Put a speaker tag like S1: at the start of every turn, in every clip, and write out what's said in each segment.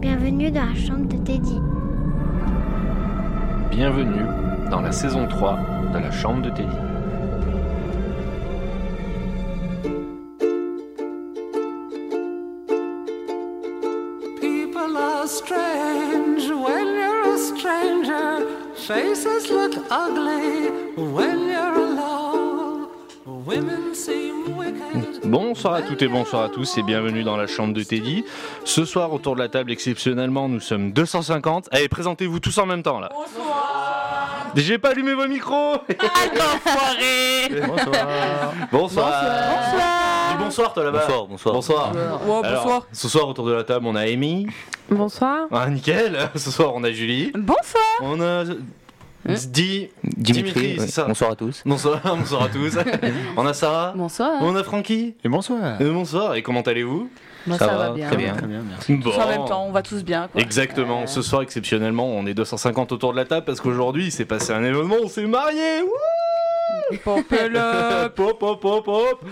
S1: bienvenue dans la chambre de Teddy.
S2: Bienvenue dans la saison 3 de la chambre de Teddy.
S3: People are strange when you're a stranger. Faces look ugly when you're alone. Women seem wicked.
S2: Bonsoir à toutes et bonsoir à tous et bienvenue dans la chambre de Teddy. Ce soir, autour de la table, exceptionnellement, nous sommes 250. Allez, présentez-vous tous en même temps là. Bonsoir J'ai pas allumé vos micros
S4: Bonsoir.
S2: Bonsoir Dis bonsoir toi là-bas
S4: Bonsoir, bonsoir.
S2: Bonsoir. Alors,
S5: bonsoir.
S2: Ce soir autour de la table on a Amy.
S5: Bonsoir.
S2: Ah nickel Ce soir on a Julie.
S5: Bonsoir. Hein
S2: On a Zdi.
S4: Dimitri,
S2: Dimitri, c'est
S4: ouais.
S2: ça.
S4: bonsoir à tous.
S2: Bonsoir, bonsoir à tous. on a Sarah.
S6: hein
S5: Bonsoir.
S2: On a Francky.
S4: Et bonsoir.
S2: Euh, bonsoir et comment allez-vous
S5: Bah,
S4: ça, va, très bien.
S2: Bon.
S5: Tous en
S2: Oh.
S5: même temps, on va tous bien. Quoi.
S2: Exactement, ce soir exceptionnellement on est 250 autour de la table parce qu'aujourd'hui il s'est passé un événement, on s'est mariés Wouh
S5: Pompez-le.
S2: Hop, hop, hop, hop.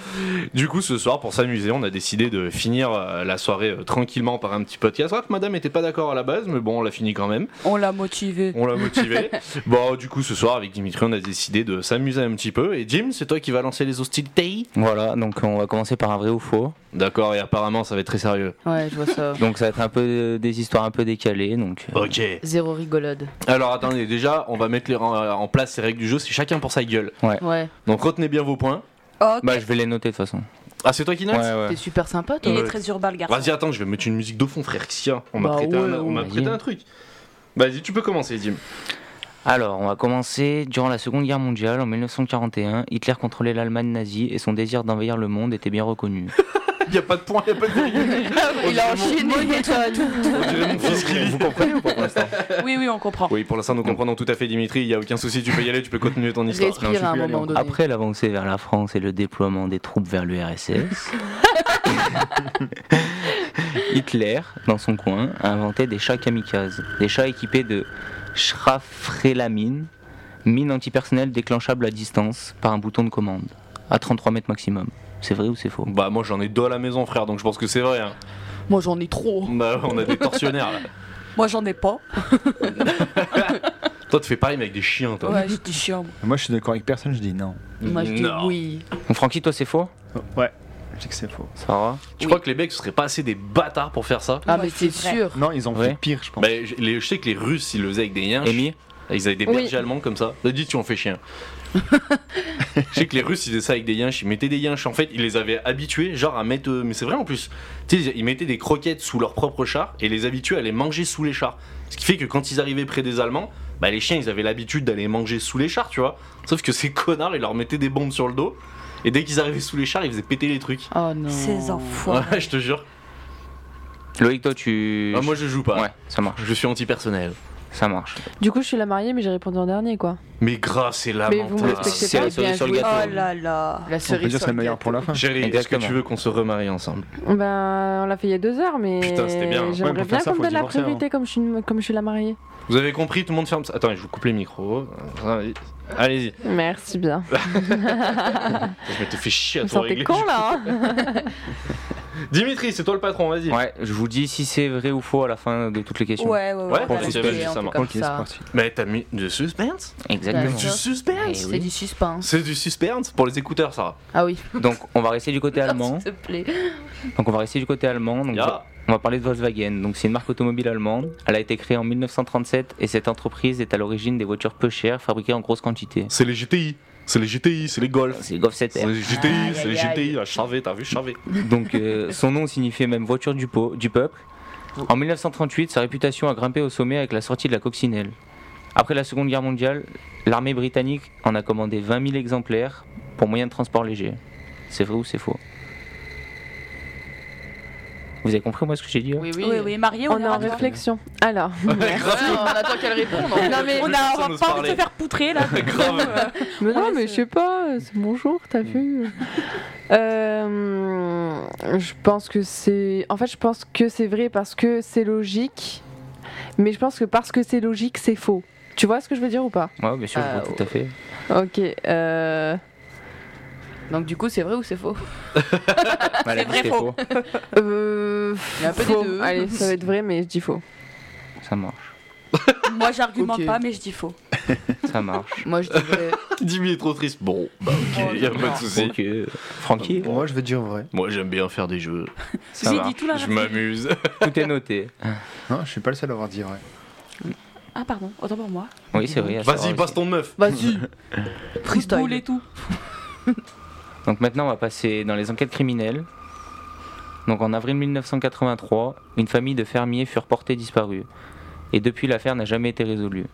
S2: Du coup ce soir pour s'amuser on a décidé de finir euh, la soirée euh, tranquillement par un petit podcast. C'est vrai que madame était pas d'accord à la base mais bon on l'a fini quand même,
S5: On l'a motivé.
S2: on l'a motivé. bon du coup ce soir avec Dimitri on a décidé de s'amuser un petit peu et Jim c'est toi qui va lancer les hostilités
S4: Voilà, donc on va commencer par un vrai ou faux.
S2: D'accord et apparemment ça va être très sérieux.
S6: Ouais, je vois ça.
S4: Donc ça va être un peu euh, des histoires un peu décalées. Donc euh,
S2: Ok.
S6: Zéro rigolade.
S2: Alors attendez déjà on va mettre les- en, en place les règles du jeu c'est chacun pour sa gueule.
S6: Ouais,
S2: Donc retenez bien vos points.
S5: Ok.
S4: bah je vais les noter de toute façon.
S2: Ah c'est toi qui notes
S6: t'es super sympa, toi.
S5: Il
S2: Ouais.
S5: est très urbain le garçon.
S2: Vas-y, attends, je vais mettre une musique de fond, frère. Tiens, on m'a
S6: Bah
S2: prêté,
S6: ouais,
S2: un, on
S6: ouais,
S2: m'a
S4: vas-y.
S2: prêté un truc. Vas-y, tu peux commencer, Dim.
S4: Alors, on va commencer durant la Seconde Guerre mondiale en 1941. Hitler contrôlait l'Allemagne nazie et son désir d'envahir le monde était bien reconnu.
S2: Il a pas de point, il a pas de
S5: Ah
S6: Il a enchaîné.
S2: Vous comprenez ou pas pour l'instant
S5: Oui, oui, on comprend.
S2: Oui, pour l'instant, nous comprenons tout à fait, Dimitri. Il y a aucun souci, tu peux y aller, tu peux continuer ton histoire.
S6: Respire à un moment
S2: hein.
S6: donné.
S4: Après l'avancée vers la France et le déploiement des troupes vers l'URSS, Hitler, dans son coin, a inventé des chats kamikazes, des chats équipés de schrafrelamine, mine antipersonnelle déclenchable à distance par un bouton de commande, à 33 mètres maximum. C'est vrai ou c'est faux
S2: Bah, moi, j'en ai deux à la maison, frère, donc je pense que c'est vrai. hein.
S6: Moi, j'en ai trop.
S2: Bah, on a des tortionnaires là.
S5: Moi, j'en ai pas.
S2: Toi, tu fais pareil, mais avec des chiens, toi.
S5: Ouais, j'étais chiant. moi.
S7: Moi je suis d'accord avec personne, je dis non.
S6: Moi, je dis
S2: Non.
S6: oui.
S4: Donc Francky, toi c'est faux
S1: Oh,
S7: Ouais. Je sais que c'est faux.
S4: Sarah
S2: Tu crois que les mecs, ce seraient pas assez des bâtards pour faire ça
S6: Ah,
S5: Ouais,
S6: mais
S5: c'est
S6: c'est
S5: vrai.
S6: sûr.
S7: Non, ils ont
S4: Ouais.
S7: fait pire, je pense.
S2: Bah, je, les- je sais que les Russes, ils le faisaient avec des yens.
S4: Amy
S2: Ils avaient des
S5: Oui.
S2: bergers allemands comme ça. T'as dit tu en fais chien. je sais que les Russes ils faisaient ça avec des yinches, ils mettaient des yinches en fait, ils les avaient habitués genre à mettre euh, mais c'est vrai en plus. Tu sais ils mettaient des croquettes sous leur propre char et les habituaient à les manger sous les chars. Ce qui fait que quand ils arrivaient près des Allemands, bah les chiens ils avaient l'habitude d'aller manger sous les chars, tu vois. Sauf que ces connards ils leur mettaient des bombes sur le dos et dès qu'ils arrivaient sous les chars, ils faisaient péter les trucs.
S6: Oh non.
S5: Ces
S2: Ouais,
S5: enfoirés.
S2: je te jure.
S4: Loïc, toi tu.
S2: Ah, moi je joue pas.
S4: Ouais, ça marche,
S2: Je suis antipersonnel.
S4: ça marche.
S8: Du coup, je suis la mariée, mais j'ai répondu en dernier, quoi.
S2: Mais grave, c'est
S8: Mais vous me
S2: lamentable.
S8: respectez
S4: C'est
S8: pas,
S4: la cerise
S8: bien
S4: sur le
S8: joué.
S4: gâteau.
S5: Oh là là.
S6: La
S7: On peut
S6: cerise.
S7: dire c'est
S6: sur
S7: la
S6: le
S7: meilleure pour la fin.
S2: Chérie, est-ce que
S4: Exactement.
S2: tu veux qu'on se remarie ensemble
S8: Ben, on l'a fait il y a deux heures, mais.
S2: Putain, c'était bien.
S7: Ouais,
S8: J'aimerais
S7: pour
S8: bien
S7: faire ça,
S8: qu'on me
S7: faut
S8: donne la
S7: divorcer, hein.
S8: priorité comme je, suis, une- comme je suis la mariée.
S2: Vous avez compris, tout le monde ferme. sa- Attends, je vous coupe les micros.
S4: Oh,
S2: Euh, Allez-y.
S8: Merci bien.
S2: Je m'étais fait chier à
S8: Vous
S2: tout
S8: sentez
S2: régler.
S8: con là hein
S2: Dimitri, c'est toi le patron, vas-y.
S4: Ouais, je vous dis si c'est vrai ou faux à la fin de toutes les questions.
S5: Ouais, ouais, ouais.
S2: Ouais,
S5: on
S2: pour
S5: va
S2: le
S5: rester
S2: festival,
S5: un peu
S2: justement.
S5: comme
S7: ok, c'est
S5: ça.
S7: parti.
S2: Mais t'as mis du suspense
S4: Exactement.
S6: Ouais.
S2: Du suspense
S4: Eh
S6: C'est
S4: oui.
S6: du suspense.
S2: C'est du suspense pour les écouteurs, Sarah.
S6: Ah oui.
S4: Donc on va rester du côté allemand.
S6: S'il te plaît.
S4: Donc on va rester du côté allemand. Donc
S2: Ya.
S4: on va parler de Volkswagen. Donc c'est une marque automobile allemande. Elle a été créée en 1937 et cette entreprise est à l'origine des voitures peu chères fabriquées en grosse quantité.
S2: C'est les GTI. C'est les GTI, c'est les Golf.
S4: C'est le Golf 7
S2: les
S6: Aïe,
S2: c'est les
S6: aïe, aïe.
S2: GTI. Ah, Je savais, t'as vu, je savais.
S4: Donc euh, son nom signifiait même voiture du, po- du peuple. En 1938, sa réputation a grimpé au sommet avec la sortie de la coccinelle. Après la Seconde Guerre mondiale, l'armée britannique en a commandé 20 000 exemplaires pour moyen de transport léger. C'est vrai ou c'est faux Vous avez compris moi ce que j'ai dit hein là
S6: Oui, oui.
S5: Oui, oui, marié, on,
S8: On
S5: est
S8: est en
S5: marié.
S8: réflexion. Alors,
S6: Ouais, on attend qu'elle réponde.
S5: Ah. Non, mais on
S2: Personne
S5: a on
S2: n'ose
S5: a pas envie
S2: parler.
S5: de se faire poutrer là.
S2: Grave.
S8: mais
S5: Ouais,
S8: non, mais
S5: c'est-
S8: je sais pas, euh, c'est bonjour, t'as
S7: Mm.
S8: vu Euh, Je pense que c'est. En fait, je pense que c'est vrai parce que c'est logique, mais je pense que parce que c'est logique, c'est faux. Tu vois ce que je veux dire ou pas
S4: Ouais, bien sûr, je
S6: Euh,
S4: vois tout à fait.
S8: Ok, euh.
S6: Donc, du coup, c'est vrai ou c'est faux
S4: Voilà,
S5: vrai,
S4: c'était
S5: faux.
S8: Euh,
S6: Il y a un peu des
S8: faux.
S6: deux.
S8: Allez, ça va être vrai, mais je dis faux.
S4: Ça marche.
S5: Moi, j'argumente
S6: Ok.
S5: pas, mais je dis faux.
S4: Ça marche.
S6: Moi, je dirais.
S2: Dimitri est trop triste. Bon, bah ok, y a pas de soucis.
S4: Ok. Francky,
S1: Moi, je vais dire vrai.
S2: Moi j'aime bien faire des jeux.
S4: Ça
S5: J'ai
S4: va.
S5: dit tout la
S2: Je
S5: vérité.
S2: m'amuse.
S4: tout est noté.
S1: Non, je suis pas le seul à avoir dit vrai.
S5: Ah, pardon, autant pour moi.
S4: Oui, c'est vrai. à
S2: Vas-y,
S4: savoir
S2: passe
S4: aussi.
S2: ton meuf.
S6: Vas-y.
S5: Football et
S6: Freestyle.
S5: tout.
S4: Donc maintenant, on va passer dans les enquêtes criminelles. Donc en avril 1983, une famille de fermiers furent portés disparus. Et depuis, l'affaire n'a jamais été résolue.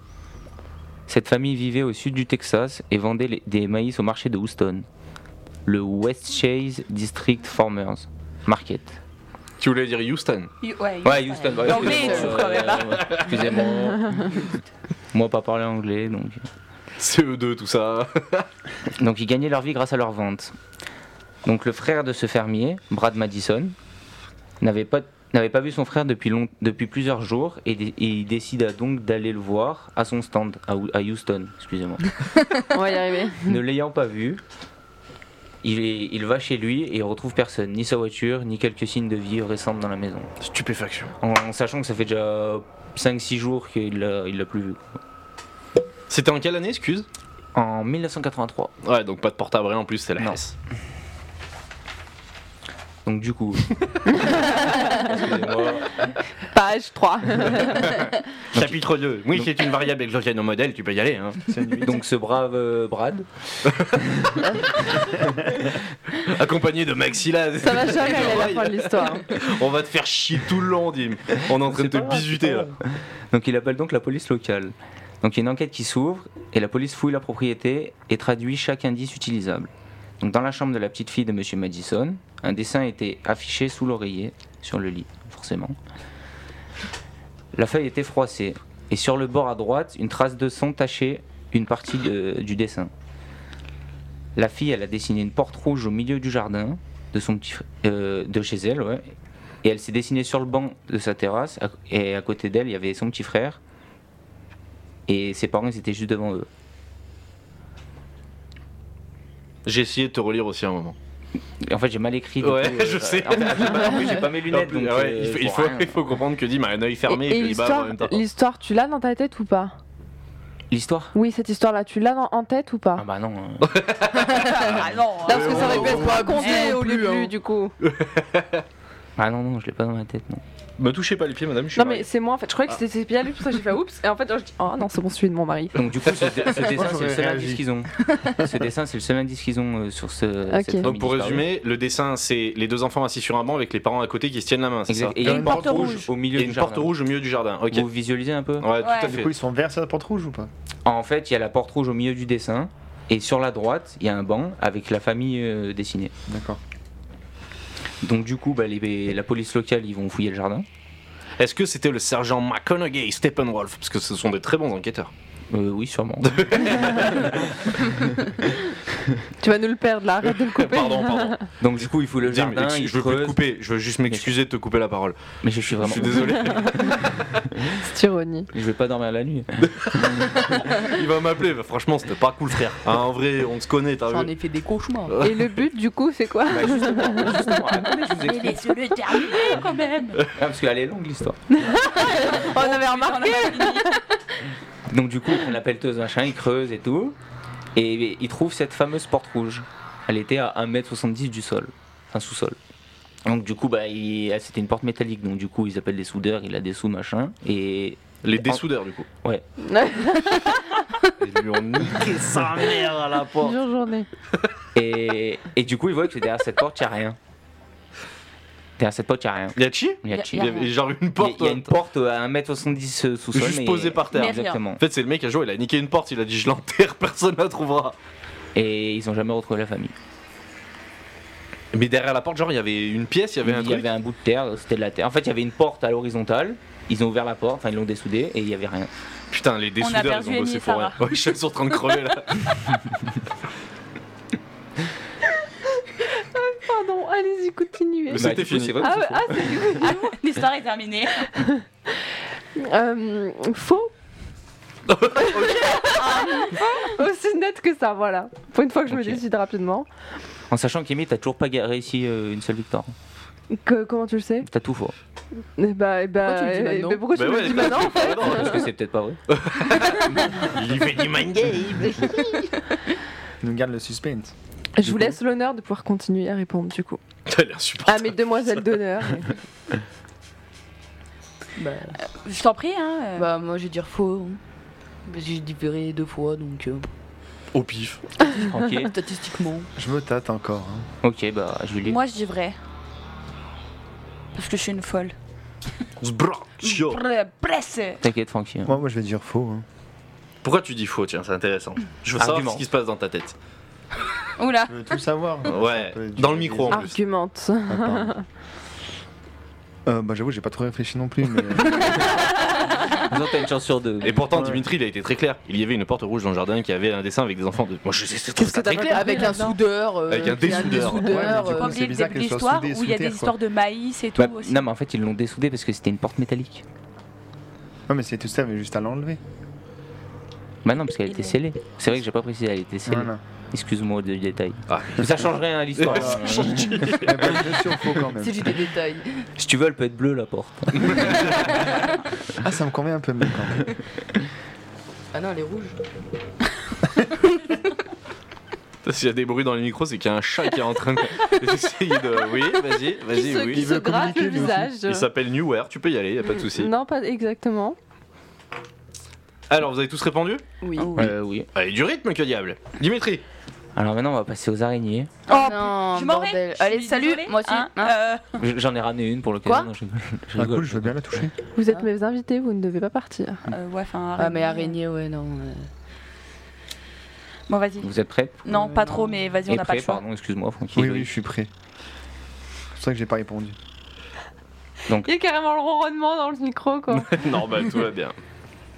S4: Cette famille vivait au sud du Texas et vendait les- des maïs au marché de Houston, le West Chase District Farmers Market.
S2: Tu voulais dire Houston
S5: You- Ouais,
S4: Ouais, Houston. ouais,
S5: Non, mais
S4: excusez-moi,
S5: tu
S4: euh,
S5: ferais pas.
S4: Excusez-moi. Moi, pas parler anglais, donc.
S2: CE2, E tout ça.
S4: Donc ils gagnaient leur vie grâce à leur vente. Donc le frère de ce fermier, Brad Madison, n'avait pas, n'avait pas vu son frère depuis, long- depuis plusieurs jours et, dé- et il décida donc d'aller le voir à son stand, à, Hou- à Houston, excusez-moi.
S8: On va y arriver.
S4: ne l'ayant pas vu, il, est- il va chez lui et il retrouve personne, ni sa voiture, ni quelques signes de vie récents dans la maison.
S2: Stupéfaction.
S4: En, en sachant que ça fait déjà 5-6 jours qu'il l'a il l'a plus vu.
S2: C'était en quelle année, excuse
S4: En 1983.
S2: Ouais, donc pas de portable en plus, c'est la
S4: Non.
S2: S.
S4: Donc du coup... Excusez-moi.
S8: Page 3.
S2: Chapitre 2. Oui, c'est une variable exogène au modèle, tu peux y aller. Hein.
S4: Donc ce brave euh, Brad,
S2: Accompagné de Maxila.
S8: Ça va jamais aller à la fin de l'histoire.
S2: On va te faire chier tout le long, Dim. On est en train de te
S4: C'est pas grave,
S2: bisuter
S4: c'est pas
S2: là.
S4: grave. Donc il appelle donc la police locale. Donc il y a une enquête qui s'ouvre et la police fouille la propriété et traduit chaque indice utilisable. Donc dans la chambre de la petite fille de Monsieur Madison, un dessin était affiché sous l'oreiller, sur le lit, forcément. La feuille était froissée et sur le bord à droite, une trace de sang tachait une partie de- du dessin. La fille, elle a dessiné une porte rouge au milieu du jardin de son petit fr- euh, de chez elle, ouais, et elle s'est dessinée sur le banc de sa terrasse, à- et à côté d'elle, il y avait son petit frère. Et ses parents, ils étaient juste devant eux.
S2: J'ai essayé de te relire aussi un moment.
S4: Et en fait, j'ai mal écrit. du
S2: Ouais,
S4: coup, euh,
S2: je sais.
S4: en fait, j'ai pas, en plus, j'ai pas mes
S2: En
S4: lunettes.
S2: plus,
S4: donc,
S2: ah ouais,
S4: euh,
S2: il, faut, il,
S4: pour
S2: faut,
S4: rien.
S2: il faut comprendre que Dim a un œil fermé et,
S8: Et, et
S2: que les barres en
S8: l'histoire,
S2: même temps.
S8: l'histoire, tu l'as dans ta tête ou pas
S4: L'histoire
S8: Oui, cette histoire-là, tu l'as dans- en tête ou
S4: Ah
S8: pas
S4: bah non. euh,
S5: Ah non.
S8: Là, parce que ça aurait pu
S6: on va
S8: être raconté
S2: Eh,
S6: pas
S8: au
S6: plus,
S8: début,
S6: hein.
S8: du coup.
S4: Ah non, non, je l'ai pas dans ma tête, non.
S2: Me touchez pas les pieds, madame, je suis Ah.
S8: Non, mais c'est moi en fait. Je croyais que c'était c'est bien lui, pour ça j'ai fait oups. Et en fait, je dis oh non, c'est bon, celui de mon mari.
S4: Donc, du coup, ce, ce dessin, c'est le
S1: j'aurais
S4: seul
S1: réagi.
S4: indice qu'ils ont. Ce dessin, c'est le seul indice qu'ils ont euh, sur ce. cette
S8: Ok.
S4: famille
S2: Donc pour
S4: disparue.
S2: résumer, le dessin c'est les deux enfants assis sur un banc avec les parents à côté qui se tiennent la main, c'est
S4: Exact.
S2: ça
S4: Et il y a une porte rouge au milieu
S2: Et
S4: du
S2: une
S4: jardin.
S2: porte rouge au milieu du jardin. Ok.
S4: Vous visualisez un peu
S2: Ouais, tout à
S5: Ouais.
S1: Du
S2: fait.
S1: coup, ils sont verts sur la porte rouge ou pas
S4: En fait, il y a la porte rouge au milieu du dessin. Et sur la droite, il y a un banc avec la famille euh, dessinée.
S1: D'accord.
S4: Donc du coup, bah, les- la police locale, ils vont fouiller le jardin.
S2: Est-ce que c'était le sergent McConaughey, Steppenwolf Parce que ce sont des très bons enquêteurs.
S4: Euh, oui, sûrement.
S8: Tu vas nous le perdre là, arrête de le couper.
S2: Pardon, pardon.
S4: Donc du coup, il faut le
S2: Dim,
S4: jardin,
S2: ex-
S4: il
S2: je veux plus te
S4: creuse.
S2: couper, je veux juste m'excuser de te couper la parole.
S4: Mais je suis
S2: Je
S4: vraiment.
S2: suis désolé.
S8: C'est ironie.
S4: Je vais pas dormir la nuit.
S2: Il va m'appeler, bah, franchement c'était pas cool frère.
S4: Ah,
S2: Hein, en vrai, on se connaît, t'as
S6: J'en
S2: vu.
S6: ai fait des cauchemars.
S8: Et le but du coup, c'est quoi
S4: bah, Justement, attendez, je vous
S5: Mais
S4: explique.
S5: laisse-le terminer quand même.
S4: Ah, parce qu'elle est longue l'histoire.
S6: Oh,
S8: On avait remarqué.
S4: Donc du coup, ils prennent la pelleteuse, machin, ils creusent et tout. Et ils trouvent cette fameuse porte rouge. Elle était à 1m70 du sol. Enfin, sous-sol. Donc du coup, bah, il- elle- c'était une porte métallique. Donc du coup, ils appellent des soudeurs, il a des sous, machin. Et
S2: Les dessoudeurs du coup. Ils lui ont niqué sa mère à la porte.
S8: Dure journée.
S4: Et, et du coup, ils voient que derrière cette porte, il n'y a rien. Derrière cette porte, il n'y a rien.
S2: Y'a chi
S4: Il y a,
S2: Il y avait genre une
S4: il y a-
S2: porte.
S4: il y a une porte à 1m70 euh, sous-sol.
S2: Juste
S4: mais-
S2: posée par terre.
S5: Mais rien.
S4: Exactement.
S2: En fait, c'est le mec à jouer, il a niqué une porte, il a dit je l'enterre, personne la trouvera.
S4: Et ils n'ont jamais retrouvé la famille.
S2: Mais derrière la porte, genre, il y avait une pièce, il y avait un
S4: Il y
S2: truc.
S4: avait un bout de terre, c'était de la terre. En fait, il y avait une porte à l'horizontale. Ils ont ouvert la porte, enfin ils l'ont dessoudée et il y avait rien.
S2: Putain, les
S5: On a
S2: dessoudeurs,
S5: perdu
S2: ils ont bossé
S5: Amy et
S2: pour rien.
S5: Sarah.
S2: Ouais, je suis en train de crever là.
S8: Pardon, allez-y, continuez.
S2: Mais c'était
S4: Bah, du coup,
S2: fini.
S4: C'est vrai.
S8: Ah,
S4: que c'est faux.
S5: L'histoire est terminée.
S8: Euh, faux. Aussi Oh, net que ça, voilà. Pour une fois que je
S4: Ok.
S8: me décide rapidement.
S4: En sachant qu'Amy, t'as toujours pas ga- réussi euh, une seule victoire.
S8: Que- comment tu le sais
S4: T'as tout faux.
S8: Eh Bah, eh bah,
S6: Pourquoi tu le dis
S8: eh
S6: maintenant
S8: bah, pourquoi
S2: Bah
S8: tu me
S2: ouais,
S8: le dis maintenant en fait
S2: Non,
S4: Parce que c'est peut-être pas vrai.
S2: Il fait du mind game.
S7: Nous garde le suspense.
S8: Je vous laisse l'honneur de pouvoir continuer à répondre du coup.
S2: T'as l'air super.
S8: À mes demoiselles d'honneur.
S6: Bah,
S5: Je t'en prie, hein. euh,
S6: bah, moi, je vais dire faux. hein. Parce que J'ai différé deux fois, donc euh,
S2: Au pif.
S4: Ok,
S6: statistiquement.
S1: Je me tâte encore. hein.
S4: ok, bah Julie.
S5: Moi, je dis vrai. Parce que je suis une folle.
S2: Zbra, tchio.
S5: Brr, Presse
S4: T'inquiète, Francky. hein.
S1: Moi, moi, je vais dire faux. hein.
S2: Pourquoi tu dis faux Tiens, c'est intéressant. Je veux savoir
S4: Argument.
S2: ce qui se passe dans ta tête.
S5: Oula.
S1: Je veux tout savoir.
S2: Ouais,
S1: Ça peut être
S2: dans le
S1: du-
S2: micro en plus.
S8: Argumente.
S1: Ah, pardon. Euh, bah j'avoue j'ai pas trop réfléchi non plus mais euh,
S4: Disons, t'as une chance sur deux.
S2: Et pourtant,
S1: Ouais.
S2: Dimitri, il a été très clair. Il y avait une porte rouge dans le jardin qui avait un dessin avec des enfants. De... Moi, je sais, c'est
S6: Qu'est-ce que
S2: c'est
S6: t'as
S2: très clair.
S6: Avec un soudeur. euh,
S2: Avec un
S6: qui a
S2: dessoudeur.
S6: dessoudeur,
S1: Ouais, mais du
S5: Pas
S1: coup,
S6: euh,
S1: c'est
S5: oublier le
S1: bizarre
S5: début de
S1: qu'elle soit
S5: l'histoire
S1: soudée
S5: où
S1: sous
S5: il y a
S1: terre,
S5: des
S1: quoi.
S5: histoires de maïs et tout
S4: Bah,
S5: aussi.
S4: non, mais en fait, ils l'ont dessoudé parce que c'était une porte métallique.
S1: non mais c'est tout ça mais juste à l'enlever
S4: Bah non, parce qu'elle était
S5: Ils l'ont-
S4: scellée. C'est vrai que j'ai pas précisé, elle était scellée.
S1: voilà
S4: Excuse-moi du détail.
S2: Ah.
S4: Mais ça change rien à l'histoire.
S1: Ça change. Mais bon, je suis au ben, faux quand même
S6: C'est juste des détails.
S4: si tu veux, elle peut être bleue la porte.
S1: ah ça me convient un peu mieux quand même
S6: Ah non, elle est rouge.
S2: S'il y a des bruits dans les micros, c'est qu'il y a un chat qui est en train d'essayer de. Oui, vas-y, vas-y,
S8: se,
S2: oui.
S8: se gratte le
S1: communiquer, lui aussi.
S8: visage.
S2: Il s'appelle Newware, tu peux y aller, y a pas de souci.
S8: Non, pas exactement.
S2: Alors, vous avez tous répondu
S6: Oui.
S5: Oh,
S6: Oh,
S4: Euh, oui.
S2: Allez, du rythme, que diable Dimitri
S4: Alors maintenant, on va passer aux araignées.
S5: Oh,
S6: non,
S5: je m'en
S6: bordel.
S5: vais. je
S6: Allez,
S5: suis
S6: salut.
S5: désolée,
S6: Moi aussi.
S5: hein,
S6: hein.
S5: euh,
S4: J- J'en ai ramené une pour l'occasion.
S6: Quoi
S4: non, je rigole. Je
S1: ah
S4: rigole.
S1: cool je veux bien la toucher
S8: Vous êtes
S6: Ah.
S8: mes invités, vous ne devez pas partir.
S5: euh, ouais, enfin.
S6: Ah, mais araignée, ouais, non. euh.
S5: Bon, vas-y.
S4: Vous êtes prêts
S5: Non, pas trop, mais vas-y, on
S4: Et
S5: n'a pas
S4: prêts,
S5: le choix.
S4: pardon, excuse-moi, Francky.
S1: oui oui je suis prêt c'est pour ça que j'ai pas répondu
S8: Il y a carrément le ronronnement dans le micro quoi.
S2: Non, bah, tout va bien.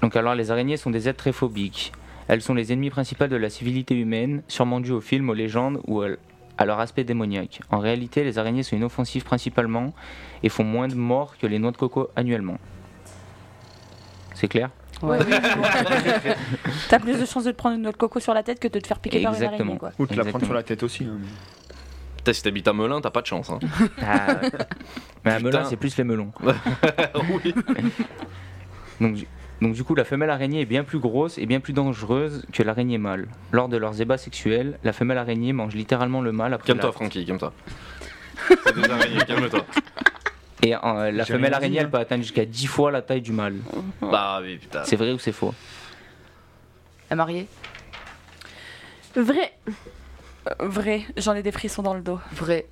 S4: Donc alors les araignées sont des êtres très phobiques. Elles sont les ennemies principales de la civilité humaine, sûrement dues aux films, aux légendes ou à l- à leur aspect démoniaque. En réalité, les araignées sont inoffensives principalement et font moins de morts que les noix de coco annuellement. C'est clair
S6: Ouais, oui.
S5: T'as plus de chances de te prendre une noix de coco sur la tête que de te faire piquer par une
S4: Exactement.
S5: araignée, quoi.
S1: ou te la prendre
S4: Exactement.
S1: sur la tête aussi hein, mais-
S2: Putain, si t'habites à Melun, t'as pas de chance. Hein.
S4: Ah, ouais. Mais un
S2: Putain.
S4: melon, c'est plus les melons.
S2: Ah oui.
S4: Donc, du- donc du coup, la femelle araignée est bien plus grosse et bien plus dangereuse que l'araignée mâle. Lors de leurs ébats sexuels, la femelle araignée mange littéralement le mâle après
S2: Calme-toi,
S4: l'acte.
S2: Francky, calme-toi. C'est des araignées, calme-toi.
S4: Et euh, la
S1: J'ai rien
S4: femelle
S1: dit,
S4: araignée,
S1: hein.
S4: elle peut atteindre jusqu'à 10 fois la taille du mâle.
S2: Bah oui, putain.
S4: C'est vrai ou c'est faux
S6: À marier
S8: Vrai.
S5: Euh, Vrai, j'en ai des frissons dans le dos.
S6: Vrai.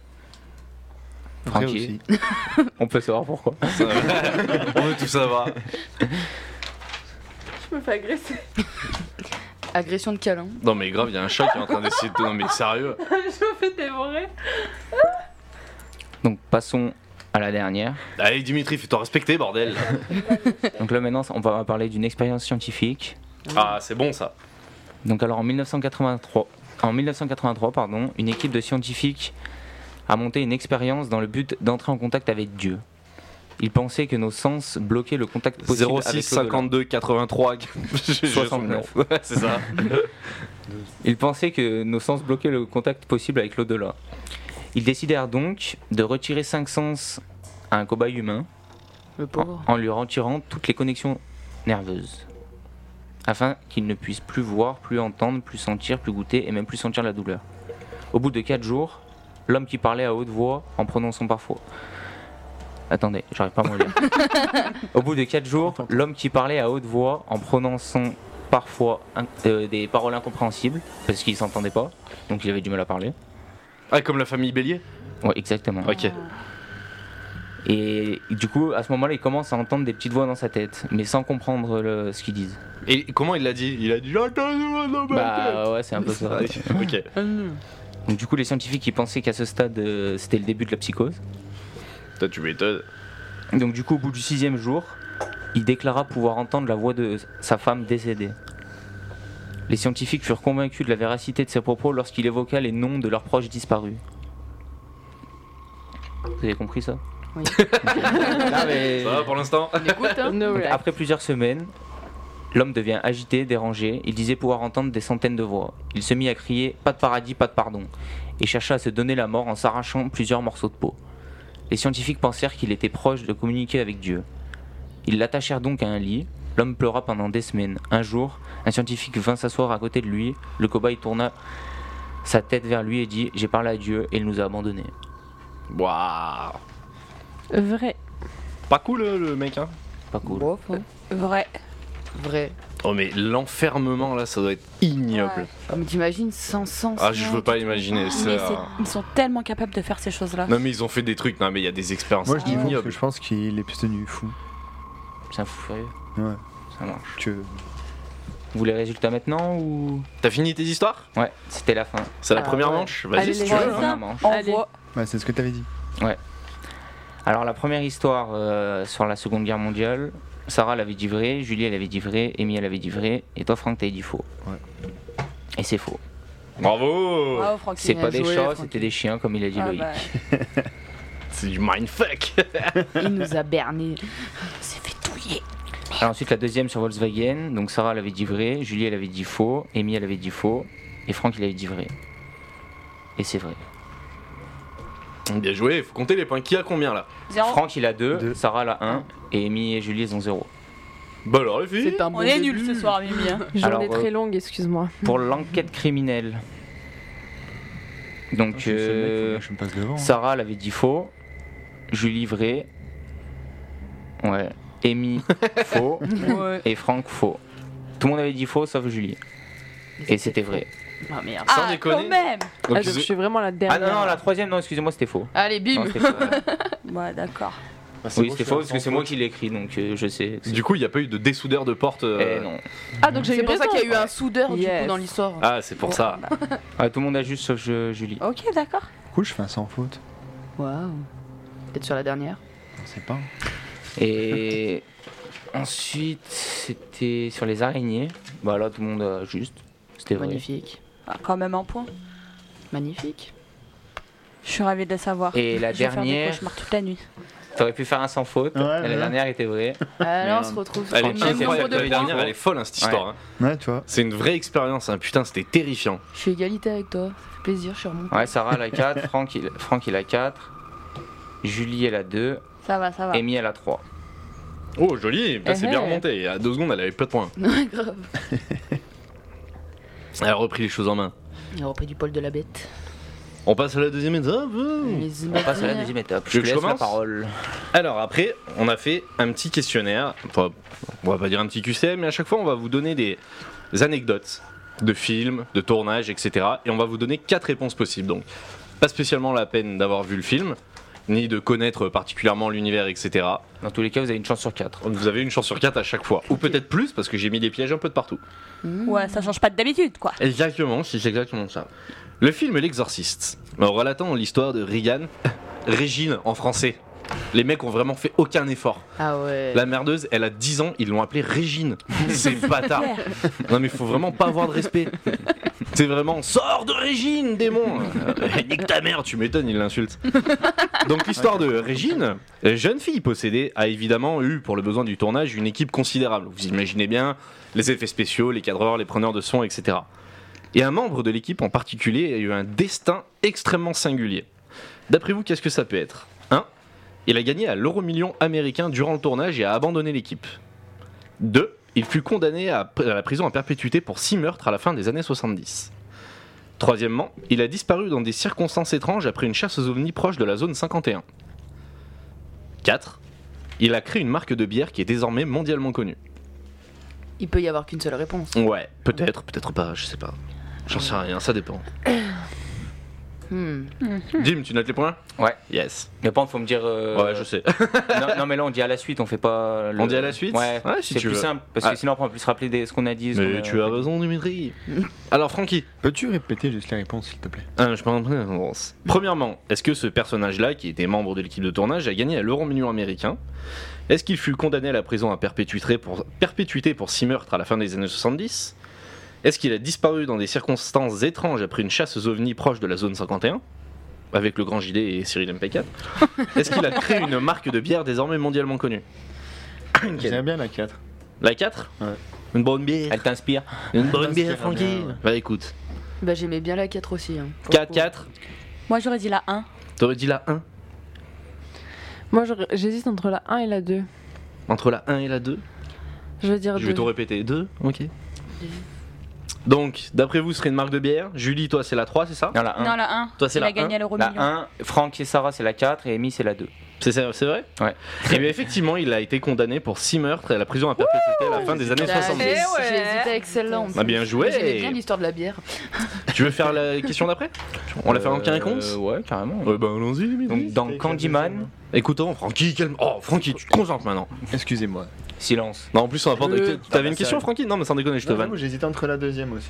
S1: Vrai
S4: Tranquille.
S1: aussi
S4: On peut savoir pourquoi.
S2: Ça va. On veut tout savoir.
S8: Je me fais agresser.
S6: Agression de câlin.
S2: Non, mais grave, il y a un chat qui est en train d'essayer de. Non, mais sérieux.
S8: je me fais dévorer.
S4: Donc passons à la dernière.
S2: Allez, Dimitri, fais-toi respecter, bordel.
S4: Donc là maintenant, on va parler d'une expérience scientifique.
S2: Ah, c'est bon ça.
S4: Donc alors en 1983, en 1983 pardon, une équipe de scientifiques a monté une expérience dans le but d'entrer en contact avec Dieu. Ils pensaient que nos sens bloquaient le contact possible avec
S2: 06
S4: l'au-delà.
S2: 52 83
S4: 69.
S2: Ouais, c'est ça.
S4: Ils pensaient que nos sens bloquaient le contact possible avec l'au-delà. Ils décidèrent donc de retirer cinq sens à un cobaye humain
S6: Le pauvre.
S4: en lui retirant toutes les connexions nerveuses. Afin qu'il ne puisse plus voir, plus entendre, plus sentir, plus goûter et même plus sentir la douleur. Au bout de 4 jours, l'homme qui parlait à haute voix en prononçant parfois. Attendez, j'arrive pas à me relire. Au bout de 4 jours, l'homme qui parlait à haute voix en prononçant parfois in- euh, des paroles incompréhensibles parce qu'il s'entendait pas, donc il avait du mal à parler.
S2: Ah, comme la famille Bélier
S4: Ouais, exactement.
S2: Ah. Ok.
S4: Et du coup, à ce moment-là, il commence à entendre des petites voix dans sa tête, mais sans comprendre le- ce qu'ils disent.
S2: Et comment il l'a dit Il a dit.
S4: Bah ouais, c'est un peu ça.
S2: Ok.
S4: Donc du coup, les scientifiques ils pensaient qu'à ce stade euh, c'était le début de la psychose.
S2: Toi, tu m'étonnes.
S4: Donc du coup, au bout du sixième jour, il déclara pouvoir entendre la voix de sa femme décédée. Les scientifiques furent convaincus de la véracité de ses propos lorsqu'il évoqua les noms de leurs proches disparus. Vous avez compris ça
S6: Oui.
S4: Non, Ah, mais-
S2: Ça va pour l'instant
S6: On écoute, hein
S8: No
S4: Donc,
S2: Ah.
S8: way.
S4: après plusieurs semaines, l'homme devient agité, dérangé. Il disait pouvoir entendre des centaines de voix. Il se mit à crier Pas de paradis, pas de pardon et chercha à se donner la mort en s'arrachant plusieurs morceaux de peau. les scientifiques pensèrent qu'il était proche de communiquer avec Dieu. Ils l'attachèrent donc à un lit. L'homme pleura pendant des semaines. Un jour, un scientifique vint s'asseoir à côté de lui. Le cobaye tourna sa tête vers lui et dit J'ai parlé à Dieu et il nous a abandonnés.
S2: Waouh
S8: Vrai.
S2: Pas cool euh, le mec, hein
S4: Pas cool.
S6: Bof, hein.
S5: Vrai.
S6: Vrai.
S2: Oh, mais l'enfermement là, ça doit être ignoble.
S5: Ouais.
S6: Ah, mais t'imagines sans sens.
S2: Ah, je veux pas imaginer
S5: Mais
S2: ça.
S5: c'est- ils sont tellement capables de faire ces choses-là.
S2: Non, mais ils ont fait des trucs, non, mais il y a des expériences
S1: Moi je dis fou parce que
S2: ignobles.
S1: je pense qu'il est plus devenu fou
S4: C'est un fou furieux.
S1: Ouais.
S4: Ça marche.
S1: que.
S4: Vous voulez les résultats maintenant ou.
S2: T'as fini tes histoires
S4: Ouais, c'était la fin.
S2: C'est la
S6: Ah,
S2: première
S6: ouais.
S2: manche Vas-y,
S8: Allez,
S2: si
S8: les
S2: tu
S8: gars.
S2: veux.
S4: C'était la
S5: ça.
S4: première manche.
S5: On
S8: Allez.
S5: voit.
S1: Bah, c'est ce que t'avais dit.
S4: Alors la première histoire euh, sur la Seconde Guerre mondiale, Sarah l'avait dit vrai, Julie elle avait dit vrai, Amy elle avait dit vrai, et toi Franck t'avais dit faux.
S1: Ouais.
S4: Et c'est faux.
S2: Bravo
S5: Bravo, Francky.
S4: C'est
S6: bien
S4: pas des
S6: joué,
S4: chats,
S6: Francky.
S4: c'était des chiens comme il a dit
S5: Ah,
S4: Loïc.
S5: bah,
S2: C'est du mindfuck
S6: bah, Il nous a berné.
S5: c'est fait touiller.
S4: Alors ensuite la deuxième sur Volkswagen, donc Sarah l'avait dit vrai, Julie elle avait dit faux, Amy elle avait dit faux, et Franck il avait dit vrai. Et c'est vrai.
S2: Bien joué, faut compter les points. Qui a combien là
S5: Zéro.
S4: Franck il a 2,
S1: Deux.
S4: Sarah elle a 1, et Amy et Julie elles ont 0.
S2: Bah alors les filles
S6: C'est un bon
S5: On est
S6: début.
S5: nuls ce soir, Mimi. hein.
S4: Alors,
S8: Journée
S4: euh,
S8: très longue, excuse-moi.
S4: Pour l'enquête criminelle. Donc euh,
S1: Je me passe devant.
S4: Sarah l'avait dit faux. Julie vrai. Ouais. Amy faux.
S5: Ouais.
S4: Et Franck faux. Tout le monde avait dit faux sauf Julie. Et c'était vrai.
S6: Ah merde.
S2: Sans
S5: ah,
S2: déconner.
S5: quand même
S2: Donc,
S8: Ah, donc,
S2: ils-
S8: je suis vraiment la
S4: Ah
S8: dernière.
S4: non, non, la troisième, non, excusez-moi, c'était faux.
S6: Allez,
S4: Non,
S6: bim.
S4: c'était faux.
S5: Ouais, d'accord.
S7: hein.
S4: oui, c'était faux parce que c'est moi qui l'ai écrit donc euh, je sais.
S2: Du coup, il n'y a pas eu de dessoudeur de porte. euh,
S4: Eh non.
S6: Ah, donc
S8: j'ai
S6: c'est
S8: eu
S6: pour ça
S8: raison.
S6: qu'il y a eu un soudeur du coup
S8: Yes.
S6: dans l'histoire.
S2: Ah, c'est pour ça.
S4: Ah, tout le monde a juste sauf je- Julie.
S5: Ok, d'accord.
S1: Du coup, je fais un sans faute.
S4: Ah.
S6: Waouh. Peut-être sur la dernière.
S1: On sait pas.
S4: Et ensuite, c'était sur les araignées. Bah là, tout le monde a juste. C'était vrai.
S6: Magnifique.
S5: Ah, quand même un point.
S6: Magnifique.
S5: Je suis ravie de le savoir.
S4: Et la
S5: Je vais faire des
S4: dernière,
S5: cauchemars toute la nuit.
S4: t'aurais pu faire un sans faute.
S1: Ouais,
S4: la
S1: ouais.
S4: dernière était vraie.
S6: Ah, là, on
S7: Merde.
S6: se retrouve sur
S2: Elle
S6: le
S2: est
S4: Franchement,
S6: même
S2: incroyable,
S4: c'est
S6: nombre
S2: la
S4: vrai,
S6: de
S4: t'avais
S6: points.
S4: dit
S2: dernière, elle est folle, hein, cette
S4: Ouais.
S2: histoire. hein.
S1: Ouais, tu vois.
S2: C'est une vraie expérience, hein. putain, c'était terrifiant.
S6: Je suis égalité avec toi. Ça fait plaisir, je suis remontée.
S4: Ouais, Sarah elle a 4, Franck il, Franck il a 4, Julie elle a 2,
S5: Ça va,
S6: Ah.
S5: ça va.
S4: Amy elle a 3.
S2: Oh, joli, putain,
S8: Eh,
S2: c'est bien
S8: eh.
S2: remonté. À deux secondes, elle avait pas de points.
S6: Ouais, grave.
S2: Elle a repris les choses en main.
S6: Il a repris du poil de la bête.
S2: On passe à la deuxième étape. euh.
S6: Les
S4: On passe à la deuxième étape.
S2: Je
S4: Je te laisse la
S2: commence
S4: parole.
S2: Alors après, on a fait un petit questionnaire. Enfin, on va pas dire un petit QCM, mais à chaque fois, on va vous donner des anecdotes de films, de tournages, etc. Et on va vous donner quatre réponses possibles. Donc, pas spécialement la peine d'avoir vu le film, ni de connaître particulièrement l'univers, etc.
S4: Dans tous les cas, vous avez une chance sur 4.
S2: Vous avez une chance sur quatre à chaque fois, ou peut-être plus, parce que j'ai mis des pièges un peu de partout.
S5: Ouais, ça change pas de d'habitude, quoi.
S2: Exactement, c'est exactement ça. Le film L'Exorciste, en relatant l'histoire de Regan, Régine en français. Les mecs ont vraiment fait aucun effort.
S6: Ah ouais.
S2: La merdeuse, elle a 10 ans, ils l'ont appelée Régine. C'est bâtard.
S5: Claire.
S2: Non mais faut vraiment pas avoir de respect. C'est vraiment sors de Régine, démon. Euh, nique ta mère, tu m'étonnes, il l'insulte. Donc l'histoire de Régine, euh, jeune fille possédée, a évidemment eu pour le besoin du tournage une équipe considérable. Vous imaginez bien les effets spéciaux, les cadreurs, les preneurs de son, etc. Et un membre de l'équipe en particulier a eu un destin extrêmement singulier. D'après vous, qu'est-ce que ça peut être 1. Il a gagné à l'euro million américain durant le tournage et a abandonné l'équipe. 2. Il fut condamné à, à la prison à perpétuité pour 6 meurtres à la fin des années 70. Troisièmement, il a disparu dans des circonstances étranges après une chasse aux ovnis proche de la zone 51. 4. Il a créé une marque de bière qui est désormais mondialement connue.
S6: Il peut y avoir qu'une seule réponse.
S2: Ouais, peut-être, peut-être pas, je sais pas. J'en sais rien, ça dépend.
S6: Hmm.
S2: Jim, tu notes les points
S4: Ouais.
S2: Yes.
S4: Mais par contre, faut me dire. euh,
S2: Ouais, je sais.
S4: non, non, mais là on dit à la suite, on fait pas. le-
S2: On dit à la suite
S4: Ouais,
S2: Ouais, si
S4: c'est
S2: tu
S4: plus
S2: veux.
S4: simple parce
S2: Ah.
S4: que sinon après on peut se rappeler des- ce qu'on a dit. ce qu'on
S2: Mais
S4: a-
S2: tu as raison, Dimitri. Alors, Francky,
S1: Peux-tu répéter juste les réponses, s'il te plaît
S2: Ah, je peux en prendre une réponse. Premièrement, est-ce que ce personnage-là, qui était membre de l'équipe de tournage, a gagné à l'euro million américain Est-ce qu'il fut condamné à la prison à perpétuité pour, perpétuité pour six meurtres à la fin des années 70 Est-ce qu'il a disparu dans des circonstances étranges après une chasse aux ovnis proche de la zone 51 Avec le grand JD et Cyril MP4 Est-ce qu'il a créé une marque de bière désormais mondialement connue
S7: J'aime bien la 4.
S2: La 4
S7: Ouais.
S2: Une bonne bière
S4: euh, Elle t'inspire.
S2: Une bonne
S7: Parce
S2: bière,
S7: qu'elle
S2: Francky
S7: revient, ouais.
S2: Bah écoute,
S6: Bah j'aimais bien la 4 aussi. hein, pour le coup.
S2: 4-4,
S5: Moi, j'aurais dit la 1.
S2: t'aurais dit la 1
S8: Moi, je- j'hésite entre la 1 et la 2.
S2: Entre la 1 et la 2
S8: Je vais dire
S2: Je vais
S8: 2.
S2: tout répéter. 2 Ok. Donc, d'après vous, ce serait une marque de bière. Julie, toi, c'est la 3, c'est ça
S4: Non, la 1.
S5: Non, la 1.
S2: Toi, c'est
S5: Il
S2: la
S5: a gagné à l'euro
S4: la
S5: million.
S4: 1, Franck et Sarah, c'est la 4 et Amy, c'est la 2.
S2: C'est c'est- c'est vrai
S4: Ouais.
S2: Et bien, effectivement, il a été condamné pour 6 meurtres et à la prison à perpétuité à la fin des années
S6: Là,
S2: 70.
S6: J'ai
S5: Eh ouais.
S6: j'ai hésité avec celle-là. en
S2: Bah,
S6: plus.
S2: bien joué.
S6: J'aimais bien l'histoire de la bière.
S2: Tu veux faire la question d'après On la fait en quinconce
S4: Euh, Ouais, carrément.
S2: ben allons-y, les
S4: Donc, dans
S7: C'était
S4: Candyman,
S7: quel
S2: Écoutons, Francky, calme. Oh, Francky, tu te concentres maintenant.
S1: hein.
S7: Excusez-moi.
S4: silence.
S2: Non, en plus, on va prendre.
S7: Euh,
S2: T'avais une
S7: bah,
S2: question,
S7: sérieux.
S2: Francky Non, mais sans déconner, je te
S7: Non,
S2: vanne.
S7: j'avoue, J'hésite entre la deuxième aussi.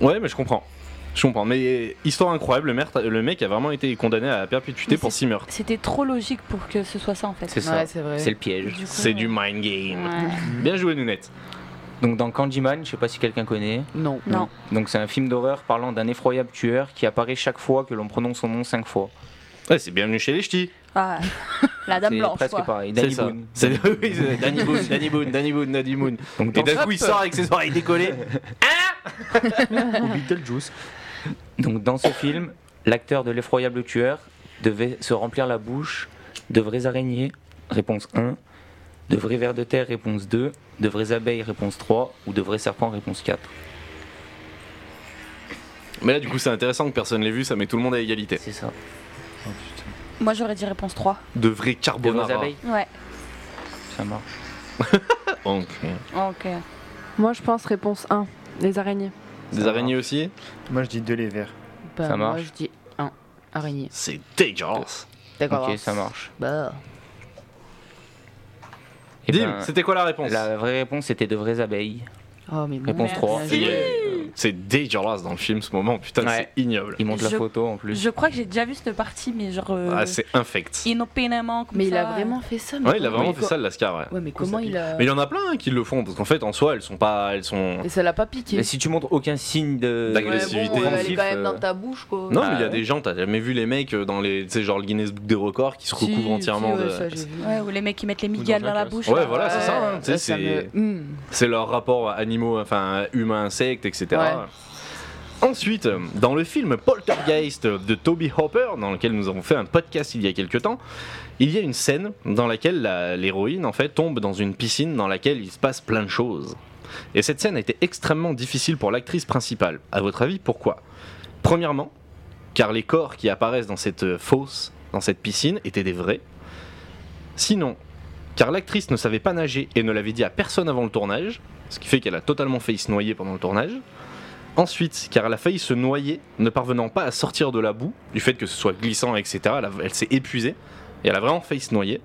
S2: Ouais, mais je comprends. Je comprends. Mais histoire incroyable, le, maire- le mec a vraiment été condamné à la perpétuité
S5: Mais
S2: pour 6 meurtres.
S5: C'était trop logique pour que ce soit ça en fait.
S4: C'est ça.
S6: Ouais, c'est vrai.
S4: C'est le piège.
S5: coup,
S2: C'est
S5: euh,
S2: du mind game.
S5: ouais.
S2: Bien joué, Nounette.
S4: Donc, dans Candyman, je sais pas si quelqu'un connaît.
S6: Non.
S5: Non.
S4: Donc, c'est un film d'horreur parlant d'un effroyable tueur qui apparaît chaque fois que l'on prononce son nom 5 fois.
S2: Ouais, c'est bienvenu chez les ch'tis.
S5: Ah, la dame
S4: C'est
S5: blanche.
S4: presque
S5: quoi.
S4: pareil.
S2: C'est
S4: Danny
S2: ça.
S4: Boone.
S2: C'est oui, c'est Danny Boone, Danny Boone, Danny Boone, Danny Boone.
S4: Donc,
S2: Et
S4: dans,
S2: d'un coup, il sort avec ses oreilles décollées.
S5: Ah
S7: Ou Beetlejuice.
S4: donc, dans ce film, l'acteur de l'effroyable tueur devait se remplir la bouche de vraies araignées, réponse 1, de vrais vers de terre, réponse 2, de vraies abeilles, réponse 3, ou de vrais serpents, réponse 4.
S2: Mais là, du coup, c'est intéressant que personne l'ait vu, ça met tout le monde à égalité.
S4: C'est ça.
S5: Moi j'aurais dit réponse 3.
S2: De vrais
S4: De vraies
S2: carbonara.
S4: abeilles
S5: Ouais.
S4: Ça marche.
S2: Donc,
S5: Ok.
S8: Moi, je pense réponse 1. Les araignées.
S2: Des araignées aussi
S7: Moi je dis deux les verts.
S6: Bah,
S4: Ça
S6: Moi,
S4: marche.
S6: je dis 1. Araignée.
S2: C'est dégueulasse.
S6: D'accord.
S4: Ok,
S6: alors.
S4: ça marche.
S6: Bah.
S4: Eh
S2: Dim,
S4: ben,
S2: c'était quoi la réponse
S4: la vraie réponse était de vraies abeilles.
S6: Oh, mais bon.
S4: Réponse
S5: Merci.
S4: 3.
S2: C'est- euh, C'est dégueulasse dans le film ce moment, putain,
S4: Ouais.
S2: c'est ignoble.
S4: Il montre la
S5: Je-
S4: photo en plus.
S5: Je crois que j'ai déjà vu cette partie, mais genre. euh,
S2: Ah, c'est infect.
S5: Inopinément, comme
S6: Mais il
S5: ça.
S6: a vraiment fait ça. mais
S2: Ouais, il a
S6: comment-
S2: vraiment
S6: mais
S2: fait ça, le Lascar, ouais.
S6: co- Ouais, mais comment il a.
S2: Mais il y en a plein hein, qui le font, parce qu'en fait, en soi, elles sont pas. Elles sont.
S6: Et ça l'a pas piqué.
S4: Et si tu montres aucun signe de
S2: D'agressivité.
S6: Ouais, bon, elle est
S4: offensif,
S6: quand même
S4: euh,
S6: dans ta bouche, quoi.
S2: Non,
S4: Bah,
S2: mais il y a
S4: ouais.
S2: des gens, t'as jamais vu les mecs euh, dans les. Tu sais, genre le Guinness Book des records qui se
S6: Si,
S2: recouvrent
S6: si,
S2: entièrement
S6: ouais,
S2: de.
S6: ça, j'ai vu.
S5: Ouais, ou les mecs qui mettent les migales
S7: dans la
S5: dans la
S7: classe.
S5: bouche.
S2: Ouais,
S5: là.
S2: voilà, c'est ça, hein, tu sais,
S6: ça, ça
S2: c'est-
S6: me- Hmm.
S2: C'est leur rapport à animaux, enfin humains-insectes, etc. Ensuite, dans le film Poltergeist de Toby Hopper, dans lequel nous avons fait un podcast il y a quelques temps, il y a une scène dans laquelle la- l'héroïne en fait tombe dans une piscine dans laquelle il se passe plein de choses. Et cette scène a été extrêmement difficile pour l'actrice principale. À votre avis, pourquoi Premièrement, car les corps qui apparaissent dans cette euh, fosse, dans cette piscine, étaient des vrais. Sinon, car l'actrice ne savait pas nager et ne l'avait dit à personne avant le tournage, ce qui fait qu'elle a totalement failli se noyer pendant le tournage. Ensuite, car elle a failli se noyer, ne parvenant pas à sortir de la boue, du fait que ce soit glissant, etc. Elle, a- elle s'est épuisée et elle a vraiment failli se noyer.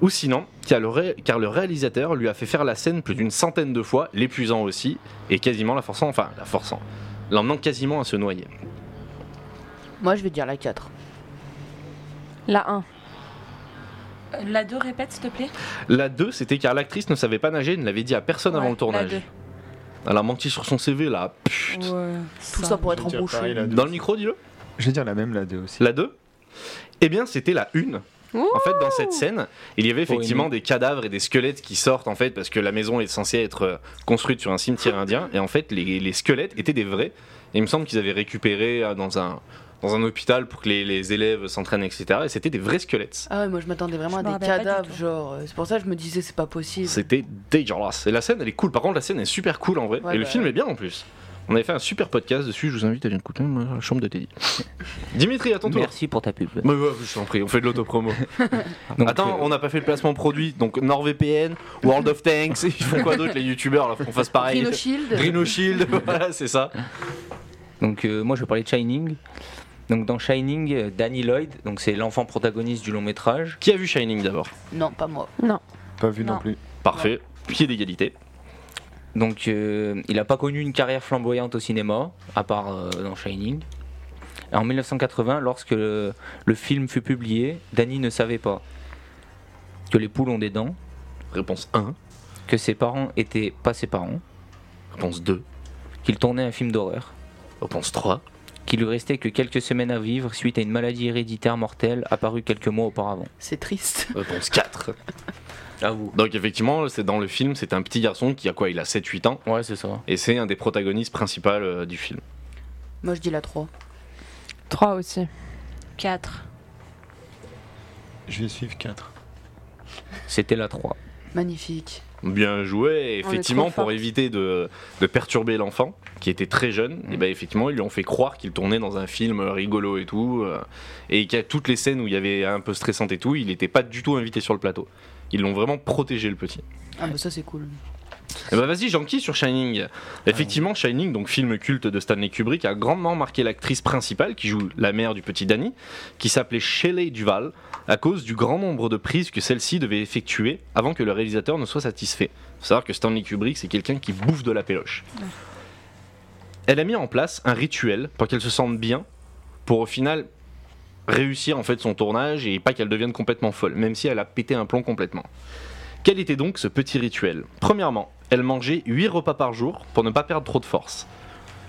S2: Ou sinon, car le, ré- car le réalisateur lui a fait faire la scène plus d'une centaine de fois, l'épuisant aussi, et quasiment la forçant, enfin la forçant, l'emmenant quasiment à se noyer.
S6: Moi, je vais dire la 4.
S8: La 1.
S5: Euh, La 2, répète s'il te plaît.
S2: La 2, c'était car l'actrice ne savait pas nager et ne l'avait dit à personne
S5: Ouais,
S2: avant le
S5: la
S2: tournage.
S5: deux.
S2: Elle a menti sur son CV là.
S5: Ouais.
S6: Tout ça pour être
S7: Je vais dire pareil,
S6: embauché.
S7: la deux.
S2: Dans le micro, dis-le.
S7: Je vais dire la même la 2 aussi.
S2: Euh, La 2 Eh bien, c'était la 1. En fait, dans cette scène, il y avait effectivement des cadavres et des squelettes qui sortent, en fait, parce que la maison est censée être euh, construite sur un cimetière indien, et en fait, les, les squelettes étaient des vrais. Et il me semble qu'ils avaient récupéré euh, dans un, dans un hôpital pour que les, les élèves s'entraînent, etc. Et c'était des vrais squelettes.
S6: Ah ouais, moi je m'attendais vraiment
S5: Je
S6: à
S5: me
S6: des
S5: rappelle pas du
S6: cadavres,
S5: tout.
S6: genre. euh, C'est pour ça que je me disais c'est pas possible.
S2: C'était dégueulasse. Et la scène, elle est cool. Par contre, la scène est super cool en vrai.
S6: Ouais,
S2: et le
S6: bah.
S2: film est bien en plus. On avait fait un super podcast dessus, je vous invite à aller écouter dans la chambre de Teddy. Dimitri, à ton tour.
S4: Merci pour ta pub.
S6: Bah,
S2: Mais ouais, je t'en prie, on fait de l'autopromo.
S4: Donc,
S2: Attends,
S4: euh,
S2: on n'a pas fait le placement produit, donc NordVPN, World of Tanks, ils font quoi d'autre les youtubeurs là, faut qu'on fasse pareil
S6: Rhino Shield
S2: Rhino Shield, voilà, c'est ça.
S4: Donc euh, moi je vais parler de Shining. Donc dans Shining, euh, Danny Lloyd, donc c'est l'enfant protagoniste du long métrage.
S2: Qui a vu Shining d'abord
S6: Non, pas moi.
S7: Pas vu non,
S5: Non.
S7: plus.
S2: Parfait, pied d'égalité.
S4: Donc euh, il n'a pas connu une carrière flamboyante au cinéma, à part euh, dans Shining. Et en 1980, lorsque le, le film fut publié, Danny ne savait pas que les poules ont des dents,
S2: Réponse 1,
S4: que ses parents étaient pas ses parents,
S2: réponse 2,
S4: qu'il tournait un film d'horreur.
S2: réponse 3.
S4: qu'il lui restait que quelques semaines à vivre suite à une maladie héréditaire mortelle apparue quelques mois auparavant.
S6: C'est triste.
S2: Réponse 4.
S4: À vous.
S2: Donc effectivement, c'est dans le film, c'est un petit garçon qui a quoi Il a 7-8 ans,
S4: Ouais, c'est ça.
S2: et c'est un des protagonistes principaux euh, du film.
S6: Moi je dis la 3.
S8: 3 aussi.
S5: 4.
S7: Je vais suivre 4.
S4: C'était la 3.
S6: Magnifique.
S2: Bien joué,
S6: trop
S2: effectivement, pour
S6: forte.
S2: éviter de, de perturber l'enfant, qui était très jeune,
S6: Mm.
S2: et ben effectivement, ils lui ont fait croire qu'il tournait dans un film rigolo et tout, euh, et qu'à toutes les scènes où il y avait un peu stressante et tout, il n'était pas du tout invité sur le plateau. Ils l'ont vraiment protégé le petit.
S6: Ah bah ça c'est cool.
S2: Et bah vas-y, Janky sur Shining. Effectivement, Shining, donc film culte de Stanley Kubrick, a grandement marqué l'actrice principale qui joue la mère du petit Danny, qui s'appelait Shelley Duval, à cause du grand nombre de prises que celle-ci devait effectuer avant que le réalisateur ne soit satisfait. Faut savoir que Stanley Kubrick, c'est quelqu'un qui bouffe de la péloche. Elle a mis en place un rituel pour qu'elle se sente bien, pour au final réussir en fait son tournage et pas qu'elle devienne complètement folle, même si elle a pété un plomb complètement. Quel était donc ce petit rituel Premièrement, elle mangeait 8 repas par jour pour ne pas perdre trop de force.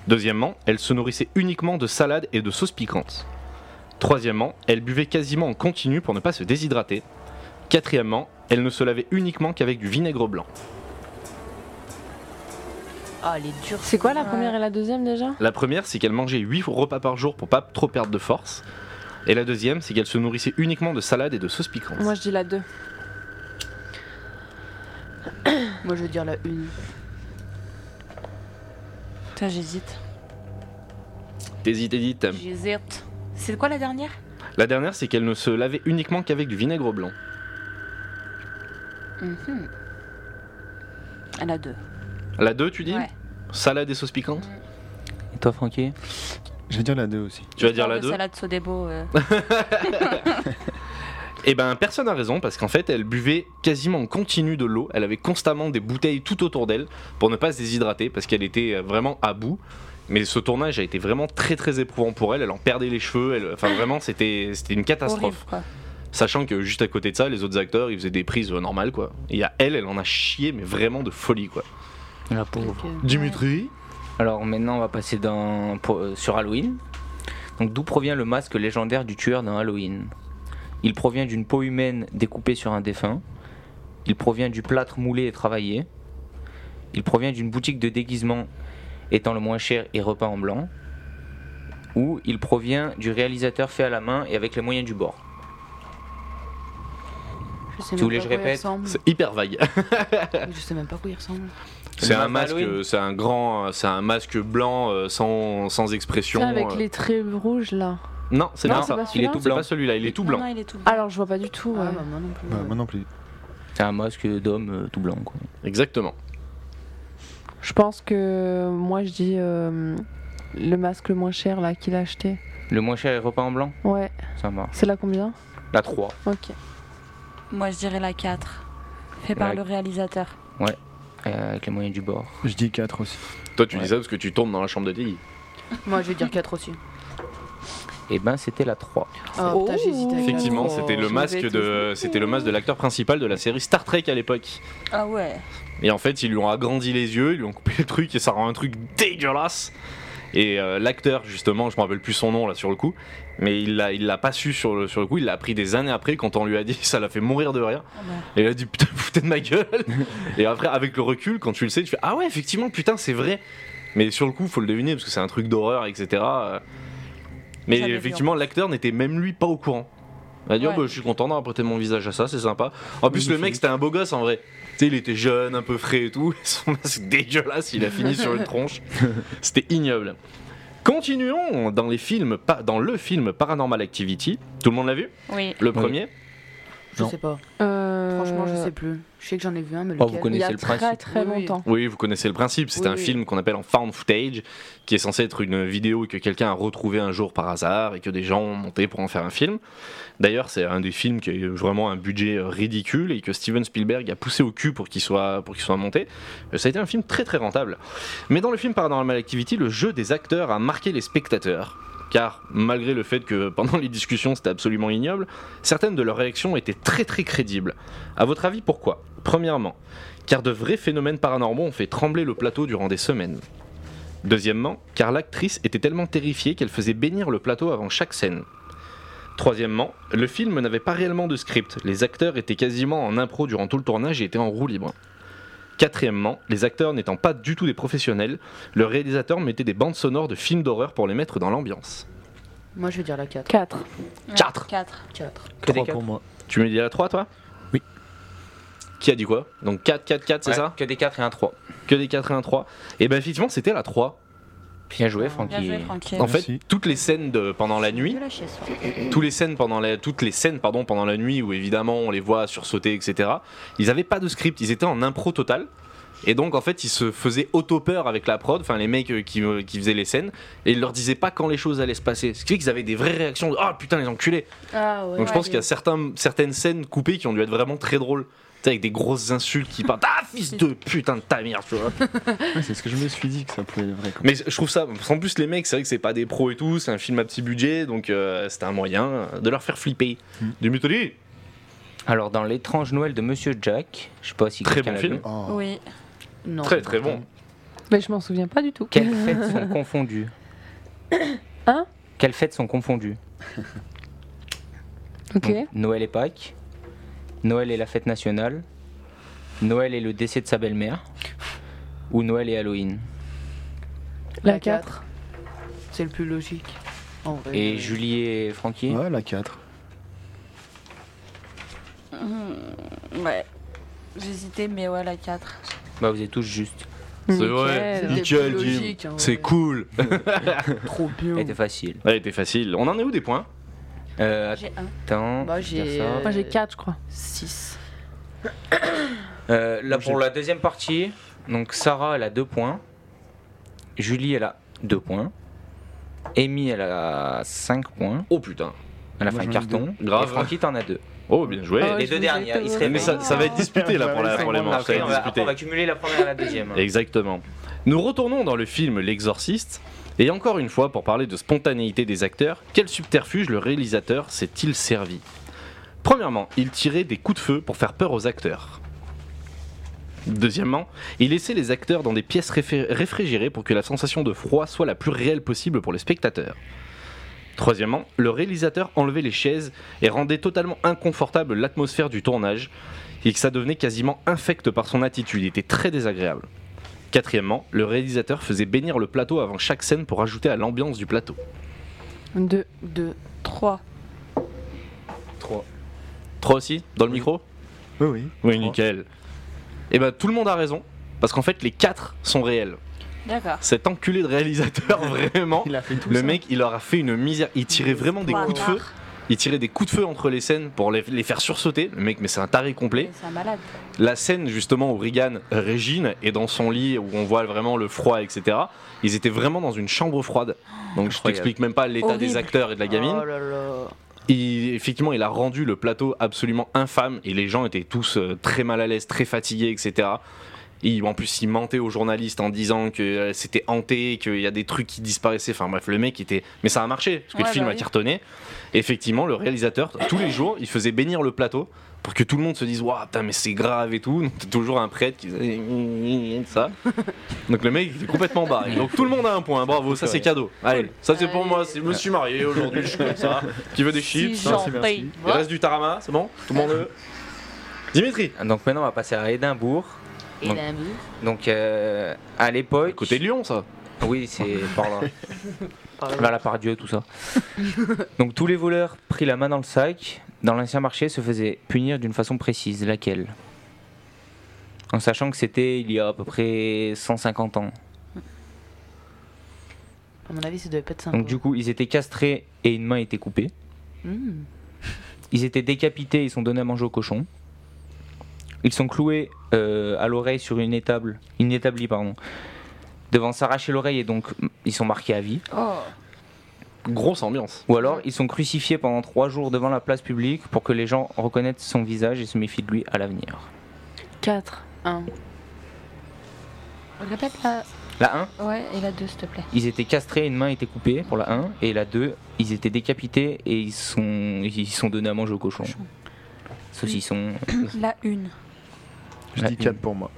S2: Deuxièmement, elle se nourrissait uniquement de salades et de sauces piquantes. Troisièmement, elle buvait quasiment en continu pour ne pas se déshydrater. Quatrièmement, elle ne se lavait uniquement qu'avec du vinaigre blanc.
S6: Ah elle est dure.
S8: C'est quoi la première et la deuxième déjà
S2: La première, c'est qu'elle mangeait 8 repas par jour pour pas trop perdre de force. Et la deuxième, c'est qu'elle se nourrissait uniquement de salades et de sauces piquantes.
S8: Moi je dis la 2.
S6: Moi je veux dire la une.
S5: Putain, j'hésite.
S2: Hésite, hésite.
S5: J'hésite. C'est quoi la dernière
S2: La dernière, c'est qu'elle ne se lavait uniquement qu'avec du vinaigre blanc.
S5: Mhm. Elle a deux.
S2: La deux, tu dis
S5: Ouais.
S2: Salade et sauces piquantes
S4: Et toi, Francky
S7: Je vais dire la 2 aussi.
S2: Tu vas dire la
S5: deux.
S2: deux
S5: Salade Sodebo. euh.
S2: Eh ben, personne n'a raison parce qu'en fait, elle buvait quasiment en continu de l'eau. Elle avait constamment des bouteilles tout autour d'elle pour ne pas se déshydrater parce qu'elle était euh, vraiment à bout. Mais ce tournage a été vraiment très très éprouvant pour elle. Elle en perdait les cheveux. Elle... Enfin, vraiment, c'était c'était une catastrophe.
S5: Horrible, quoi.
S2: Sachant que juste à côté de ça, les autres acteurs, ils faisaient des prises euh, normales quoi. Et à elle, elle en a chié, mais vraiment de folie quoi.
S4: La pauvre.
S6: Ok.
S2: Dimitri
S4: Alors maintenant, on va passer dans, pour- euh, sur Halloween. Donc d'où provient le masque légendaire du tueur dans Halloween Il provient d'une peau humaine découpée sur un défunt. Il provient du plâtre moulé et travaillé. Il provient d'une boutique de déguisement étant le moins cher et repas en blanc. Ou il provient du réalisateur fait à la main et avec les moyens du bord.
S6: Je sais
S4: Tu voulais
S6: même
S4: que je
S6: pas à quoi il
S4: répète
S6: ressemble.
S2: C'est hyper vague.
S6: Je sais même pas à quoi il ressemble.
S2: C'est
S4: Le
S2: un
S4: masque
S2: masque,
S4: d'Halloween.
S2: euh, c'est un grand, euh, c'est un masque blanc euh, sans, sans expression.
S8: Ça avec
S2: euh.
S8: les traits rouges là.
S2: Non, c'est
S4: Non,
S2: pas
S8: c'est
S2: ça.
S8: pas
S2: il est
S8: celui-là
S2: tout
S4: C'est
S2: blanc.
S4: pas
S2: celui-là, il est tout
S5: Non,
S2: blanc.
S5: non, il est tout blanc.
S8: Alors je vois pas du tout.
S6: Ah
S8: ouais.
S6: bah moi non plus.
S7: Bah,
S6: ouais.
S7: moi non plus.
S4: C'est un masque d'homme euh, tout blanc. quoi.
S2: Exactement.
S8: Je pense que moi je dis euh, le masque le moins cher là qu'il a acheté.
S4: Le moins cher et repas en blanc
S8: Ouais,
S4: Ça marche.
S8: c'est là combien
S4: La 3.
S8: Ok.
S5: Moi, je dirais la 4. Fait par
S4: Ouais.
S5: le réalisateur.
S4: euh, avec les moyens du bord.
S7: Je dis 4 aussi.
S2: Toi, tu
S4: Ouais.
S2: dis ça parce que tu tombes dans la chambre de TI.
S6: Moi je vais dire 4 aussi.
S4: Et ben c'était la 3.
S6: Ah
S8: Oh.
S6: putain j'hésite avec
S2: Effectivement,
S6: la trois.
S2: c'était le
S6: Oh, Je
S2: masque
S6: vais
S2: de, c'était le masque de l'acteur principal de la série Star Trek à l'époque.
S5: Ah ouais.
S2: Et en fait, ils lui ont agrandi les yeux, ils lui ont coupé le truc et ça rend un truc dégueulasse. Et euh, l'acteur, justement, je me rappelle plus son nom là sur le coup, mais il l'a, il l'a pas su sur le, sur le coup. Il l'a appris des années après quand on lui a dit, ça l'a fait mourir de rire. Et il a dit putain, foutez de ma gueule. et après, avec le recul, quand tu le sais, tu fais ah ouais, effectivement, putain, c'est vrai. Mais sur le coup, faut le deviner parce que c'est un truc d'horreur, etc. Euh, Mais
S5: Jamais vu,
S2: effectivement, l'acteur n'était même lui pas au courant. Il a dit
S5: Ouais.
S2: oh, bah, je suis content d'avoir prêté mon visage à ça, c'est sympa. En plus, le mec, c'était un beau gosse en vrai. Tu sais, il était jeune, un peu frais et tout. Son masque dégueulasse, il a fini sur une tronche. C'était ignoble. Continuons dans les films, pas dans le film Paranormal Activity. Tout le monde l'a vu
S5: Oui.
S2: Le premier
S6: Je sais pas.
S8: Euh,
S6: Franchement je sais plus. Je sais que j'en ai vu un mais
S4: Oh,
S6: lequel.
S4: vous
S8: Il y
S4: connaissez
S8: a
S4: le
S8: très
S4: principe.
S8: très
S6: Oui, oui.
S8: longtemps.
S2: Oui, vous connaissez le principe. C'est
S6: Oui,
S2: un
S6: oui.
S2: film qu'on appelle en found footage, qui est censé être une vidéo que quelqu'un a retrouvée un jour par hasard et que des gens ont monté pour en faire un film. D'ailleurs, c'est un des films qui a vraiment un budget euh, ridicule et que Steven Spielberg a poussé au cul pour qu'il soit, pour qu'il soit monté. Euh, Ça a été un film très très rentable. Mais dans le film Paranormal Activity, le jeu des acteurs a marqué les spectateurs. Car malgré le fait que pendant les discussions c'était absolument ignoble, certaines de leurs réactions étaient très très crédibles. À votre avis, pourquoi Premièrement, car de vrais phénomènes paranormaux ont fait trembler le plateau durant des semaines. Deuxièmement, car l'actrice était tellement terrifiée qu'elle faisait bénir le plateau avant chaque scène. Troisièmement, le film n'avait pas réellement de script, les acteurs étaient quasiment en impro durant tout le tournage et étaient en roue libre. Quatrièmement, les acteurs n'étant pas du tout des professionnels, le réalisateur mettait des bandes sonores de films d'horreur pour les mettre dans l'ambiance.
S6: Moi, je vais dire la 4.
S8: 4.
S2: 4.
S5: 4.
S6: 4.
S2: Que des
S7: 3
S2: quatre.
S7: pour moi.
S2: Tu me dis la 3 toi
S7: Oui.
S2: Qui a dit quoi Donc 4, 4, 4, c'est
S4: Ouais,
S2: ça
S4: Que des 4 et un 3.
S2: Que des 4 et un 3. Et ben effectivement, c'était la 3.
S4: Bien joué, Francky.
S5: Bien joué, Francky.
S2: En
S7: Merci.
S2: fait, toutes les scènes de, pendant la nuit,
S6: De la chiasse.
S2: tous les scènes pendant la, toutes les scènes pardon, pendant la nuit où évidemment on les voit sursauter, etc., ils n'avaient pas de script, ils étaient en impro total. Et donc en fait, ils se faisaient auto-peur avec la prod, enfin les mecs euh, qui, euh, qui faisaient les scènes, et ils leur disaient pas quand les choses allaient se passer. Ce qui fait qu'ils avaient des vraies réactions de Ah putain, les enculés
S6: Ah ouais.
S2: Donc je pense qu'il y a certains, certaines scènes coupées qui ont dû être vraiment très drôles. Tu sais, Avec des grosses insultes qui partent Ah fils de putain de ta mère, tu vois.
S7: Ouais, c'est ce que je me suis dit que ça pouvait être vrai. quoi.
S2: Mais je trouve ça, en plus les mecs, c'est vrai que c'est pas des pros et tout, c'est un film à petit budget, donc euh, c'était un moyen de leur faire flipper. Du Mutoli
S4: Alors, dans L'étrange Noël de Monsieur Jack, je sais pas si
S2: Très
S4: quelqu'un
S2: bon
S4: l'a
S2: film.
S4: vu.
S7: Oh.
S5: Oui.
S6: Non.
S2: Très très bon.
S8: Mais je m'en souviens pas du tout.
S4: Quelles fêtes sont confondues
S8: Hein
S4: Quelles fêtes sont confondues
S8: Ok.
S4: Donc, Noël et Pâques, Noël et la fête nationale, Noël et le décès de sa belle-mère, ou Noël et Halloween.
S8: La
S6: La
S8: 4.
S6: C'est le plus logique. En vrai.
S4: Et Julie et Francky
S7: Ouais, la 4.
S5: Ouais. J'hésitais, mais ouais, la 4.
S4: Bah, vous êtes tous justes.
S2: C'est vrai,
S8: Nickel.
S2: nickel,
S6: C'était plus
S2: Jim.
S6: logique, hein,
S2: C'est
S6: ouais.
S2: cool.
S6: Trop bien.
S4: Elle était facile.
S2: Elle était facile. On en est où des points
S4: Euh,
S5: J'ai un.
S4: attends.
S6: Moi,
S4: je vais
S6: j'ai,
S4: dire ça.
S8: Moi j'ai 4, je crois.
S6: 6.
S4: Euh, là, pour la deuxième partie, donc Sarah, elle a 2 points. Julie, elle a 2 points. Amy, elle a 5 points.
S2: Oh putain.
S4: Elle a
S7: Moi,
S4: fait un
S7: j'en ai deux.
S4: carton.
S2: Grave.
S4: Et Francky, t'en as 2.
S2: Oh bien joué.
S8: Ah ouais,
S4: les
S8: je
S4: deux
S8: vous
S4: dernières,
S8: ai
S4: ils se
S8: pas
S4: réveillent.
S2: Mais ça, ça va être disputé là pour la pour les manches, ça
S4: Après,
S2: va
S4: on va,
S2: être disputé.
S4: après, on va cumuler la première et la deuxième. hein.
S2: Exactement. Nous retournons dans le film L'Exorciste. Et encore une fois, pour parler de spontanéité des acteurs, quel subterfuge le réalisateur s'est-il servi Premièrement, il tirait des coups de feu pour faire peur aux acteurs. Deuxièmement, il laissait les acteurs dans des pièces réfé- réfrigérées pour que la sensation de froid soit la plus réelle possible pour les spectateurs. Troisièmement, le réalisateur enlevait les chaises et rendait totalement inconfortable l'atmosphère du tournage et que ça devenait quasiment infect par son attitude, il était très désagréable. Quatrièmement, le réalisateur faisait bénir le plateau avant chaque scène pour ajouter à l'ambiance du plateau.
S8: 2.
S6: 2.
S5: 3.
S4: 3.
S2: Trois aussi Dans le micro
S7: Oui, oui.
S2: Oui,
S7: Trois.
S2: nickel. Et ben tout le monde a raison, parce qu'en fait les quatre sont réels.
S5: D'accord.
S2: Cet enculé de réalisateur, vraiment,
S7: Il a fait tout
S2: le
S7: ça.
S2: mec il leur a fait une misère. Il tirait vraiment des coups de feu, il tirait des coups de feu entre les scènes pour les, les faire sursauter. Le mec, mais c'est un taré complet.
S5: C'est un malade.
S2: La scène justement où Regan, euh, Régine, est dans son lit, où on voit vraiment le froid, etc. Ils étaient vraiment dans une chambre froide. Donc je
S4: Incroyable.
S2: t'explique même pas l'état des
S5: Horrible.
S2: acteurs et de la gamine.
S6: Oh là là.
S2: Il- effectivement, il a rendu le plateau absolument infâme et les gens étaient tous euh, très mal à l'aise, très fatigués, etc. Et en plus, il mentait aux journalistes en disant que euh, c'était hanté, qu'il y a des trucs qui disparaissaient. Enfin bref, le mec était. Mais ça a marché, parce que le
S5: Ouais,
S2: film
S5: bah
S2: a
S5: oui.
S2: cartonné. Et effectivement, le réalisateur, tous les jours, il faisait bénir le plateau pour que tout le monde se dise Waouh, putain, mais c'est grave et tout. Donc, T'as toujours un prêtre qui faisait ça. Donc le mec, il était complètement barré. Donc tout le monde a un point, bravo, ça c'est cadeau. Allez, ça c'est pour moi, c'est- je me suis marié aujourd'hui, je suis comme ça. Qui veut des chips
S5: Si j'en
S7: c'est merci.
S5: paye.
S2: il reste du tarama, c'est bon Tout le monde veut Dimitri
S4: Donc maintenant, on va passer à Édimbourg.
S6: Et
S4: Donc-
S6: la mue.
S4: Donc euh, à
S2: À
S4: l'époque.
S2: Côté de Lyon, ça
S4: Oui, c'est par là.
S6: Par
S4: Vers la part Dieu, tout ça. Donc tous les voleurs pris la main dans le sac, dans l'ancien marché, se faisaient punir d'une façon précise. Laquelle En sachant que c'était il y a à peu près 150 ans.
S6: À mon avis, ça devait pas être sympa.
S4: Donc du coup, ils étaient castrés et une main était coupée.
S6: Hmm.
S4: Ils étaient décapités, ils sont donnés à manger aux cochons. Ils sont cloués euh, à l'oreille sur une étable, une établie pardon, devant s'arracher l'oreille et donc m- ils sont marqués à vie.
S5: Oh.
S2: Grosse ambiance.
S4: Ou alors ils sont crucifiés pendant trois jours devant la place publique pour que les gens reconnaissent son visage et se méfient de lui à l'avenir.
S8: 4.
S6: 1.
S5: Répète la.
S4: La 1,
S5: Ouais, et la 2, s'il te plaît.
S4: ils étaient castrés, une main était coupée pour la 1 et la 2, ils étaient décapités et ils sont ils sont donnés à manger aux cochons. Saucissons.
S5: La 1.
S7: Je
S4: Ouais.
S7: dis 4 pour moi.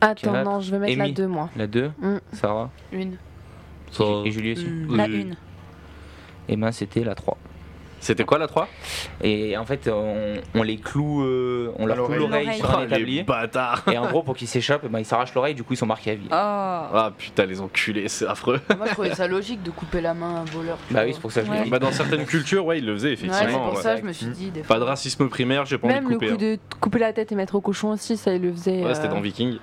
S8: Attends,
S4: Quatre.
S8: non, je vais mettre la
S4: Amy.
S8: 2 moi.
S4: La 2,
S8: Mm.
S4: Sarah
S6: Une.
S4: et Julie aussi.
S5: La 1.
S4: Et ben c'était la 3.
S2: C'était quoi la 3
S4: Et en fait, on, on les cloue, euh, on leur cloue
S1: l'oreille.
S4: l'oreille sur
S2: Ah,
S4: un
S2: les
S4: établi.
S2: bâtards
S4: Et en gros, pour qu'ils s'échappent, eh ben, ils s'arrachent l'oreille, du coup, ils sont marqués à vie.
S5: Oh.
S2: Ah putain, les enculés, c'est affreux.
S6: Moi, je trouvais ça logique de couper la main à un voleur. tu
S4: Bah
S6: vois.
S4: oui, c'est pour ça que je
S5: Ouais.
S4: l'ai dit.
S2: Bah, dans certaines cultures, ouais, ils le faisaient
S6: Ouais, c'est
S2: effectivement.
S6: pour
S2: ouais.
S6: ça que je me suis dit. Des
S2: Pas de racisme primaire, j'ai pas envie
S8: Même
S2: de
S8: le
S2: couper.
S8: coup
S2: hein.
S8: de t- couper la tête et mettre au cochon aussi, ça, il le faisait.
S2: Ouais, c'était
S8: euh,
S2: dans Viking.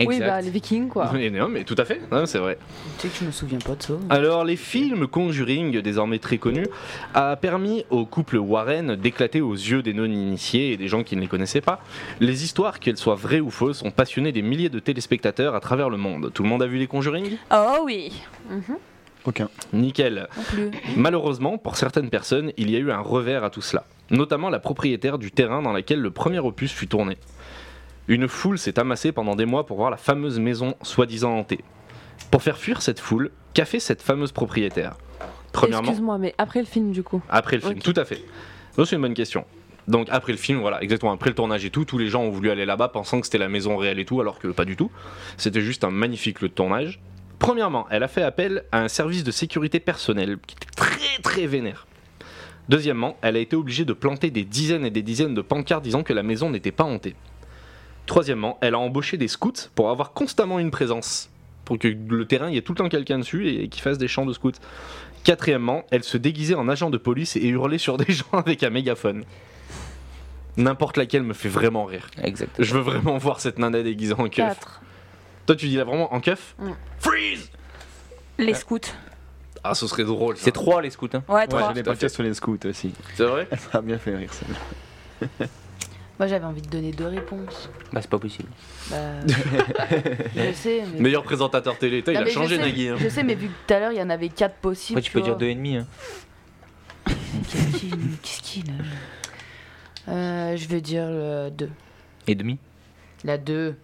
S8: Oui, bah,
S4: Exact.
S8: les vikings, quoi.
S2: Mais non, mais tout à fait, hein, c'est vrai.
S6: Tu sais que je me souviens pas de ça.
S2: Alors, les films Conjuring, désormais très connus, a permis au couple Warren d'éclater aux yeux des non-initiés et des gens qui ne les connaissaient pas. Les histoires, qu'elles soient vraies ou fausses, ont passionné des milliers de téléspectateurs à travers le monde. Tout le monde a vu les Conjuring
S5: Oh oui.
S8: Mhm.
S2: Nickel.
S6: Non plus.
S2: Malheureusement, pour certaines personnes, il y a eu un revers à tout cela, notamment la propriétaire du terrain dans laquelle le premier opus fut tourné. Une foule s'est amassée pendant des mois pour voir la fameuse maison soi-disant hantée. Pour faire fuir cette foule, qu'a fait cette fameuse propriétaire Premièrement,
S8: Excuse-moi, mais après le film, du coup.
S2: Après le film,
S8: Ok.
S2: tout à fait. Non, C'est une bonne question. Donc après le film, voilà, exactement, après le tournage et tout, tous les gens ont voulu aller là-bas pensant que c'était la maison réelle et tout, alors que pas du tout. C'était juste un magnifique lieu de tournage. Premièrement, elle a fait appel à un service de sécurité personnelle qui était très très vénère. Deuxièmement, elle a été obligée de planter des dizaines et des dizaines de pancartes disant que la maison n'était pas hantée. Troisièmement, elle a embauché des scouts pour avoir constamment une présence, pour que le terrain, il y ait tout le temps quelqu'un dessus et qu'il fasse des chants de scouts. Quatrièmement, elle se déguisait en agent de police et hurlait sur des gens avec un mégaphone. N'importe laquelle me fait vraiment rire.
S4: Exact.
S2: Je veux vraiment voir cette nana déguisée en keuf.
S8: 4.
S2: Toi, tu dis là vraiment en keuf
S8: Mm.
S2: Freeze
S5: Les scouts.
S2: Ah, ce serait drôle. ça.
S4: C'est trois les scouts. hein.
S5: Ouais,
S7: Ouais,
S5: trois.
S7: j'ai des
S2: tout à fait.
S7: podcasts sur les scouts aussi.
S2: C'est vrai
S7: Ça a bien fait rire, celle-là.
S6: Moi, j'avais envie de donner deux réponses.
S4: Bah, c'est pas possible.
S6: Bah, je sais, mais.
S2: Meilleur présentateur télé. Tain,
S6: Non,
S2: il a
S6: mais je
S2: changé,
S6: sais-
S2: Nagui. hein.
S6: Je sais, mais vu que tout à l'heure, il y en avait quatre possibles.
S4: Après, tu peux dire deux et demi. hein.
S6: Qu'est-ce qu'il- Qu'est-ce qu'il a Euh, Je vais dire le deux.
S4: Et demi.
S6: La deux.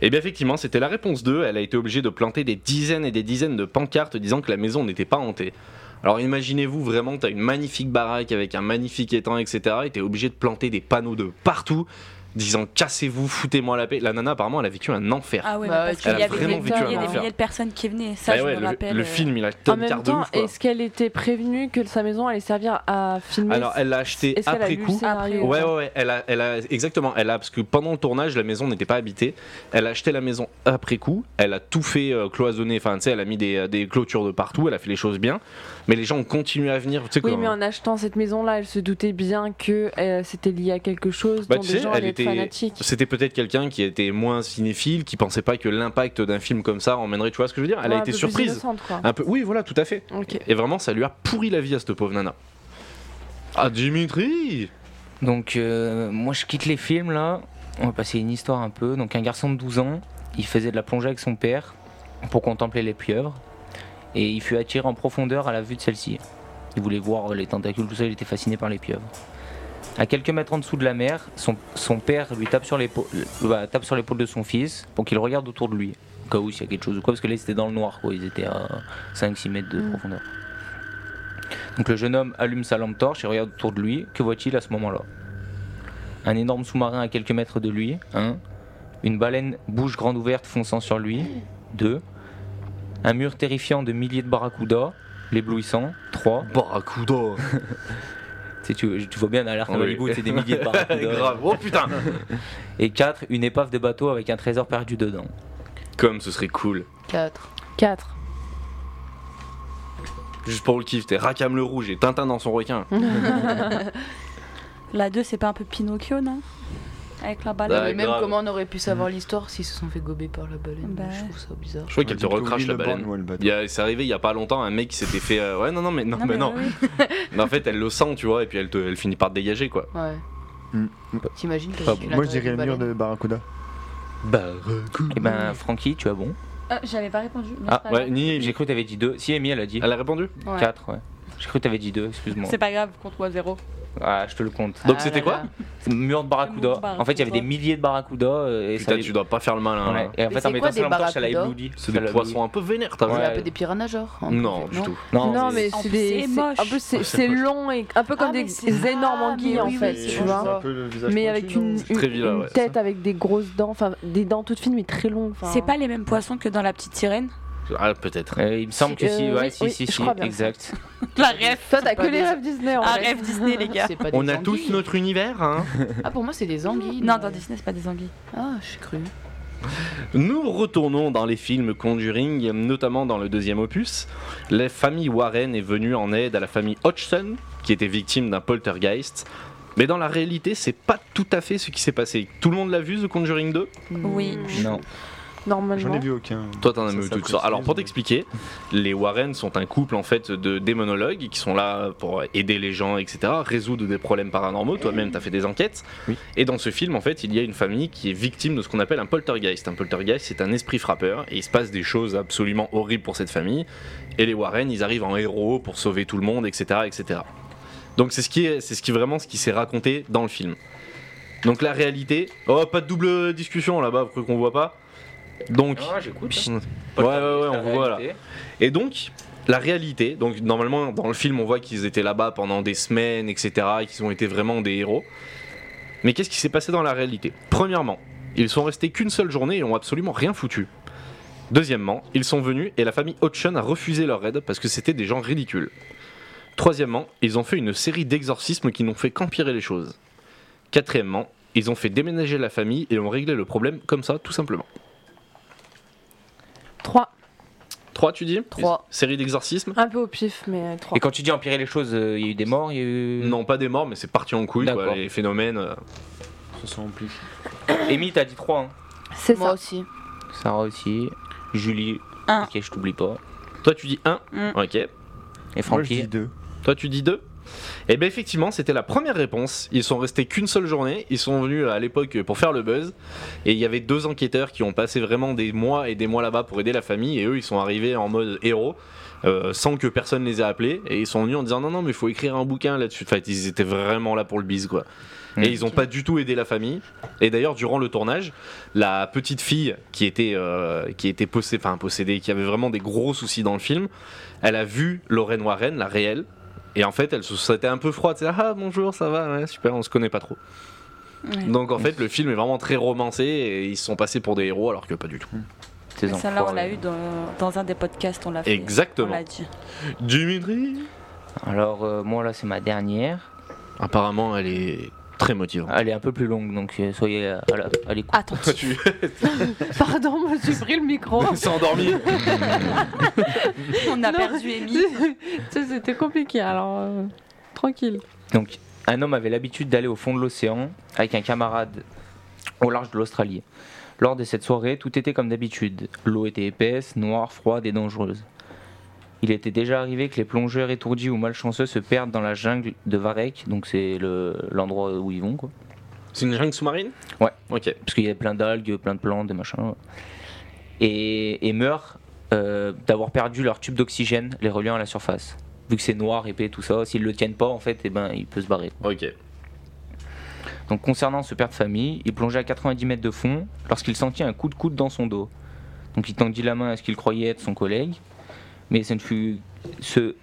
S2: Et Eh bien, effectivement, c'était la réponse 2. Elle a été obligée de planter des dizaines et des dizaines de pancartes disant que la maison n'était pas hantée. Alors, imaginez-vous vraiment, t'as une magnifique baraque avec un magnifique étang, etc. Et t'es obligé de planter des panneaux de partout disant cassez-vous, foutez-moi la paix. La nana, apparemment, elle a vécu un enfer.
S5: Ah ouais,
S6: Bah
S5: mais
S6: ouais,
S5: parce qu'il
S2: elle
S5: y
S2: a
S5: avait des
S2: vraiment vécu un
S5: milliers et des
S2: enfer.
S5: milliers de personnes qui venaient. Ça,
S2: Eh
S5: je
S2: ouais,
S5: me
S2: le,
S5: rappelle.
S2: le
S5: euh,
S2: film, il a
S8: En
S2: tonne quart
S8: même
S2: de
S8: temps,
S2: ouf. quoi.
S8: est-ce qu'elle était prévenue que sa maison allait servir à filmer
S2: Alors, elle l'a acheté
S8: Est-ce qu'elle a
S2: après
S8: lu le
S2: coup.
S8: scénario
S2: Ouais, ouais, ouais, elle a, elle a- exactement, elle a, parce que pendant le tournage, la maison n'était pas habitée. Elle a acheté la maison après coup, elle a tout fait euh, cloisonner, enfin, tu sais, elle a mis des, euh, des clôtures de partout, elle a fait les choses bien, mais les gens ont continué à venir, tu sais,
S8: Oui,
S2: quand-
S8: mais en achetant cette maison-là, elle se doutait bien que euh, c'était lié à quelque chose
S2: Bah,
S8: dont
S2: tu
S8: des
S2: sais,
S8: gens
S2: elle
S8: allaient
S2: était-
S8: être fanatiques.
S2: C'était peut-être quelqu'un qui était moins cinéphile, qui pensait pas que l'impact d'un film comme ça emmènerait, tu vois ce que je veux dire Elle
S8: Ouais,
S2: a
S8: un
S2: été
S8: peu plus
S2: surprise. Ah.
S8: innocente, quoi.
S2: Un peu, oui, voilà, tout à fait.
S8: Ok.
S2: Et vraiment, ça lui a pourri la vie à cette pauvre nana. Ah, Dimitri
S4: Donc, euh, moi, je quitte les films là. On va passer une histoire un peu. Donc, un garçon de 12 ans, il faisait de la plongée avec son père pour contempler les pieuvres. Et il fut attiré en profondeur à la vue de celle-ci. Il voulait voir les tentacules, tout ça, il était fasciné par les pieuvres. À quelques mètres en dessous de la mer, son, son père lui tape sur l'épaule bah, tape sur l'épaule de son fils pour qu'il regarde autour de lui. Au cas où s'il y a quelque chose ou quoi, parce que là, ils étaient dans le noir, quoi. Ils étaient à 5-6 mètres de profondeur. Donc le jeune homme allume sa lampe torche et regarde autour de lui. Que voit-il à ce moment-là Un énorme sous-marin à quelques mètres de lui. Un. Une baleine bouche grande ouverte fonçant sur lui. Deux. Un mur terrifiant de milliers de barracudas, l'éblouissant. Trois.
S2: Barracuda
S4: Tu, sais, tu, tu vois bien à l'air
S2: Oui.
S4: Hollywood, c'est des milliers de barracudas.
S2: Grave, oh putain
S4: Et quatre. Une épave de bateau avec un trésor perdu dedans.
S2: Comme ce serait cool.
S6: 4.
S8: 4.
S2: Juste pour le kiff, t'es Rakam le Rouge et Tintin dans son requin.
S4: Hein
S5: La 2, c'est pas un peu Pinocchio, non Avec la
S2: Bah,
S5: balle.
S6: mais même
S2: grave.
S6: comment on aurait pu savoir l'histoire s'ils se sont fait gober par la baleine
S5: Bah.
S6: Je trouve ça bizarre.
S2: Je crois qu'elle te recrache la baleine. Il
S7: baleine.
S2: y a- C'est arrivé il y a pas longtemps, un mec qui s'était fait. euh, ouais, non, non, mais non, mais non. Mais en fait, elle le sent, tu vois, et puis elle, te, elle finit par te dégager, quoi.
S6: Ouais.
S7: Mm.
S6: T'imagines que tu
S7: Moi, je
S6: l'attends avec
S7: dirais
S6: une
S7: le mur
S6: baleine.
S7: de Barracuda.
S4: Et ben, Francky, tu as bon.
S5: J'avais pas répondu. mais
S4: Ah,
S5: c'est pas
S2: Ouais,
S5: grave.
S2: ni.
S4: J'ai cru que t'avais dit deux. Si, Amy, elle a dit.
S2: Elle a répondu
S6: Ouais.
S4: Quatre, ouais. J'ai cru que t'avais dit deux, excuse-moi.
S5: C'est pas grave, compte-moi zéro.
S4: Ah, je te le compte.
S2: Donc
S6: Ah
S2: c'était
S6: là
S2: quoi
S6: là.
S4: C'est le Mur de
S5: Le
S4: Barracuda.
S5: mur de
S4: En fait, il y avait
S5: Barracuda.
S4: des milliers de Barracuda. euh, Et ça
S2: Putain,
S4: les-
S2: tu dois pas faire le malin.
S4: Ouais.
S2: hein.
S4: Et en
S6: Mais
S4: fait,
S6: c'est
S4: en mettant
S6: quoi
S4: ça
S6: des
S4: dans ça l'a
S6: barracudas
S4: ébloudi.
S2: C'est
S4: Ça
S2: des
S4: l'a
S2: poissons un peu vénères, t'as
S6: C'est
S4: Ouais.
S2: vu
S6: un peu des piranageurs. en
S2: Non, du
S6: fait,
S2: tout.
S4: ébloudi. Non,
S8: Non, mais
S5: En
S8: c'est
S5: plus,
S8: des.
S5: c'est
S8: c'est-
S5: moche.
S8: En plus, c'est
S2: Ouais, c'est
S8: c'est
S2: moche.
S8: long et un peu comme
S6: Ah,
S8: des
S6: mais c'est-
S8: énormes
S6: Ah,
S8: anguilles
S6: mais
S8: en
S6: oui,
S8: fait,
S6: oui,
S8: tu
S6: oui,
S8: vois.
S6: c'est un
S8: Mais avec une,
S2: C'est très
S8: une-
S2: vilain,
S8: une
S2: ouais,
S8: tête avec des grosses dents, enfin des dents toutes fines mais très longues. enfin.
S5: C'est pas les mêmes poissons que dans La Petite Sirène
S2: Ah, peut-être.
S4: Euh, il me semble que
S8: Euh,
S4: si, ouais,
S8: oui,
S4: si,
S8: oui,
S4: si,
S8: je
S4: si,
S8: crois bien.
S4: exact.
S5: La rêve.
S8: Toi, t'as
S6: pas
S8: que les
S6: des-
S8: rêves Disney en
S5: Un
S8: vrai.
S5: rêve Disney, les gars.
S6: C'est pas des
S2: On a tous
S6: anguilles.
S2: notre univers, hein.
S6: Ah, pour moi, c'est des anguilles.
S5: Non,
S6: mais-
S5: dans Disney, c'est pas des anguilles.
S6: Ah, j'ai cru.
S2: Nous retournons dans les films Conjuring, notamment dans le deuxième opus. La famille Warren est venue en aide à la famille Hodgson, qui était victime d'un poltergeist. Mais dans la réalité, c'est pas tout à fait ce qui s'est passé. Tout le monde l'a vu, The Conjuring 2
S6: Mm.
S5: Oui.
S4: Non.
S1: J'en
S8: Normalement.
S1: ai vu aucun.
S2: Toi, t'en as
S1: Ça,
S2: mis
S1: ça
S2: tout ça.
S1: précise,
S2: Alors, pour
S1: mais-
S2: t'expliquer, les Warren sont un couple en fait de démonologues qui sont là pour aider les gens, etc., résoudre des problèmes paranormaux. Toi-même, t'as fait des enquêtes.
S7: Oui.
S2: Et dans ce film, en fait, il y a une famille qui est victime de ce qu'on appelle un poltergeist. Un poltergeist, c'est un esprit frappeur et il se passe des choses absolument horribles pour cette famille. Et les Warren, ils arrivent en héros pour sauver tout le monde, etc., etc. Donc, c'est ce qui est, c'est ce qui vraiment ce qui s'est raconté dans le film. Donc la réalité, oh pas de double discussion là-bas, pour qu'on voit pas. Donc,
S4: j'écoute.
S2: Chut. Ouais, ouais, ouais, on voit là. Et donc, la réalité, donc normalement dans le film on voit qu'ils étaient là-bas pendant des semaines, etc., et qu'ils ont été vraiment des héros. Mais qu'est-ce qui s'est passé dans la réalité Premièrement, ils sont restés qu'une seule journée et ont absolument rien foutu. Deuxièmement, ils sont venus et la famille Hodgson a refusé leur aide parce que c'était des gens ridicules. Troisièmement, ils ont fait une série d'exorcismes qui n'ont fait qu'empirer les choses. Quatrièmement, ils ont fait déménager la famille et ont réglé le problème comme ça, tout simplement.
S8: 3.
S2: 3 tu dis
S6: Trois.
S2: Série d'exorcismes
S8: Un peu au pif, mais 3.
S4: Et quand tu dis empirer les choses, euh, il y a eu des morts, il y a eu.
S2: Non, pas des morts, mais c'est parti en couille, quoi,
S4: D'accord.
S2: les phénomènes. euh.
S7: Ça s'en remplit.
S4: Amy, t'as dit 3.
S8: C'est
S6: Moi
S8: ça.
S6: aussi.
S4: Sarah aussi. Julie.
S5: Un.
S4: Ok, je t'oublie pas.
S2: Toi, tu dis 1,
S5: Mm.
S2: ok.
S4: Et
S1: Moi, je dis
S4: Francky.
S1: deux.
S2: Toi, tu dis 2. Et bien, effectivement, c'était la première réponse. Ils sont restés qu'une seule journée. Ils sont venus à l'époque pour faire le buzz. Et il y avait deux enquêteurs qui ont passé vraiment des mois et des mois là-bas pour aider la famille. Et eux, ils sont arrivés en mode héros. euh, sans que personne les ait appelés et ils sont venus en disant non non mais il faut écrire un bouquin là-dessus. En fait ils étaient vraiment là pour le bise quoi.
S4: Mm.
S2: Et ils ont pas du tout aidé la famille. Et d'ailleurs durant le tournage, la petite fille qui était euh, qui était possé- enfin, possédée, qui avait vraiment des gros soucis dans le film, elle a vu Lorraine Warren, la réelle, et en fait, elle se sentait un peu froide. C'est ah bonjour, ça va, ouais, super, on se connaît pas trop.
S5: Ouais.
S2: Donc en fait, le film est vraiment très romancé et ils se sont passés pour des héros alors que pas du tout.
S4: tes
S5: Mais Celle-là, on l'a
S4: enfoirés.
S5: eu dans, dans un des podcasts, on l'a fait. On
S2: Exactement.
S5: l'a dit.
S2: Dimitri.
S4: Alors, euh, moi là, c'est ma dernière.
S2: Apparemment, elle est très motivante.
S4: Elle est un peu plus longue, donc euh, soyez à, à la- à l'écoute.
S5: Attends.
S2: tu
S8: Pardon, moi j'ai pris le micro.
S2: s'est endormie.
S5: On a
S8: Non.
S5: perdu Amy.
S8: Tu sais, C'était compliqué, alors euh, tranquille.
S4: Donc, un homme avait l'habitude d'aller au fond de l'océan avec un camarade au large de l'Australie. Lors de cette soirée, tout était comme d'habitude. L'eau était épaisse, noire, froide et dangereuse. Il était déjà arrivé que les plongeurs étourdis ou malchanceux se perdent dans la jungle de Varek, donc c'est le- l'endroit où ils vont, quoi.
S2: C'est une jungle sous-marine
S4: Ouais.
S2: Ok.
S4: Parce qu'il y a plein d'algues, plein de plantes, de machins. Et, et meurent euh, d'avoir perdu leur tube d'oxygène les reliant à la surface. Vu que c'est noir, épais, tout ça, s'ils le tiennent pas, en fait, eh ben, il peut se barrer.
S2: Ok.
S4: Donc concernant ce père de famille, il plongeait à 90 mètres de fond lorsqu'il sentit un coup de coude dans son dos. Donc il tendit la main à ce qu'il croyait être son collègue, mais ce ne fut ce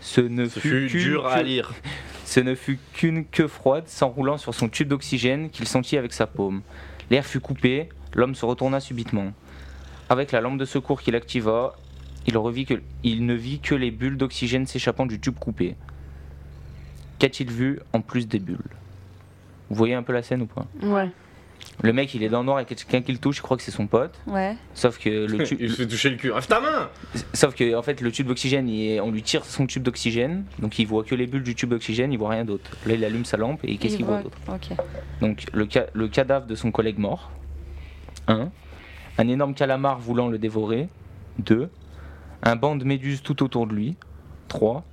S4: ce ne
S2: Ce fut
S4: fut, qu'une
S2: dur à
S4: queue-
S2: lire.
S4: ce ne fut qu'une queue froide s'enroulant sur son tube d'oxygène qu'il sentit avec sa paume. L'air fut coupé, l'homme se retourna subitement. Avec la lampe de secours qu'il activa, il, revit que, il ne vit que les bulles d'oxygène s'échappant du tube coupé. Qu'a-t-il vu en plus des bulles Vous voyez un peu la scène ou pas
S8: Ouais.
S4: Le mec, il est dans le noir et quelqu'un qui le touche, il croit que c'est son pote.
S5: Ouais.
S4: Sauf que le tube,
S2: Il se fait toucher le cul. Rêve ta main
S4: sauf que en fait, le tube d'oxygène, il est- on lui tire son tube d'oxygène, donc il voit que les bulles du tube d'oxygène, il voit rien d'autre. Là, il allume sa lampe et qu'est-ce
S5: Il
S4: qu'il voit
S5: voit-
S4: d'autre
S5: Ok.
S4: Donc le, ca- le cadavre de son collègue mort. 1. Un énorme calamar voulant le dévorer. 2. Un banc de méduses tout autour de lui. 3.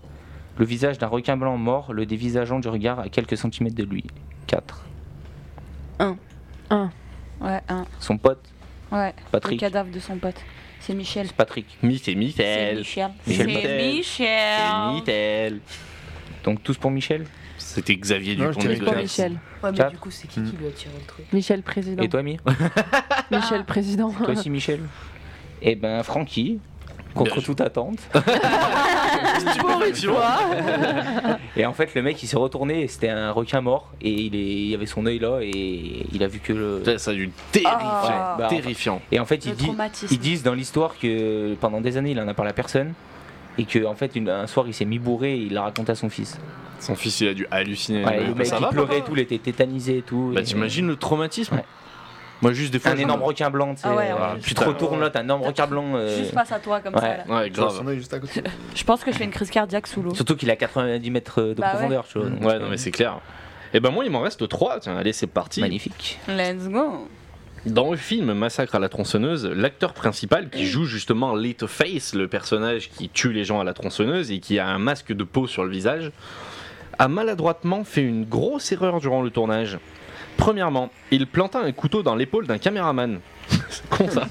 S4: Le visage d'un requin blanc mort le dévisageant du regard à quelques centimètres de lui. 4.
S5: Ouais, un.
S4: Son pote,
S5: Ouais. Le
S4: Patrick.
S5: cadavre de son pote. C'est Michel.
S4: C'est Patrick.
S2: Mi, c'est
S5: C'est
S2: Michel.
S5: Michel.
S4: Michel
S5: C'est
S2: Michel.
S5: Michel.
S2: Michel.
S4: Donc tous pour Michel.
S2: C'était Xavier
S1: Non, je dirais
S2: Dupont
S8: Pour
S1: Quatre.
S8: Michel.
S6: Ouais, mais
S4: Quatre.
S6: du coup, c'est qui qui lui a tiré le truc
S8: Michel président.
S4: Et toi, Mi
S8: Michel président.
S4: Toi aussi, Michel Eh ben, Francky, contre
S2: Bien joué.
S4: toute attente,
S2: Pour une
S4: Et en fait, le mec il s'est retourné, et c'était un requin mort et il, est, il avait son œil là et il a vu que le.
S2: Ça a dû terrifiant.
S5: Ah.
S4: Bah,
S2: terrifiant.
S4: Et en fait,
S5: Le
S4: il dit,
S5: traumatisme.
S4: Ils disent dans l'histoire que pendant des années, il en a parlé à personne. Et que en fait, une- un soir, il s'est mis bourré et il l'a raconté à son fils.
S2: Son fils, il a dû halluciner.
S4: Ouais,
S2: Mais
S4: le mec,
S2: ça
S4: il
S2: va,
S4: pleurait
S2: papa
S4: et tout, il était tétanisé et tout.
S2: Bah,
S4: et-
S2: t'imagines le traumatisme
S4: Ouais.
S2: Moi, juste des fois.
S4: Un
S2: je-
S4: énorme requin blanc, tu sais.
S5: Ah ouais,
S4: voilà.
S5: ouais.
S4: Tu te retournes là, t'as un énorme requin blanc. euh,
S5: Juste face à toi comme
S4: Ouais.
S5: ça. là.
S2: Ouais,
S1: Tu vois
S2: grave.
S1: son œil juste à côté.
S5: Je pense que je fais une crise cardiaque sous l'eau.
S4: Surtout qu'il a 90 mètres de
S5: Bah ouais.
S4: profondeur, tu vois. donc,
S2: Mmh. Ouais,
S4: euh,
S2: non, mais c'est clair. Et ben moi, il m'en reste 3. Tiens, allez, c'est parti.
S4: Magnifique.
S5: Let's go.
S2: Dans le film Massacre à la tronçonneuse, l'acteur principal qui joue justement Face, le personnage qui tue les gens à la tronçonneuse et qui a un masque de peau sur le visage, a maladroitement fait une grosse erreur durant le tournage. Premièrement, il planta un couteau dans l'épaule d'un caméraman. C'est con ça.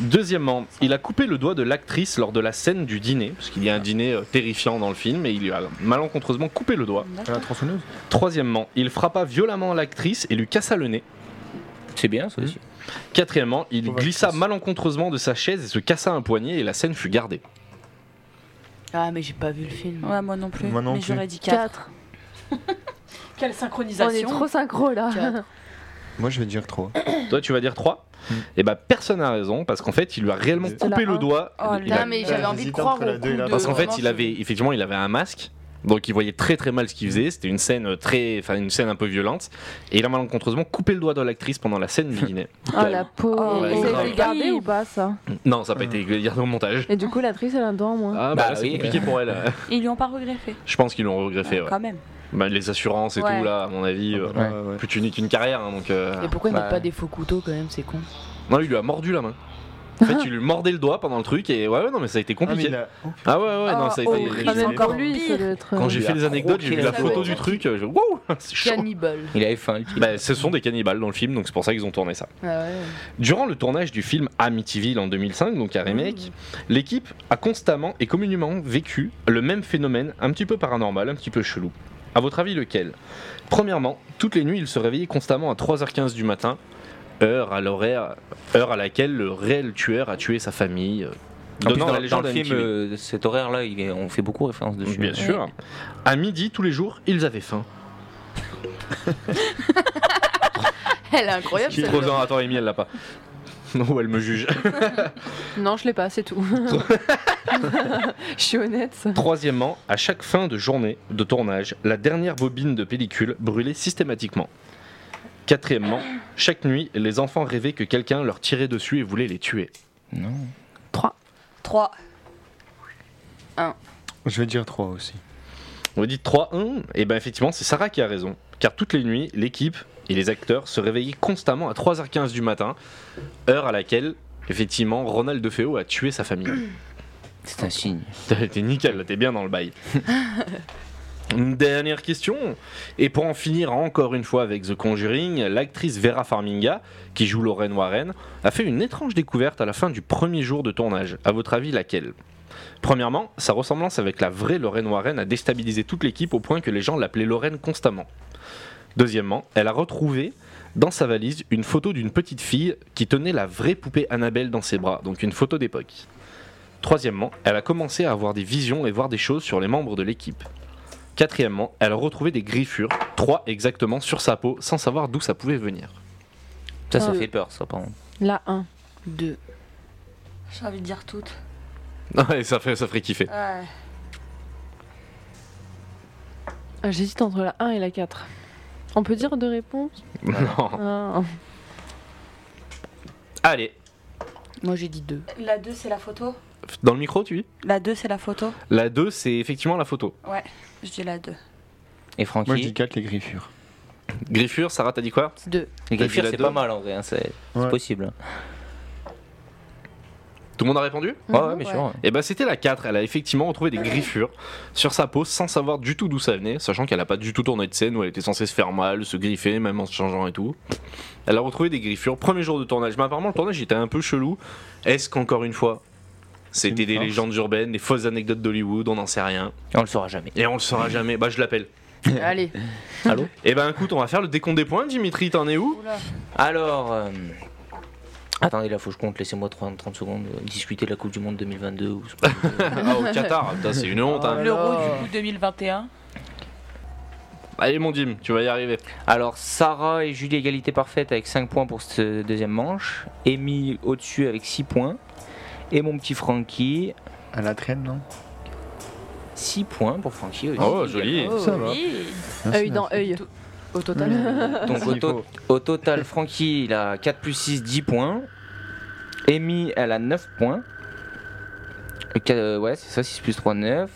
S2: Deuxièmement, il a coupé le doigt de l'actrice lors de la scène du dîner, parce qu'il y a un dîner euh, terrifiant dans le film et il lui a malencontreusement coupé le doigt.
S7: la tronçonneuse
S2: Troisièmement, il frappa violemment l'actrice et lui cassa le nez.
S4: C'est bien, ça
S2: Mmh.
S4: aussi.
S2: Quatrièmement, il
S1: Pauvre
S2: glissa
S1: actrice.
S2: malencontreusement de sa chaise et se cassa un poignet et la scène fut gardée.
S6: Ah, mais j'ai pas vu le film.
S5: Ouais, moi non plus.
S1: Moi non
S5: mais
S1: plus.
S5: j'aurais dit 4.
S8: 4.
S5: Quelle
S8: On est
S5: synchronisation.
S8: trop synchro là.
S6: Quatre.
S1: Moi, je vais dire 3.
S7: Ah,
S2: Toi, tu vas dire 3
S1: Mm.
S2: Et bah, personne n'a raison parce qu'en fait, il lui a réellement
S1: C'était
S2: coupé
S8: la
S2: le
S8: un.
S2: doigt.
S5: Oh
S2: Il
S5: là,
S2: a-
S6: Non, mais
S1: Euh,
S6: j'avais envie de
S1: j'hésite
S6: croire
S1: entre
S6: au
S1: la deux et
S6: coup
S1: la
S6: de-
S1: trois.
S2: Parce qu'en fait,
S6: vraiment,
S2: il avait effectivement, il avait un masque. Donc il voyait très très mal ce qu'il faisait, c'était une scène euh, très enfin une scène un peu violente et il a malencontreusement coupé le doigt de l'actrice pendant la scène du dîner.
S8: Oh la pauvre.
S2: Ouais,
S8: Et ça a
S2: grave.
S8: été gardé ou pas ça
S2: Non, ça n'a pas été gardé au montage.
S8: Et du coup, l'actrice elle a un dent au moins.
S2: Hmm. Ah bah,
S4: Bah
S2: là, c'est
S4: oui.
S2: compliqué pour elle.
S5: Ils lui ont pas regreffé.
S2: Je pense qu'ils l'ont regretté. ouais.
S5: Quand même.
S2: Bah, les assurances et
S5: Ouais.
S2: tout là, à mon avis, euh,
S7: bah,
S4: Ouais.
S7: Ah,
S2: plus tu niques qu'une carrière hein, donc euh,
S6: Et pourquoi il
S4: Bah.
S6: n'a pas des faux couteaux quand même, c'est con.
S2: Non, il lui a mordu la main. En fait, il lui mordait le doigt pendant le truc et ouais, ouais non, mais ça a été compliqué. Ah, ouais, ouais, non, ça a été.
S5: horrible.
S8: Ah,
S5: c'est
S8: même
S5: encore
S8: pour lui, ça
S5: pire.
S8: doit être. euh,
S2: Quand j'ai
S4: Il
S2: fait
S4: a
S2: les anecdotes, j'ai vu la
S4: croqué
S2: photo
S4: la
S2: du
S6: tête.
S2: truc, euh, je... wow, c'est chaud.
S6: Cannibal.
S4: Il avait faim, le type.
S2: Bah, ce sont des cannibales dans le film, donc c'est pour ça qu'ils ont tourné ça.
S6: Ah ouais.
S2: Durant le tournage du film Amityville en 2005, donc un remake, l'équipe a constamment et communément vécu le même phénomène, un petit peu paranormal, un petit peu chelou. À votre avis, lequel Premièrement, toutes les nuits, il se réveillait constamment à 3h15 du matin, heure à l'horaire, heure à laquelle le réel tueur a tué sa famille. euh,
S4: En plus,
S2: donnant
S4: dans,
S2: la
S4: dans
S2: légende
S4: le euh, film,
S2: Amityville.
S4: euh, cet horaire-là, il est- on fait beaucoup référence dessus.
S2: Bien sûr. À midi, tous les jours, ils avaient faim.
S6: Elle est incroyable
S2: Qui
S6: celle-là.
S2: ans, attends, Amy, elle l'a pas. Non, ou elle me juge.
S8: Non, je l'ai pas, c'est tout. Je suis honnête.
S2: Troisièmement, à chaque fin de journée de tournage, la dernière bobine de pellicule brûlait systématiquement. Quatrièmement, chaque nuit, les enfants rêvaient que quelqu'un leur tirait dessus et voulait les tuer.
S4: Non.
S5: 3.
S1: Je vais dire 3 aussi.
S2: On dit 3-1, et bien Eh ben, effectivement, c'est Sarah qui a raison. Car toutes les nuits, l'équipe et les acteurs se réveillaient constamment à 3h15 du matin, heure à laquelle, effectivement, Ronald DeFeo a tué sa famille.
S4: C'est un signe.
S2: T'es t'es nickel, là, t'es bien dans le bail. Une dernière question. Et pour en finir encore une fois avec The Conjuring, l'actrice Vera Farminga, qui joue Lorraine Warren, a fait une étrange découverte à la fin du premier jour de tournage. À votre avis, laquelle Premièrement, sa ressemblance avec la vraie Lorraine Warren a déstabilisé toute l'équipe au point que les gens l'appelaient Lorraine constamment. Deuxièmement, elle a retrouvé dans sa valise une photo d'une petite fille qui tenait la vraie poupée Annabelle dans ses bras, donc une photo d'époque. Troisièmement, elle a commencé à avoir des visions et voir des choses sur les membres de l'équipe. Quatrièmement, elle a retrouvé des griffures, trois exactement, sur sa peau, sans savoir d'où ça pouvait venir.
S4: Ça, ça
S5: Euh.
S8: Ouais.
S4: fait peur, ça, par contre.
S8: La 1.
S6: Deux.
S5: J'ai envie de dire toutes.
S2: Ouais, ça, fait, ça ferait kiffer.
S5: Ouais.
S8: Ah, J'hésite entre la 1 et la 4. On peut dire deux réponses
S2: Non.
S8: Ah.
S2: Allez,
S6: Moi j'ai dit deux.
S5: La 2, c'est la photo
S2: dans le micro, tu dis
S5: La 2, c'est la photo
S2: La 2, c'est effectivement la photo.
S5: Je dis la 2.
S4: Et Francky,
S1: Moi, je dis 4 les griffures.
S2: Griffure, Sarah, t'as dit quoi
S6: Deux.
S2: t'as
S4: les griffiers,
S2: dit la
S4: c'est
S2: deux.
S4: pas mal en vrai. hein, c'est c'est
S1: Ouais.
S4: possible.
S2: Tout le monde a répondu
S5: Mmh,
S4: Ouais, ouais, bien sûr. ouais.
S2: Eh ben, c'était la 4. Elle a effectivement retrouvé des griffures sur sa peau sans savoir du tout d'où ça venait, sachant qu'elle a pas du tout tourné de scène où elle était censée se faire mal, se griffer, même en se changeant et tout. Elle a retrouvé des griffures. Premier jour de tournage. Mais apparemment, le tournage était un peu chelou. Est-ce qu'encore une fois, c'était
S1: une
S2: des
S1: farce.
S2: légendes urbaines, des fausses anecdotes d'Hollywood On n'en sait rien.
S4: Et on le saura jamais.
S2: Et on le saura jamais. Bah, je l'appelle.
S6: Allez.
S2: Eh ben, écoute, on va faire le décompte des points. Dimitri, t'en es où
S4: Alors, euh, Attendez, là, faut que je compte, laissez-moi 30, 30 secondes, euh, discuter de la Coupe du Monde 2022. Ou...
S2: Ah, au Qatar, putain, c'est une honte. hein.
S5: L'euro du coup 2021.
S2: Allez, mon Dim, tu vas y arriver.
S4: Alors, Sarah et Julie, égalité parfaite avec 5 points pour cette deuxième manche. Amy au-dessus avec 6 points. Et mon petit Francky,
S7: À la traîne, non
S4: 6 points pour Francky aussi.
S2: Oh, joli.
S7: Ça va.
S8: Œil dans œil.
S6: Au total.
S4: Donc, au,
S7: Il
S4: to- au total, Francky, il a 4 plus 6, 10 points. Amy, elle a 9 points. Euh, qu- euh, ouais, c'est ça, 6 plus 3, 9.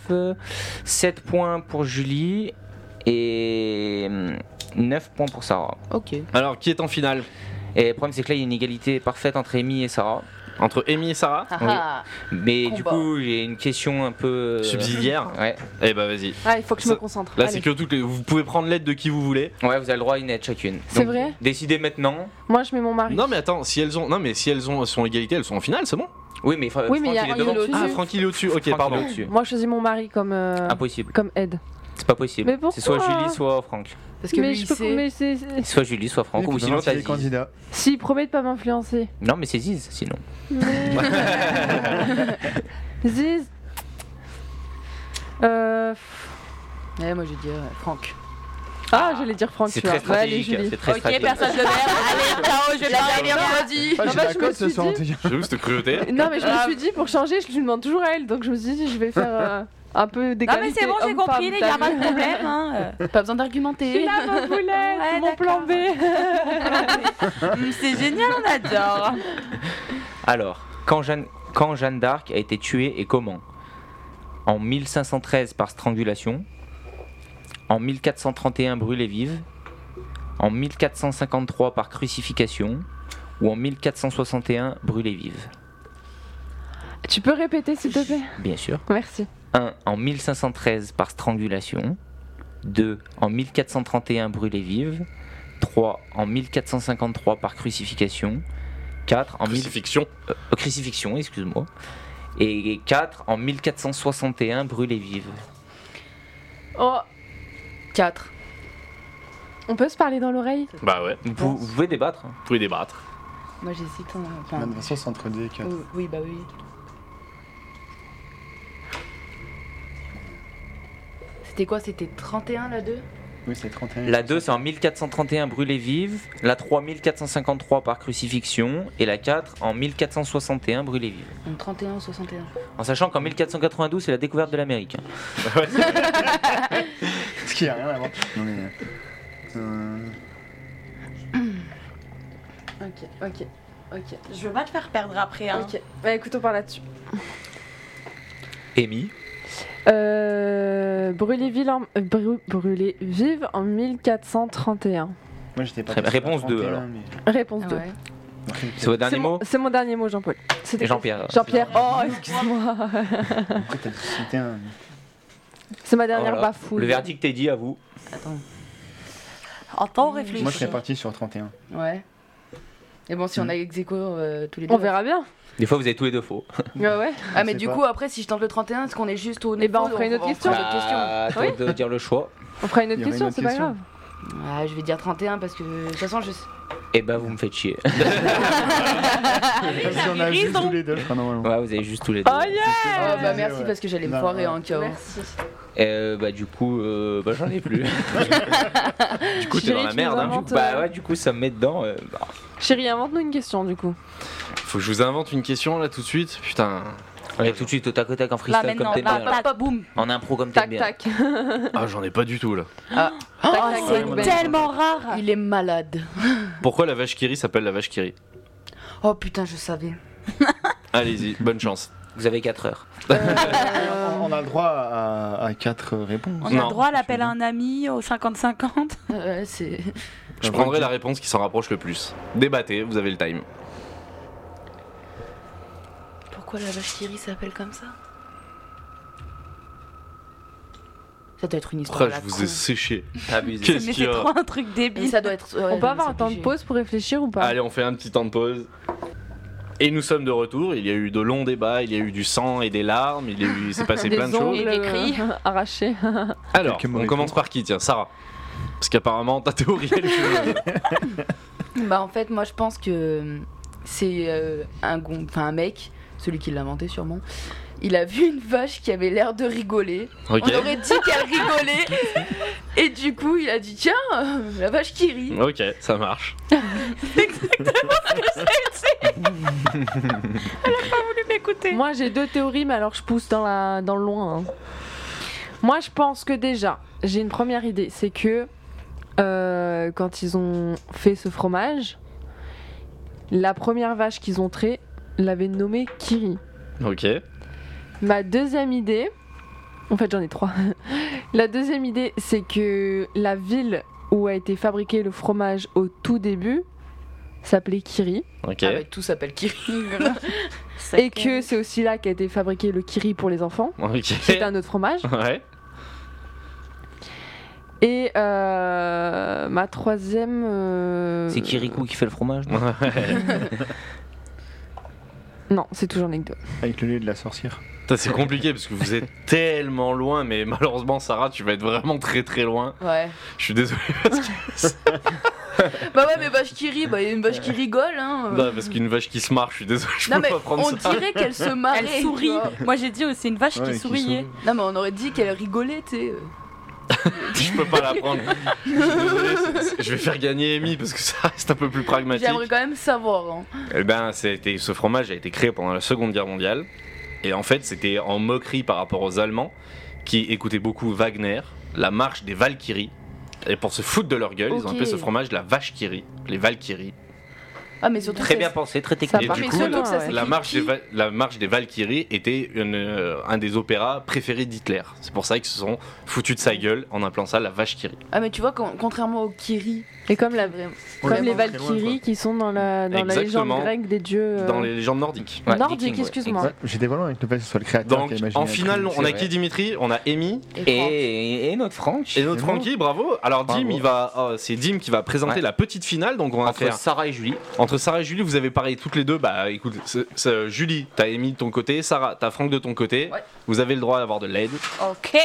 S4: 7 points pour Julie. Et 9 points pour Sarah.
S6: ok.
S2: Alors, qui est en finale
S4: Et le problème, c'est que là, il y a une égalité parfaite entre Amy et Sarah.
S2: Entre Amy et Sarah
S6: Ah ah.
S4: Mais du
S6: Combat.
S4: coup, j'ai une question un peu. euh,
S2: Subsidiaire
S4: Ouais.
S2: Eh bah, vas-y.
S8: Ah, il faut que je me
S2: Ça-
S8: concentre.
S2: Là,
S8: Allez.
S2: c'est que toutes les. Vous pouvez prendre l'aide de qui vous voulez.
S4: ouais, vous avez le droit à une aide chacune.
S8: C'est
S4: Donc,
S8: vrai
S4: Décidez maintenant.
S8: Moi, je mets mon mari.
S2: Non, mais attends, si elles ont. Non, mais si elles ont sont égalité, elles sont en finale, c'est bon
S4: Oui, mais, Fra-
S8: Oui, mais il y a
S4: Franck, il est
S8: un
S4: devant.
S8: au-dessus.
S2: Ah, Franck, il est au-dessus. Ok,
S4: Franck, il est
S2: pardon.
S4: au-dessus.
S8: Moi, je choisis mon mari comme, euh,
S4: Impossible.
S8: comme aide.
S4: C'est pas possible.
S8: Mais pourquoi
S4: c'est soit Julie, soit Franck.
S6: Parce que
S8: mais
S6: lui,
S8: je
S6: il
S8: peux.
S6: sait.
S8: Mais c'est. c'est-
S4: Soit Julie, soit Franck. Ou sinon, t'as
S7: les
S4: Ziz.
S7: candidats.
S8: Si, promet de pas m'influencer.
S4: Non, mais c'est Ziz, sinon.
S8: Ah, Ziz. Euh,
S6: Ouais, moi, je vais dire euh, Franck.
S8: Ah, j'allais dire Franck.
S4: C'est
S8: tu vois.
S4: très
S8: Ouais, allez,
S4: stratégique.
S8: Julie.
S4: C'est très stratégique.
S5: de merde. Allez, ciao, je vais bien
S7: Ah,
S8: Non,
S7: j'ai
S8: bah,
S7: la
S8: je me
S7: cote ce
S8: suis
S7: soir,
S8: dit-
S7: en tout cas.
S2: J'avoue, cette cruauté.
S8: Non, mais je me suis dit, pour changer, je lui demande toujours à elle. Donc, je me suis dit, je vais faire euh, un peu
S5: Non,
S8: d'égalité.
S5: mais c'est bon, j'ai
S8: homme-femme,
S5: compris, les
S8: t'as
S5: gars,
S8: vu
S5: pas de problème. hein.
S6: Pas besoin d'argumenter.
S8: Là, ma boulette,
S5: Ouais,
S8: mon plan B.
S5: Hum, C'est génial, on adore.
S4: Alors, quand Jeanne, quand Jeanne d'Arc a été tuée et comment En 1513 par strangulation, en 1431 brûlée vive, en 1453 par crucifixion ou en 1461 brûlée vive.
S8: Tu peux répéter, s'il te plaît
S4: Bien sûr.
S8: Merci.
S4: 1. En 1513 par strangulation. 2. En 1431 brûlée vive. 3. En 1453 par crucifixion. 4. En mille-
S2: Crucifixion.
S4: Euh, crucifixion, excuse-moi. Et 4 en 1461, brûlée vive.
S8: Oh,
S6: 4.
S8: on peut se parler dans l'oreille
S2: Bah ouais,
S4: Vous, pou- vous pouvez débattre. hein.
S2: vous pouvez débattre.
S6: Moi, j'hésite. hein,
S7: De
S6: Enfin,
S7: toute façon, c'est entre deux et quatre.
S6: oui, oui, bah oui. C'était quoi C'était 31 la 2
S7: Oui, c'est 31.
S4: La 2, c'est en 1431, brûlée vive. La 3, 1453 par crucifixion. Et la 4, en 1461, brûlée vive.
S6: Donc 31 ou 61
S4: En sachant qu'en 1492, c'est la découverte de l'Amérique. hein.
S7: Ce qui a rien à voir. Non, mais. euh,
S8: Ok, ok, ok.
S5: Je veux pas te faire perdre après. hein.
S8: Ok, bah écoute, on parle là-dessus.
S4: Amy,
S8: Euh, brûlé, ville en- euh, brû- brûlé vive en 1431.
S7: Moi, j'étais pas.
S4: Très bien. Réponse deux, alors.
S5: Ah
S8: Réponse 2.
S6: Ah Ouais.
S4: c'est votre dernier
S8: C'est mon-
S4: mot
S8: C'est mon dernier mot, Jean-Paul. C'était
S4: Et Jean-Pierre.
S8: Jean-Pierre, oh, excuse-moi.
S7: Après, t'as dit 31.
S8: C'est ma dernière
S4: Oh là là.
S8: bafouille.
S4: Le verdict est dit à vous.
S6: Attends.
S5: Entends,
S7: Moi,
S5: réfléchis.
S7: je serais parti sur 31.
S6: Ouais. Et bon, si on a ex aequo, euh, tous les deux.
S8: On verra bien.
S4: Des fois, vous avez tous les deux faux.
S8: Ouais, ouais.
S6: Ah,
S7: On
S6: mais
S7: sait
S6: du
S7: pas.
S6: coup, après, si je tente le 31, est-ce qu'on est juste au.
S8: Eh ben, on fera une autre question.
S6: fera d'autres questions.
S4: Bah, à toi de dire le choix.
S8: On fera une
S7: Il
S8: autre
S7: y aurait une
S8: question,
S7: autre
S8: c'est pas
S7: question.
S8: grave.
S6: Ah, je vais dire 31 parce que de toute façon, je.
S4: Et bah, vous me faites chier.
S7: Comme si on a juste tous les deux, je crois, normalement.
S4: Ouais, vous avez juste tous les deux.
S8: Oh yeah
S6: Oh,
S7: Ah,
S6: bah merci
S7: ouais.
S6: parce que j'allais me
S7: Non, ouais.
S6: foirer en chaos.
S8: Merci.
S4: Euh, bah du coup, euh, bah, j'en ai plus.
S2: Du coup, t'es
S8: Chérie,
S2: dans la
S8: tu nous
S2: merde, hein.
S8: inventes-
S4: bah ouais, du coup, ça me met dedans. euh, bah.
S8: Chérie, invente-nous une question du coup.
S2: Faut que je vous invente une question là tout de suite. Putain.
S4: On est tout de suite au tac au tac en
S5: Là,
S4: freestyle
S5: maintenant,
S4: comme t'es
S5: là,
S4: bien.
S5: tac, tac, boum.
S4: En impro
S2: Eh
S4: comme t'es
S8: Tac,
S4: bien.
S8: tac.
S2: Ah, j'en ai pas du tout là.
S5: Oh,
S8: tac,
S5: c'est
S8: tac, tac.
S5: tellement
S8: Ah.
S5: rare.
S6: Il est malade.
S2: Pourquoi la vache Kiri s'appelle la vache Kiri
S6: Oh putain, je savais.
S2: Allez-y, bonne chance.
S4: Vous avez 4 heures.
S7: On on a le droit à, à 4 réponses.
S5: On a
S2: Non.
S5: le droit à l'appel à un ami au 50-50.
S6: Ah, Ouais, c'est.
S2: Je prendrai la réponse qui s'en rapproche le plus. Débattez, vous avez le time.
S6: Pourquoi la vache Kiri s'appelle comme ça Ça doit être une histoire.
S2: Ah,
S6: à
S2: je
S6: la
S2: vous
S6: con.
S2: ai séché.
S4: Abusé.
S5: Mais
S2: Qu'est-ce
S5: c'est
S2: qu'il y a
S5: trop un truc
S6: Mais
S5: débile.
S6: ça doit être. ouais,
S8: On
S6: non,
S8: peut avoir
S6: c'est
S8: un temps de
S6: obligé.
S8: pause pour réfléchir ou pas
S2: Allez, on fait un petit temps de pause. Et nous sommes de retour. Il y a eu de longs débats, il y a eu du sang et des larmes, il y a eu, il s'est passé
S8: Des
S2: plein de
S8: ongles
S2: choses.
S5: Et des cris.
S8: euh, arrachés.
S2: Alors,
S7: Quelques
S2: on
S7: mauvais
S2: commence par qui Tiens, Sarah. Parce qu'apparemment, ta théorie, elle est
S6: Bah en fait, moi je pense que c'est euh, un, gon- enfin, un mec, celui qui l'a inventé sûrement. Il a vu une vache qui avait l'air de rigoler.
S2: Ok.
S6: On aurait dit qu'elle rigolait. Et du coup, il a dit Tiens, euh, la vache qui rit.
S2: Ok, ça marche.
S5: Écoutez.
S8: Moi, j'ai deux théories, mais alors je pousse dans, la, dans le loin. hein. Moi, je pense que déjà, j'ai une première idée, c'est que euh, quand ils ont fait ce fromage, la première vache qu'ils ont traitée l'avait nommée Kiri.
S2: Ok.
S8: Ma deuxième idée, en fait j'en ai trois. La deuxième idée, c'est que la ville où a été fabriqué le fromage au tout début s'appelait Kiri.
S2: Ok.
S6: Ah, bah, tout s'appelle Kiri.
S8: Et que c'est aussi là qu'a été fabriqué le Kiri pour les enfants,
S2: Ok.
S8: qui est un autre fromage.
S2: Ouais.
S8: Et euh, ma troisième. euh,
S4: C'est Kirikou qui fait le fromage. non
S8: Non, c'est toujours anecdote.
S7: Avec le lait de la sorcière.
S2: Putain, C'est compliqué parce que vous êtes tellement loin, mais malheureusement, Sarah, tu vas être vraiment très très loin.
S6: Ouais.
S2: Je suis désolé.
S6: Bah ouais, mais vache qui rit, bah, il y a une vache qui rigole. Hein.
S2: Non, parce qu'une vache qui se marre, je suis désolé, je
S6: non,
S2: peux
S6: mais
S2: pas prendre
S6: on
S2: ça.
S6: dirait qu'elle se marrait.
S5: Elle
S6: tu
S5: sourit.
S6: vois.
S5: Moi j'ai dit, oh, c'est une vache
S7: Ouais,
S5: qui
S7: qui
S5: souriait.
S6: Non, mais on aurait dit qu'elle rigolait, tu sais.
S2: Je peux pas la prendre. Je, suis désolé, c'est- c'est- je vais faire gagner Amy parce que ça reste un peu plus pragmatique.
S6: J'aimerais quand même savoir. hein.
S2: Eh ben, c'était, ce fromage a été créé pendant la Seconde Guerre mondiale. Et en fait, c'était en moquerie par rapport aux Allemands qui écoutaient beaucoup Wagner, la marche des Valkyries. Et pour se foutre de leur gueule, ils ont
S6: Ok.
S2: appelé ce fromage la vache qui rit, les Valkyries.
S6: Ah, mais surtout.
S4: Très
S6: ça-
S4: bien pensé, très
S8: Ça
S4: technique. euh,
S2: Et
S8: part
S2: du
S6: Mais
S2: coup,
S6: surtout
S8: loin,
S6: que ça
S8: ouais.
S6: s'écrit
S2: La marche, des
S6: qui
S2: Va- la marche des Valkyries était une, euh, un des opéras préférés d'Hitler. C'est pour ça qu'ils se sont foutus de sa gueule en appelant ça la vache qui rit.
S6: Ah, mais tu vois, con- contrairement au Kiri,
S8: Et comme, la,
S6: vraiment.
S8: comme les
S7: vraiment très loin,
S8: Valkyries
S7: quoi.
S8: qui sont dans la, dans la légende
S2: Exactement.
S8: grecque des dieux. euh,
S2: Dans les légendes nordiques.
S4: Ouais,
S8: nordiques,
S4: Viking, ouais.
S8: excuse-moi.
S7: Ouais, J'étais vraiment avec le fait que ce soit le créateur
S2: Donc,
S7: qui a imaginé
S2: en
S7: la
S2: finale,
S7: tribu.
S2: on a
S4: vrai.
S2: qui Dimitri On a Amy
S6: et Franck.
S4: Et, et notre Franck.
S2: et notre
S7: Vraiment.
S2: Francky, bravo. Alors,
S4: Bravo.
S2: Dim, il va, euh, c'est Dim qui va présenter
S4: Ouais.
S2: la petite finale. Donc, on va
S4: Entre
S2: faire
S4: Sarah et Julie.
S2: entre Sarah et Julie. Vous avez parlé toutes les deux. Bah, écoute, c'est- c'est- Julie, t'as Amy de ton côté, Sarah, t'as Franck de ton côté.
S6: Ouais.
S2: Vous avez le droit d'avoir de l'aide.
S5: Ok.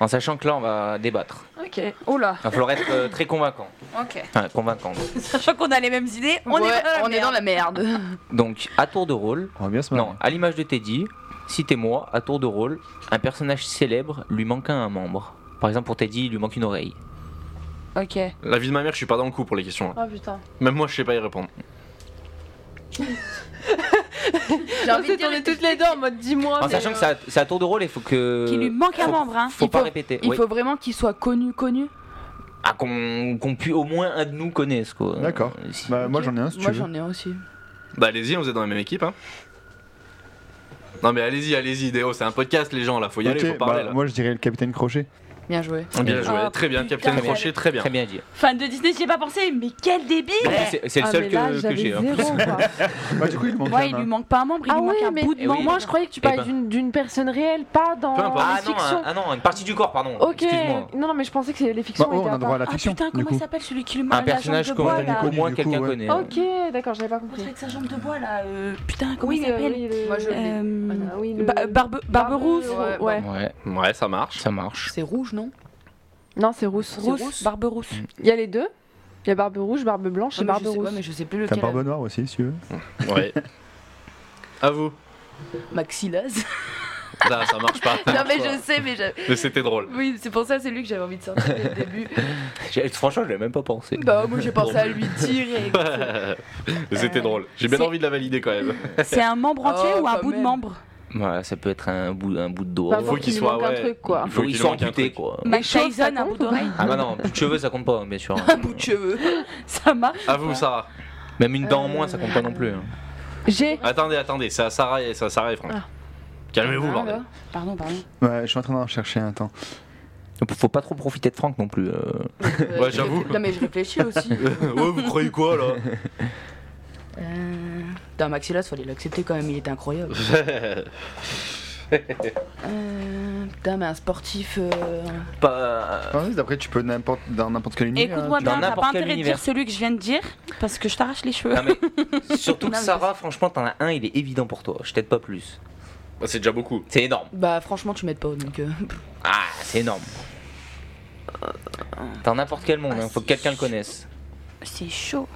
S4: En sachant que là, on va débattre.
S5: Ok.
S8: Ah.
S5: Oula.
S4: Il va falloir être euh, très convaincant.
S5: Ok.
S4: Enfin, convaincant.
S5: Sachant qu'on a les mêmes idées, on
S6: Ouais,
S5: est dans la
S6: on est dans la merde.
S4: Donc, à tour de rôle,
S7: On va bien se marrer.
S4: non, à l'image de Teddy, citez-moi, à tour de rôle, un personnage célèbre lui manque un membre. Par exemple, pour Teddy, il lui manque une oreille.
S5: Ok.
S2: La Euh, vie de ma mère, je suis pas dans le coup pour les questions. hein.
S8: Oh putain.
S2: Même moi, je sais pas y répondre.
S6: J'ai envie de dire les
S8: toutes les deux en mode dis-moi.
S4: En sachant que c'est à- c'est à tour de rôle, il faut que.
S5: Qui lui manque un
S4: faut-
S5: membre, hein.
S4: Faut
S6: Il
S4: pas
S6: faut-
S4: répéter.
S6: Il
S4: oui.
S6: faut vraiment qu'il soit connu, connu.
S4: Ah, qu'on qu'on puisse au moins un de nous connaisse, quoi.
S7: D'accord.
S4: Euh, si-
S7: Bah, moi j'en ai un si
S6: Moi
S7: tu veux.
S6: j'en ai un aussi.
S2: Bah allez-y, vous êtes dans la même équipe. Hein. Non mais allez-y, allez-y, Déo, c'est un podcast les gens là, faut y aller,
S7: Ok,
S2: faut parler
S7: bah,
S2: là.
S7: moi je dirais le capitaine Crochet.
S6: Bien joué.
S4: Eh
S2: Bien joué,
S5: Ah,
S2: très bien, Capitaine
S5: putain,
S2: Crochet, très bien.
S4: euh, Très bien dit.
S5: Fan de Disney, j'y ai pas pensé, mais quel débile
S4: En plus, c'est- C'est le
S8: Ah,
S4: seul
S8: mais là,
S4: que, que
S8: j'avais
S4: j'ai. hein. en plus.
S8: zéro, quoi.
S7: Bah, du coup, il manque
S5: Moi,
S7: un,
S5: il
S7: hein.
S5: lui manque pas un membre, il
S8: Ah
S5: lui manque
S8: ouais,
S5: un
S8: mais
S5: bout de
S4: Eh oui.
S5: membre.
S8: moi je croyais que tu parlais
S4: ben.
S8: d'une- d'une personne réelle, pas dans
S2: Peu importe.
S8: la
S4: Ah non,
S8: fiction.
S4: un- ah non, une partie du corps, pardon.
S8: Ok,
S4: Excuse-moi.
S8: non, non, mais je pensais que c'est les
S7: Bah,
S8: fictions.
S7: oh, on
S8: étaient
S7: a
S8: à
S7: droit à la
S5: Ah
S7: fiction.
S5: putain,
S7: du
S5: comment
S7: coup.
S5: il s'appelle celui qui lui manque
S4: Un personnage
S5: de
S4: qu'on
S5: bois, là
S4: au moins
S7: Du coup,
S4: quelqu'un
S7: ouais.
S4: connaît.
S8: part. Ok, d'accord, j'avais pas compris.
S5: Avec sa jambe de bois là, euh, putain, comment
S8: oui,
S5: il
S8: euh,
S5: s'appelle
S8: oui, le-
S6: Moi, je l'ai.
S5: Euh,
S8: Ah, non, oui, le-
S5: Ba- Barbe, barbe rousse
S6: ouais,
S8: ouais.
S4: Ouais,
S2: Ouais, ça marche.
S4: ça marche.
S6: C'est rouge, non
S8: Non, c'est rousse.
S5: Rousse, Barbe rousse.
S8: Il y a les deux. Il y a barbe rouge, barbe blanche et
S6: Ouais, mais
S8: barbe
S6: Ah je sais-
S8: rousse.
S6: ouais, mais je sais plus
S7: T'as
S6: lequel.
S7: Barbe Noire aussi si tu veux.
S2: Ouais. à vous.
S6: Maxilaz.
S2: Là, ça marche pas.
S6: non mais je sais, mais je-
S2: Mais c'était drôle.
S6: oui, c'est pour ça c'est lui que j'avais envie de sortir dès le début.
S4: J'ai- Franchement, je l'ai même pas pensé.
S6: Bah moi j'ai pensé à lui
S2: Mais
S6: direct.
S8: Euh,
S2: c'était drôle. J'ai bien
S5: c'est-
S2: envie de la valider quand même.
S5: C'est un membre entier
S6: Oh,
S5: ou un
S6: quand
S5: bout de
S6: même.
S5: membre
S4: Ouais, ça peut être un bout, un bout de dos.
S8: Bah,
S2: faut
S8: faut
S2: qu'il
S8: qu'il
S2: soit,
S8: manque un
S2: ouais.
S8: truc, quoi.
S4: Il faut
S2: qu'il
S4: qu'ils
S2: lui
S4: soient
S2: manque un
S4: amputés,
S2: truc.
S4: quoi.
S5: Mike
S8: choses,
S5: Tyson,
S8: ça
S5: un bout
S8: compte
S5: d'oreille
S4: Ah bah non, plus de cheveux, ça compte pas, bien sûr.
S6: Un bout de cheveux.
S5: Ça marche
S2: À Ah, vous, Sarah.
S4: Même une dent en moins, ça compte pas non
S6: Euh.
S4: plus. hein.
S8: J'ai.
S2: Attendez, attendez, c'est à Sarah et, c'est à Sarah et Franck.
S8: Ah.
S2: Calmez-vous, bordel.
S6: Alors
S5: Pardon, pardon.
S7: Ouais, je suis en train d'en chercher un temps.
S4: Donc, Faut pas trop profiter de Franck non plus. euh.
S6: Euh,
S2: Ouais, j'avoue.
S6: Non mais je réfléchis aussi.
S2: ouais, vous croyez quoi là
S6: Euh... Putain, Maxilaz, fallait l'accepter quand même, il était incroyable.
S2: Bah,
S6: Euh, Putain, mais un sportif. euh,
S4: Pas.
S7: Ah, après tu peux n'importe dans n'importe quel univers.
S5: Écoute-moi
S7: hein,
S5: bien, t'as
S4: n'importe
S5: pas
S4: quel
S5: intérêt de
S4: univers.
S5: dire celui que je viens de dire, parce que je t'arrache les cheveux.
S4: Non, mais surtout
S6: Non,
S4: que
S6: mais
S4: Sarah, franchement, t'en as un, il est évident pour toi. Je t'aide pas plus.
S2: Bah, C'est déjà beaucoup.
S4: C'est énorme.
S6: Bah franchement, tu m'aides pas donc. euh,
S4: Ah, c'est énorme. Dans n'importe
S6: Ah,
S4: quel monde, hein, faut que quelqu'un le connaisse.
S5: C'est chaud.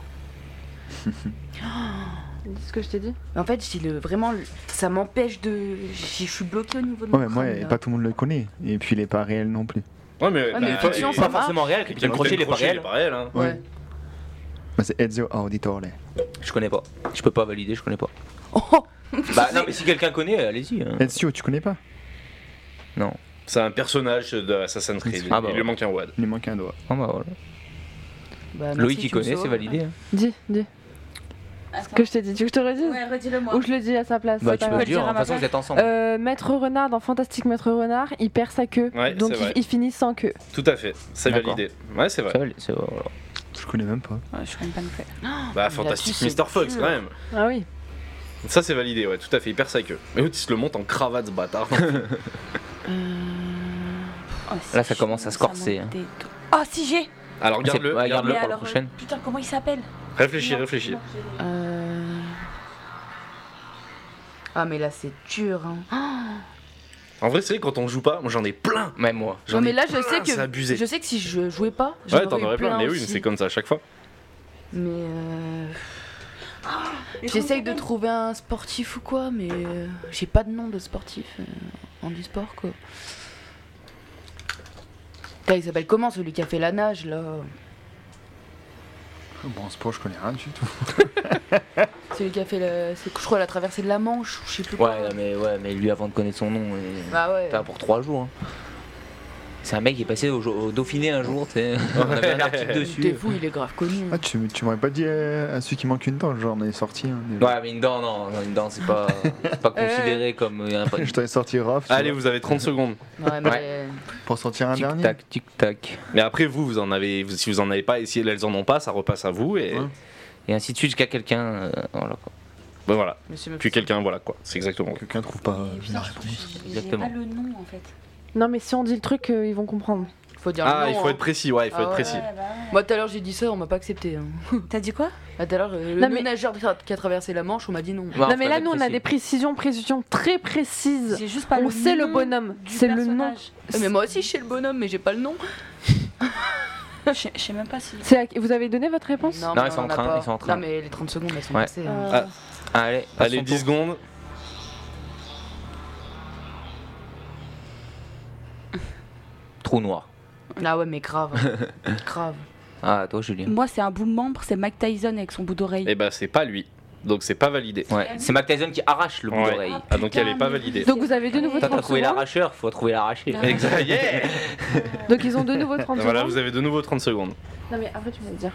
S8: Dis ce que je t'ai dit.
S6: Mais En fait, j'ai le vraiment, le- ça m'empêche de, j'ai- je suis bloquée au niveau de
S1: Ouais,
S6: mon
S1: mais moi,
S6: crâne, là.
S1: pas tout le monde le connaît. Et puis, il est pas réel non plus.
S2: Ouais, mais,
S6: Ouais,
S2: bah,
S6: mais
S2: toi,
S6: attention,
S2: et-
S6: ça
S4: Pas
S6: va.
S4: forcément réel, Capitaine Crochet, il est pas
S2: Crochet,
S4: réel.
S2: réel, hein.
S1: Ouais. Bah, c'est Ezio Auditore.
S4: Je connais pas. Je peux pas valider, je connais pas.
S6: Oh,
S4: Bah non, mais si quelqu'un connaît, euh, allez-y. hein.
S1: Ezio, tu connais pas
S2: C'est un personnage de Assassin's Creed.
S4: Ah bah
S2: Il
S4: ouais.
S2: lui manque un WAD.
S1: Il lui manque un doigt.
S4: Ah bah voilà.
S6: bah, merci,
S4: Loïc, il
S6: tu me
S4: connaît, c'est
S6: sauves.
S4: validé. hein.
S8: Dis, dis. Ce que je t'ai dit. Tu veux que je te redise
S5: Ouais, redis-le moi.
S8: Ou je le dis à sa place
S4: Bah
S8: c'est
S4: tu peux
S8: pas grave.
S4: le
S5: le dire
S4: dire,
S5: à
S4: hein, de toute
S5: ma
S4: façon
S5: place.
S4: vous êtes ensemble.
S8: Euh, Maître Renard dans Fantastique Maître Renard, il perd sa queue.
S2: Ouais,
S8: donc
S2: c'est
S8: il,
S2: vrai.
S8: il finit sans queue.
S2: Tout à fait. C'est
S4: D'accord.
S2: validé. Ouais, c'est vrai.
S4: Ça va, c'est- voilà.
S1: Je connais même pas.
S5: Ouais, je comprends pas le fait.
S2: Bah,
S6: là-dessus,
S2: fantastique
S6: c'est
S2: Mr. Fox,
S6: dur.
S2: quand même.
S8: Ah oui.
S2: Ça, c'est validé, ouais, tout à fait. Il perd sa queue. Mais l'autre, il se le monte en cravate, ce bâtard.
S5: Oh, si
S4: Là, ça commence à se
S5: ça
S4: corser,
S5: manque des doigts. Oh, si j'ai
S2: Alors,
S4: C'est-
S2: regarde-le.
S4: ouais,
S2: regarde-le.
S4: garde-le
S5: Mais
S4: pour la
S5: alors, hein. euh,
S4: prochaine.
S5: Putain, comment il s'appelle
S2: Réfléchis,
S5: Non,
S2: réfléchis.
S5: non, j'ai-
S6: Euh... Ah mais là c'est dur. Hein.
S2: Ah, En vrai, c'est vrai, quand on joue pas, moi j'en ai plein.
S4: Même moi.
S2: J'en
S6: non mais
S2: ai
S6: là je
S2: plein,
S6: sais que
S2: c'est abusé.
S6: je sais que si je jouais pas, j'en
S2: Ouais, t'en aurais plein, mais oui, mais
S6: aussi.
S2: c'est comme ça à chaque fois.
S6: Mais euh,
S5: Et
S6: j'essaye de
S5: comment
S6: trouver un sportif ou quoi, mais euh, j'ai pas de nom de sportif euh, en du sport quoi. Putain, il s'appelle comment celui qui a fait la nage là
S7: Bon, c'est pas, je connais rien du tout.
S6: Celui qui a fait la, c'est- je crois la traversée de la Manche, je sais plus. quoi.
S4: Ouais, mais ouais, mais lui avant de connaître son nom, euh,
S6: Bah ouais.
S4: t'as pour trois jours. hein. C'est un mec qui est passé au, jo- au Dauphiné un jour, tu sais. On avait un article
S6: T'es
S4: dessus.
S6: fou, il est grave connu.
S1: Ah, tu, tu m'aurais pas dit euh, à celui qui manque une dent, genre, on est sorti. hein, déjà.
S4: Ouais, mais une dent, non, non, une dent, c'est pas, c'est pas considéré comme euh, un
S1: Je t'avais sorti Raph tu
S2: Allez,
S1: vois,
S2: vous avez 30 secondes.
S6: Ouais, mais euh,
S1: pour sortir un dernier.
S4: tic-tac, tic-tac.
S2: Mais après, vous, vous en avez. vous- Si vous en avez pas, et si elles en ont pas, ça repasse à vous. Et
S1: Ouais.
S4: Et ainsi de suite jusqu'à quelqu'un. euh, voilà, quoi.
S2: Bah, voilà.
S6: monsieur
S2: Tu es quelqu'un, voilà quoi. C'est exactement.
S1: Quelqu'un trouve pas
S5: Et
S1: euh,
S5: putain,
S1: la
S5: je-
S1: réponse.
S5: j'ai- J'ai
S4: Exactement.
S5: pas le nom en fait.
S8: Non mais si on dit le truc, euh, ils vont comprendre.
S6: faut dire
S2: Ah,
S6: le
S2: il
S6: nom,
S2: faut
S6: hein.
S2: être précis, ouais, il faut
S6: Ah
S2: être
S6: ouais.
S2: précis.
S5: Ouais, bah ouais.
S6: Moi tout à l'heure j'ai dit ça, on m'a pas accepté. hein.
S5: T'as dit quoi
S6: Ah, tout à l'heure, euh, le
S8: Non, mais-
S6: nageur qui a traversé la Manche, on m'a dit non.
S4: Ouais,
S8: non mais
S4: faut
S8: là
S4: être
S8: nous on a
S4: précis.
S8: des précisions, précisions très précises.
S5: J'ai juste pas
S8: On
S5: le
S8: sait le
S5: nom
S8: bonhomme,
S5: du
S8: c'est le nom.
S5: personnage.
S6: Ouais, Euh, Mais moi aussi je sais le bonhomme, mais j'ai pas le nom.
S5: Je sais- je sais même pas si.
S8: C'est à- Vous avez donné votre réponse
S4: Non,
S6: mais
S4: ils sont
S6: on
S4: en
S6: en a
S4: train,
S6: pas.
S4: ils sont en train.
S6: Non, mais les 30 secondes, elles sont
S4: Ouais.
S6: passées. hein.
S5: Euh,
S2: Ah.
S4: Allez, passe
S2: Allez,
S4: son
S2: 10
S4: tour.
S2: secondes.
S4: Trou noir.
S8: Euh.
S6: Ah ouais, mais grave. hein. grave.
S4: Ah, toi, Julien.
S5: Moi, c'est un bout de membre, c'est Mike Tyson avec son bout d'oreille.
S2: Et bah, c'est pas lui. Donc, c'est pas validé.
S4: Ouais, c'est Mac Tyson qui arrache le bout
S2: Ouais.
S4: d'oreille.
S2: Ah, donc elle est pas validée.
S8: Donc vous avez de nouveau
S4: Toi,
S8: 30
S4: t'as trouvé
S8: secondes.
S4: l'arracheur, faut trouver l'arraché.
S5: Ah.
S2: Exact. Yeah
S8: Donc ils ont de nouveau 30
S2: Ben voilà,
S8: secondes.
S2: vous avez de nouveau 30 secondes.
S8: Non mais après tu vas le dire.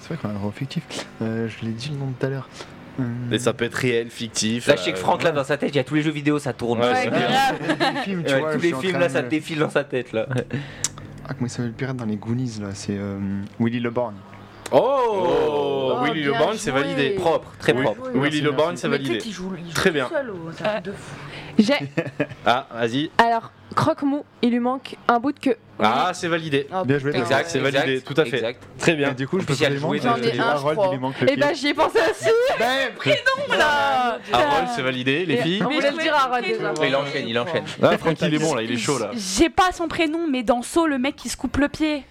S1: C'est vrai qu'on a un gros fictif. Euh, je l'ai dit le nom de tout à l'heure.
S6: Mmh.
S1: Euh,
S2: Et ça peut être réel, fictif.
S4: Là,
S2: euh,
S4: je sais que Franck, là, dans sa tête, il y a tous les jeux vidéo, ça tourne.
S2: Ouais,
S4: Ouais,
S2: c'est
S6: bah
S4: ouais,
S2: clair.
S1: les films, tu vois, je
S4: tous
S1: suis
S4: les
S1: en
S4: films,
S1: train
S4: là,
S1: de-
S4: ça te défile dans sa tête, là.
S1: Ah, comment il s'appelle le pirate dans les Goonies là C'est euh, Willy Leborn.
S2: Oh,
S6: Oh,
S2: Willy
S6: bien
S2: LeBourne, c'est
S6: joué.
S2: validé.
S4: Propre, très
S2: Oui.
S4: propre.
S2: Willy
S1: Merci,
S2: LeBourne,
S1: merci.
S2: c'est
S6: Mais tu sais
S2: validé.
S6: qu'il joue, il joue
S2: Très
S6: tout
S2: bien.
S6: seul, oh, c'est un truc de fou.
S8: J'ai
S2: Ah, vas-y.
S8: alors croque-mou, il lui manque un bout de queue.
S2: Ah, c'est validé.
S6: Ah,
S1: Bien joué,
S6: putain,
S1: Thomas.
S4: Exact,
S2: c'est
S4: exact,
S2: validé, tout à fait.
S4: Exact.
S2: Très bien.
S1: Et du coup,
S4: En
S1: je peux
S4: plus, il y
S1: faire
S4: a
S1: les
S4: le jouet
S1: manques. parce
S4: de-
S1: que
S6: J'en ai
S1: j'ai
S6: un, je
S1: Harold,
S6: crois.
S1: il lui manque le
S7: Eh
S8: Et bah
S7: ben,
S1: pied.
S8: j'y ai pensé aussi.
S2: Ben,
S6: Voilà.
S2: Harold, c'est validé, les filles.
S8: On voulait le dire à Rod déjà.
S4: Il enchaîne, il enchaîne.
S2: Ah, Franck, il est bon là, il est chaud là.
S5: J'ai pas son prénom, mais dans Saw, le mec qui se coupe le pied.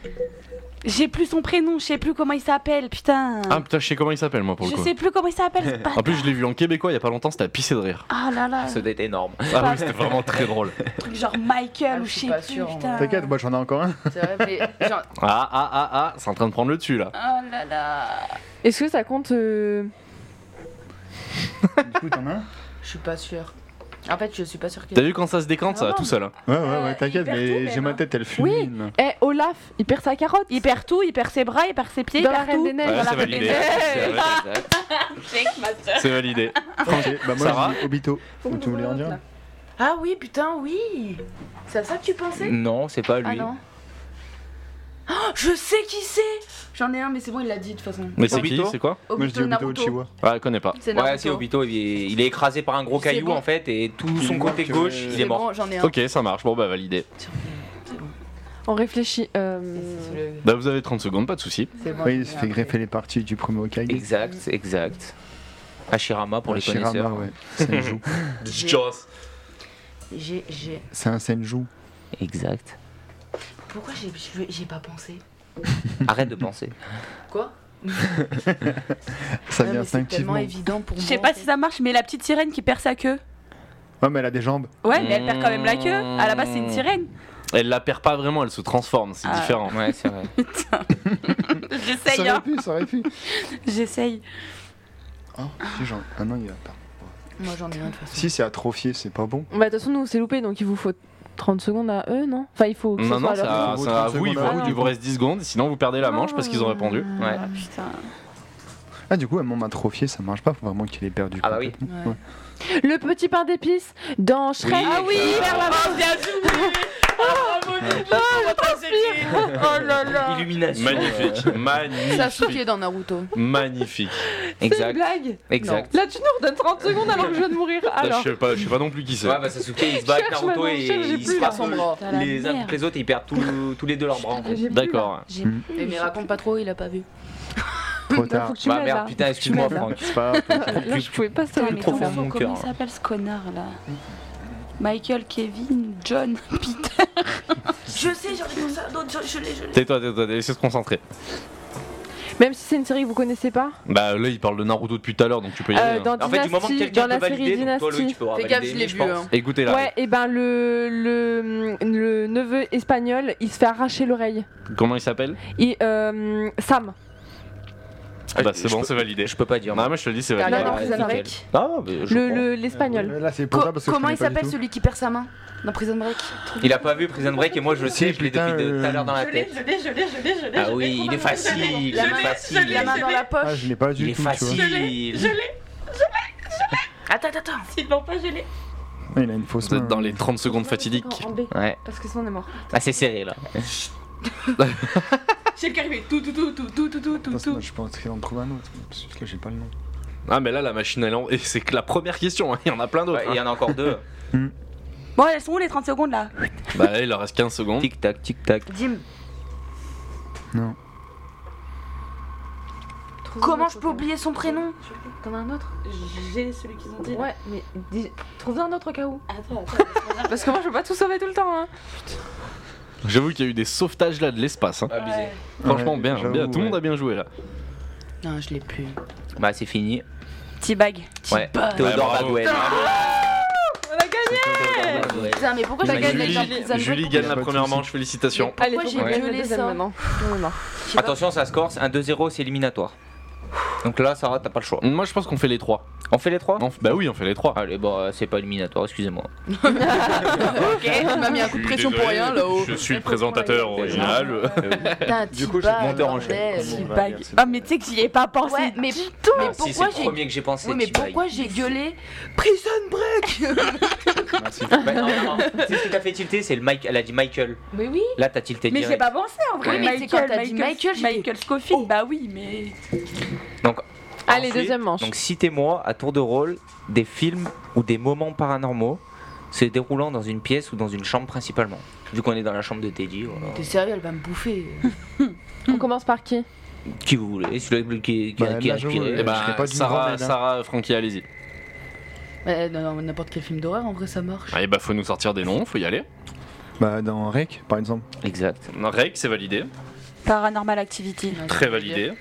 S5: J'ai plus son prénom, je sais plus comment il s'appelle, putain.
S2: Ah putain, je sais comment il s'appelle moi pour le
S5: je
S2: coup.
S5: sais plus comment il s'appelle. ce bâtard.
S2: En plus, je l'ai vu en québécois il y a pas longtemps, c'était à pisser de rire.
S5: Ah là là,
S4: Ça doit être énorme.
S2: Ah oui, c'était vraiment très drôle.
S5: un truc genre Michael
S6: Ah,
S5: ou
S6: je
S5: je
S6: suis
S5: sais
S6: pas
S5: plus,
S6: sûre, en
S5: putain.
S1: T'inquiète, moi j'en ai encore un.
S6: C'est vrai, mais genre,
S2: Ah ah ah ah, c'est en train de prendre le dessus là.
S5: Oh là là.
S8: Est-ce que ça compte euh,
S1: Du coup, t'en as un
S6: je suis pas sûre. En fait, je suis pas sûre
S2: T'as
S6: qu'il.
S2: vu quand ça se décante, ça va tout seul. hein.
S1: Ouais, ouais,
S5: Euh,
S1: ouais,
S5: il
S1: t'inquiète,
S5: perd tout,
S1: mais
S5: même,
S1: j'ai ma
S5: hein.
S1: tête, elle fulmine.
S8: Eh Olaf, il perd sa carotte.
S5: Il perd tout, il perd ses bras, il perd ses pieds,
S8: Dans
S5: il
S8: la
S5: perd
S8: Reine
S5: tout.
S8: des Neiges.
S2: Ouais,
S5: Dans la
S2: c'est
S5: Reine des
S2: validé.
S5: Neiges.
S2: C'est vrai, C'est validé.
S1: Ok, bah moi
S2: Sarah
S1: je dis Obito. Ou tu voulais en dire
S6: Ah oui, putain, oui. C'est à ça que tu pensais
S4: Non, c'est pas
S6: Ah
S4: lui.
S6: non. Oh, je sais qui c'est. J'en ai un, mais c'est bon, il l'a dit de toute façon.
S2: Mais c'est qui
S1: Obito
S2: C'est quoi
S1: Moi je dis
S6: Obito
S1: Obito
S6: Naruto.
S1: Uchiwa.
S2: Ah, je connais pas.
S6: C'est Naruto.
S4: Ouais, c'est Obito, il est, il est écrasé par un gros
S6: C'est
S4: caillou
S6: bon.
S4: en fait, et tout
S1: Il
S4: son
S1: est
S4: côté
S1: mort que-
S4: gauche, il
S6: C'est
S4: est mort.
S6: bon, j'en ai un.
S2: Ok, ça marche. Bon, bah validé.
S8: On réfléchit. euh,
S6: C'est le-
S2: Bah, vous avez 30 secondes, pas de souci.
S6: c'est bon,
S1: Ouais, il
S6: j'en ai
S1: se
S6: un
S1: fait
S6: après.
S1: greffer les parties du premier Okage.
S4: Exact, exact. Hashirama pour les
S1: Shirama,
S4: connaisseurs.
S1: ouais. Senju.
S6: J'ai, j'ai.
S1: C'est un Senju.
S4: Exact.
S6: Pourquoi j'ai, j'ai j'ai pas pensé
S4: Arrête de penser.
S6: Quoi
S7: Ça
S6: Ouais,
S7: vient
S6: mais c'est tellement
S7: instinctivement.
S6: évident pour
S5: Je
S6: moi.
S5: sais pas si ça marche, mais la petite sirène qui perd sa queue.
S7: Ouais, mais elle a des jambes.
S5: Ouais, mais elle perd quand même la queue. À la base, c'est une sirène.
S2: Elle la perd pas vraiment, elle se transforme, c'est
S5: Ah.
S2: différent.
S4: Ouais, c'est vrai.
S7: Ça
S5: J'essaye,
S7: aurait
S5: hein.
S7: pu, ça aurait pu.
S5: J'essaye.
S7: Oh, si, j'en- Ah non, il y a pas.
S6: Moi j'en ai un de toute façon.
S7: Si, c'est atrophié, c'est pas bon.
S8: Bah, de toute façon, nous, c'est loupé, donc il vous faut 30 secondes à eux, non Enfin, il faut. Que ce
S2: Non,
S8: soit
S2: non,
S8: à leur
S2: ça,
S8: tour.
S7: tour.
S2: ça- vous, il
S7: Trente
S2: vous,
S8: secondes à
S2: il
S8: vous.
S2: vous reste 10 secondes, sinon vous perdez la manche parce qu'ils ont répondu.
S4: Ouais.
S5: Ah, putain.
S7: Ah, du coup, elle m'a atrophié, ça marche pas, faut vraiment qu'il ait perdu.
S4: Ah bah oui.
S7: complètement.
S6: Ouais.
S8: Le petit pain d'épices dans Shrek.
S5: Ah oui, il perd la manche, bien joué. Ah, bravo, Oh là là.
S4: Illumination.
S2: Magnifique,
S6: Sasuke
S2: magnifique,
S6: dans Naruto.
S2: magnifique.
S8: C'est une
S4: Exact,
S8: blague.
S4: exact.
S8: Là, tu nous redonnes 30 secondes alors que je viens de mourir.
S2: Là,
S8: Alors.
S2: je sais pas, je sais pas non plus qui c'est.
S4: Ouais, bah Sasuke, il se bat avec
S8: Cherche
S4: Naruto
S8: maintenant,
S4: et
S8: cherche, j'ai
S4: il
S8: plus,
S4: se
S8: là.
S4: frappe
S6: Son bras.
S5: Putain, la
S4: les uns
S5: merde.
S4: contre les autres et ils perdent tous- tous les deux leurs bras. en gros.
S8: J'ai plus, là.
S2: D'accord.
S5: J'ai
S7: Hmm.
S6: Et mais raconte pas trop, il a pas vu.
S7: Trop
S8: Là, faut
S7: tard.
S8: que tu
S4: Bah
S8: m'aides, là.
S4: merde, putain,
S8: Faut que tu m'aides,
S4: excuse-moi,
S8: là.
S4: Franck.
S7: C'est pas grave.
S8: Là, je pouvais pas se
S5: Putain, Ah, mais
S4: trop
S5: comment-
S4: faire mon
S2: hein.
S5: Comment
S4: cœur.
S5: il s'appelle ce connard là Michael, Kevin, John, Peter.
S9: Je sais, j'en ai pensé à d'autres, je, je l'ai, je l'ai.
S2: Tais-toi, tais-toi, tais- laissez se concentrer.
S8: Même si c'est une série que vous connaissez pas.
S2: Bah là, il parle de Naruto depuis tout à l'heure, donc tu peux y
S8: Euh,
S2: aller. hein.
S8: dans
S4: En fait, du moment que
S8: Dynasty,
S4: quelqu'un
S8: dans
S4: peut
S8: la série
S4: valider, donc toi, Loïc,
S8: Dynasty.
S4: tu peux avoir
S6: Fais gaffe, je
S4: validé,
S6: l'ai
S4: je
S6: vu.
S4: pense.
S6: hein.
S2: Écoutez là,
S8: Ouais, et ben le, le, le neveu espagnol, il se fait arracher l'oreille.
S2: comment il s'appelle
S8: Et euh, Sam.
S2: Ah Bah c'est
S4: je
S2: bon,
S4: peux-
S2: c'est validé.
S4: Je peux pas dire.
S2: Non, mais je te le dis, c'est validé. bah,
S8: Ah,
S6: Là, dans
S8: ouais,
S6: Prison
S8: nickel.
S6: Break.
S4: Ah, mais je
S8: Le-
S4: prends.
S8: le- L'espagnol.
S7: Là, c'est pour
S6: Co-
S7: ça parce que je
S6: comment
S7: connais
S6: il
S7: pas du
S6: s'appelle
S7: tout.
S6: celui qui perd sa main dans Prison Break
S4: Il a pas vu Prison Break et moi je le sais, je l'ai
S7: putain,
S4: depuis de-
S7: euh,
S4: tout à l'heure dans la tête.
S9: Je l'ai, je l'ai, je l'ai, je l'ai.
S4: Ah oui, il est facile, il est
S9: l'ai,
S4: facile.
S6: La main dans la
S7: Ah,
S6: poche.
S7: je l'ai pas du
S4: Il est
S7: tout, tu vois.
S4: facile.
S6: Attends, attends, attends.
S9: S'il ment pas, je l'ai.
S7: Ouais, Il a une fausse
S2: Vous
S7: main. hein.
S2: êtes dans les 30 secondes fatidiques.
S8: En B,
S4: Ouais,
S8: parce que sinon on est mort.
S4: ah, c'est serré là.
S9: J'ai le cœur qui fait tout, tout, tout, tout, tout, tout, tout, tout,
S7: Attends, c'est
S9: tout.
S7: moi, je peux en train d'en trouver un autre. parce que là, j'ai pas le nom.
S2: Ah mais là, la machine elle est en... Et c'est que la première question, hein, il y en a plein d'autres.
S4: Ouais, Il y
S2: hein.
S4: en a encore deux.
S5: Bon, elles sont où les 30 secondes là
S2: Bah là, il en reste 15 secondes.
S4: Tic tac, tic tac.
S6: Dim.
S7: Non.
S6: Comment je peux oublier son prénom
S8: T'en as un autre
S9: J'ai celui qu'ils ont dit. là.
S8: Ouais, mais dis- trouve un autre au cas où.
S9: Attends, attends.
S8: Parce que moi je peux pas tout sauver tout le temps. Hein.
S2: J'avoue qu'il y a eu des sauvetages là de l'espace. hein.
S4: Abusé.
S2: Franchement,
S7: Ouais,
S2: bien,
S7: j'avoue,
S2: bien. Tout le monde
S7: ouais.
S2: a bien joué là.
S6: Non, je l'ai plus.
S4: Bah, c'est fini.
S5: Petit bag.
S4: Ouais, Théodore
S2: Ouais, bravo.
S4: Bagouel.
S8: On a gagné
S4: Théodore Bagouel.
S6: Putain, mais pourquoi
S4: T'as
S6: j'ai
S4: gagné,
S6: gagné dans
S2: Julie,
S6: Prison Break
S2: Julie
S7: y
S2: gagne
S7: a
S2: la
S7: pas de
S2: première
S7: souci.
S2: manche, félicitations.
S6: Pourquoi
S8: faut
S6: j'ai
S8: qu'on gagne
S6: violé
S8: le deuxième
S6: ça
S8: maintenant. On est mort.
S6: Je sais pas.
S4: Attention, ça score, c'est un 2-0, c'est éliminatoire. Donc là, Sarah, t'as pas le choix.
S2: Moi, je pense qu'on fait les trois.
S4: On fait les trois
S2: On f- Bah oui, on fait les trois.
S4: Allez, bon, euh, c'est pas éliminatoire, excusez-moi.
S6: Ok, tu m'as mis un coup de pression pour rien là-haut.
S2: suis présentateur
S4: original.
S6: Putain,
S7: Du coup, je suis
S6: Tiba,
S7: monteur en
S6: bordel.
S7: chef.
S5: Petit
S7: bah,
S5: bag.
S7: regarde, c'est
S5: Ah, mais tu sais que j'y ai pas pensé.
S6: Ouais, mais
S4: Même
S6: putain,
S4: Ah, si c'est
S6: pourquoi
S4: le
S6: j'ai.
S4: premier que j'ai pensé.
S6: Oui, mais
S4: Tibaï.
S6: pourquoi j'ai gueulé Prison Break
S4: Bah, non, non, non. C'est ce qui t'a fait tilter, c'est le Mike. Elle a dit Michael.
S6: Mais oui
S4: Là, t'as tilté
S5: Mais j'ai
S4: direct.
S5: pas pensé en vrai.
S6: Oui, mais c'est quand t'as dit Michael, Oh. j'ai dit-
S5: Michael Scofield, bah oui, mais.
S4: Donc,
S8: Allez,
S4: ensuite,
S8: deuxième manche.
S4: Donc, citez-moi à tour de rôle des films ou des moments paranormaux se déroulant dans une pièce ou dans une chambre principalement. Vu qu'on est dans la chambre de Teddy, voilà.
S6: T'es sérieux, elle va me bouffer.
S8: On commence par qui
S4: qui vous voulez, celui qui, qui, qui
S7: Bah,
S4: a Eh ben,
S7: là, je
S4: inspiré.
S7: vois,
S2: Et
S7: Euh, je serais
S2: bah,
S7: pas d'une grande
S2: Sarah,
S7: aide, hein.
S2: Sarah, Francky, allez-y.
S6: Ouais, non, non, n'importe quel film d'horreur, en vrai, ça marche.
S2: Et bah, faut nous sortir des noms, faut y aller.
S7: Bah, dans Rec, par exemple.
S4: Exact.
S2: Rec, c'est validé.
S5: Paranormal Activity.
S2: Très validé.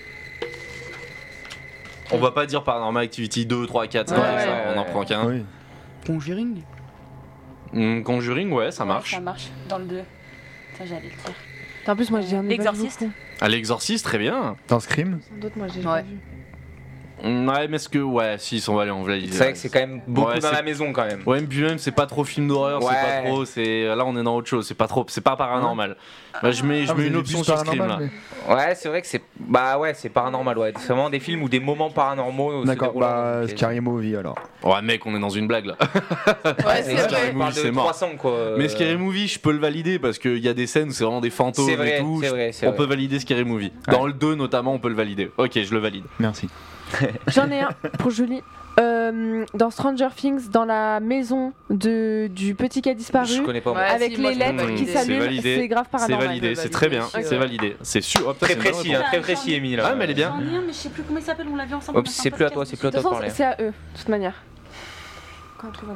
S2: On va pas dire Paranormal Activity 2, 3, 4,
S6: Ouais,
S2: ça,
S6: ouais,
S2: ça, on en
S4: ouais.
S2: prend qu'un.
S7: Oui.
S6: Conjuring
S2: Hum, Conjuring, ouais, ça
S5: Ouais,
S2: marche.
S5: Ça marche, dans le 2. Ça, j'allais le dire.
S8: En plus, moi j'ai un
S5: L'Exorciste.
S2: À l'exorciste, très bien.
S7: Dans Scream.
S8: D'autres, moi j'ai
S6: Ouais.
S8: pas vu.
S2: Hum, Ouais, mais est-ce que. Ouais, si, on va aller en validé.
S4: C'est vrai que c'est quand même beaucoup
S2: Ouais,
S4: dans
S2: c'est-
S4: la maison quand même.
S2: Ouais, mais puis même, c'est pas trop film d'horreur, c'est
S4: Ouais.
S2: pas trop. C'est... Là, on est dans autre chose, c'est pas trop, c'est pas paranormal. Bah, je mets, je
S7: Ah, vous
S2: mets une
S7: avez des
S2: option
S7: bus
S2: sur Scream là.
S7: paranormales,
S4: Ouais, c'est vrai que c'est bah ouais, c'est paranormal ouais. C'est vraiment des films ou des moments paranormaux.
S7: mais-
S4: se
S7: D'accord,
S4: déroulant dans
S7: bah,
S4: une pièce.
S7: Scary Movie alors.
S2: Ouais, mec, on est dans une blague là.
S6: Ouais,
S4: C'est
S6: c'est
S4: vrai,
S6: vrai.
S4: on parle de
S2: C'est mort.
S4: 300 quoi.
S2: Mais Scary Movie, je peux le valider parce qu'il y a des scènes où c'est vraiment des fantômes
S4: Euh, C'est vrai,
S2: et tout.
S4: c'est
S2: je-
S4: vrai, c'est
S2: On
S4: vrai.
S2: peut valider Scary Movie. Dans le 2 notamment, on peut le valider. Ok, je le valide.
S7: Merci.
S8: J'en ai un pour Julie. Euh, dans Stranger Things, dans la maison de, du petit qui a
S4: Je
S8: disparu,
S4: connais pas. moi.
S6: Ouais. Ah,
S8: avec
S6: si, moi,
S8: les
S6: je peux
S8: lettres
S6: valider.
S8: qui
S6: C'est
S8: s'allument,
S2: validé,
S8: c'est grave
S2: C'est
S8: paranormal.
S2: validé,
S6: je le
S2: c'est
S6: valide
S2: très bien,
S6: aussi,
S2: c'est
S6: ouais.
S2: validé. C'est sûr. Oh, putain,
S4: Très
S2: c'est une bonne
S4: précis, hein,
S2: réponse.
S4: très précis, Émile.
S2: Ah, mais elle est bien.
S5: J'en ai un, mais je sais plus comment il s'appelle, on l'a vu ensemble.
S4: Oh,
S5: on a fait un
S4: c'est plus à toi,
S5: podcast
S4: c'est plus à
S8: De
S4: toi
S8: toute
S4: de
S8: façon,
S4: parler.
S8: c'est à eux, de toute manière. Quand on trouve un-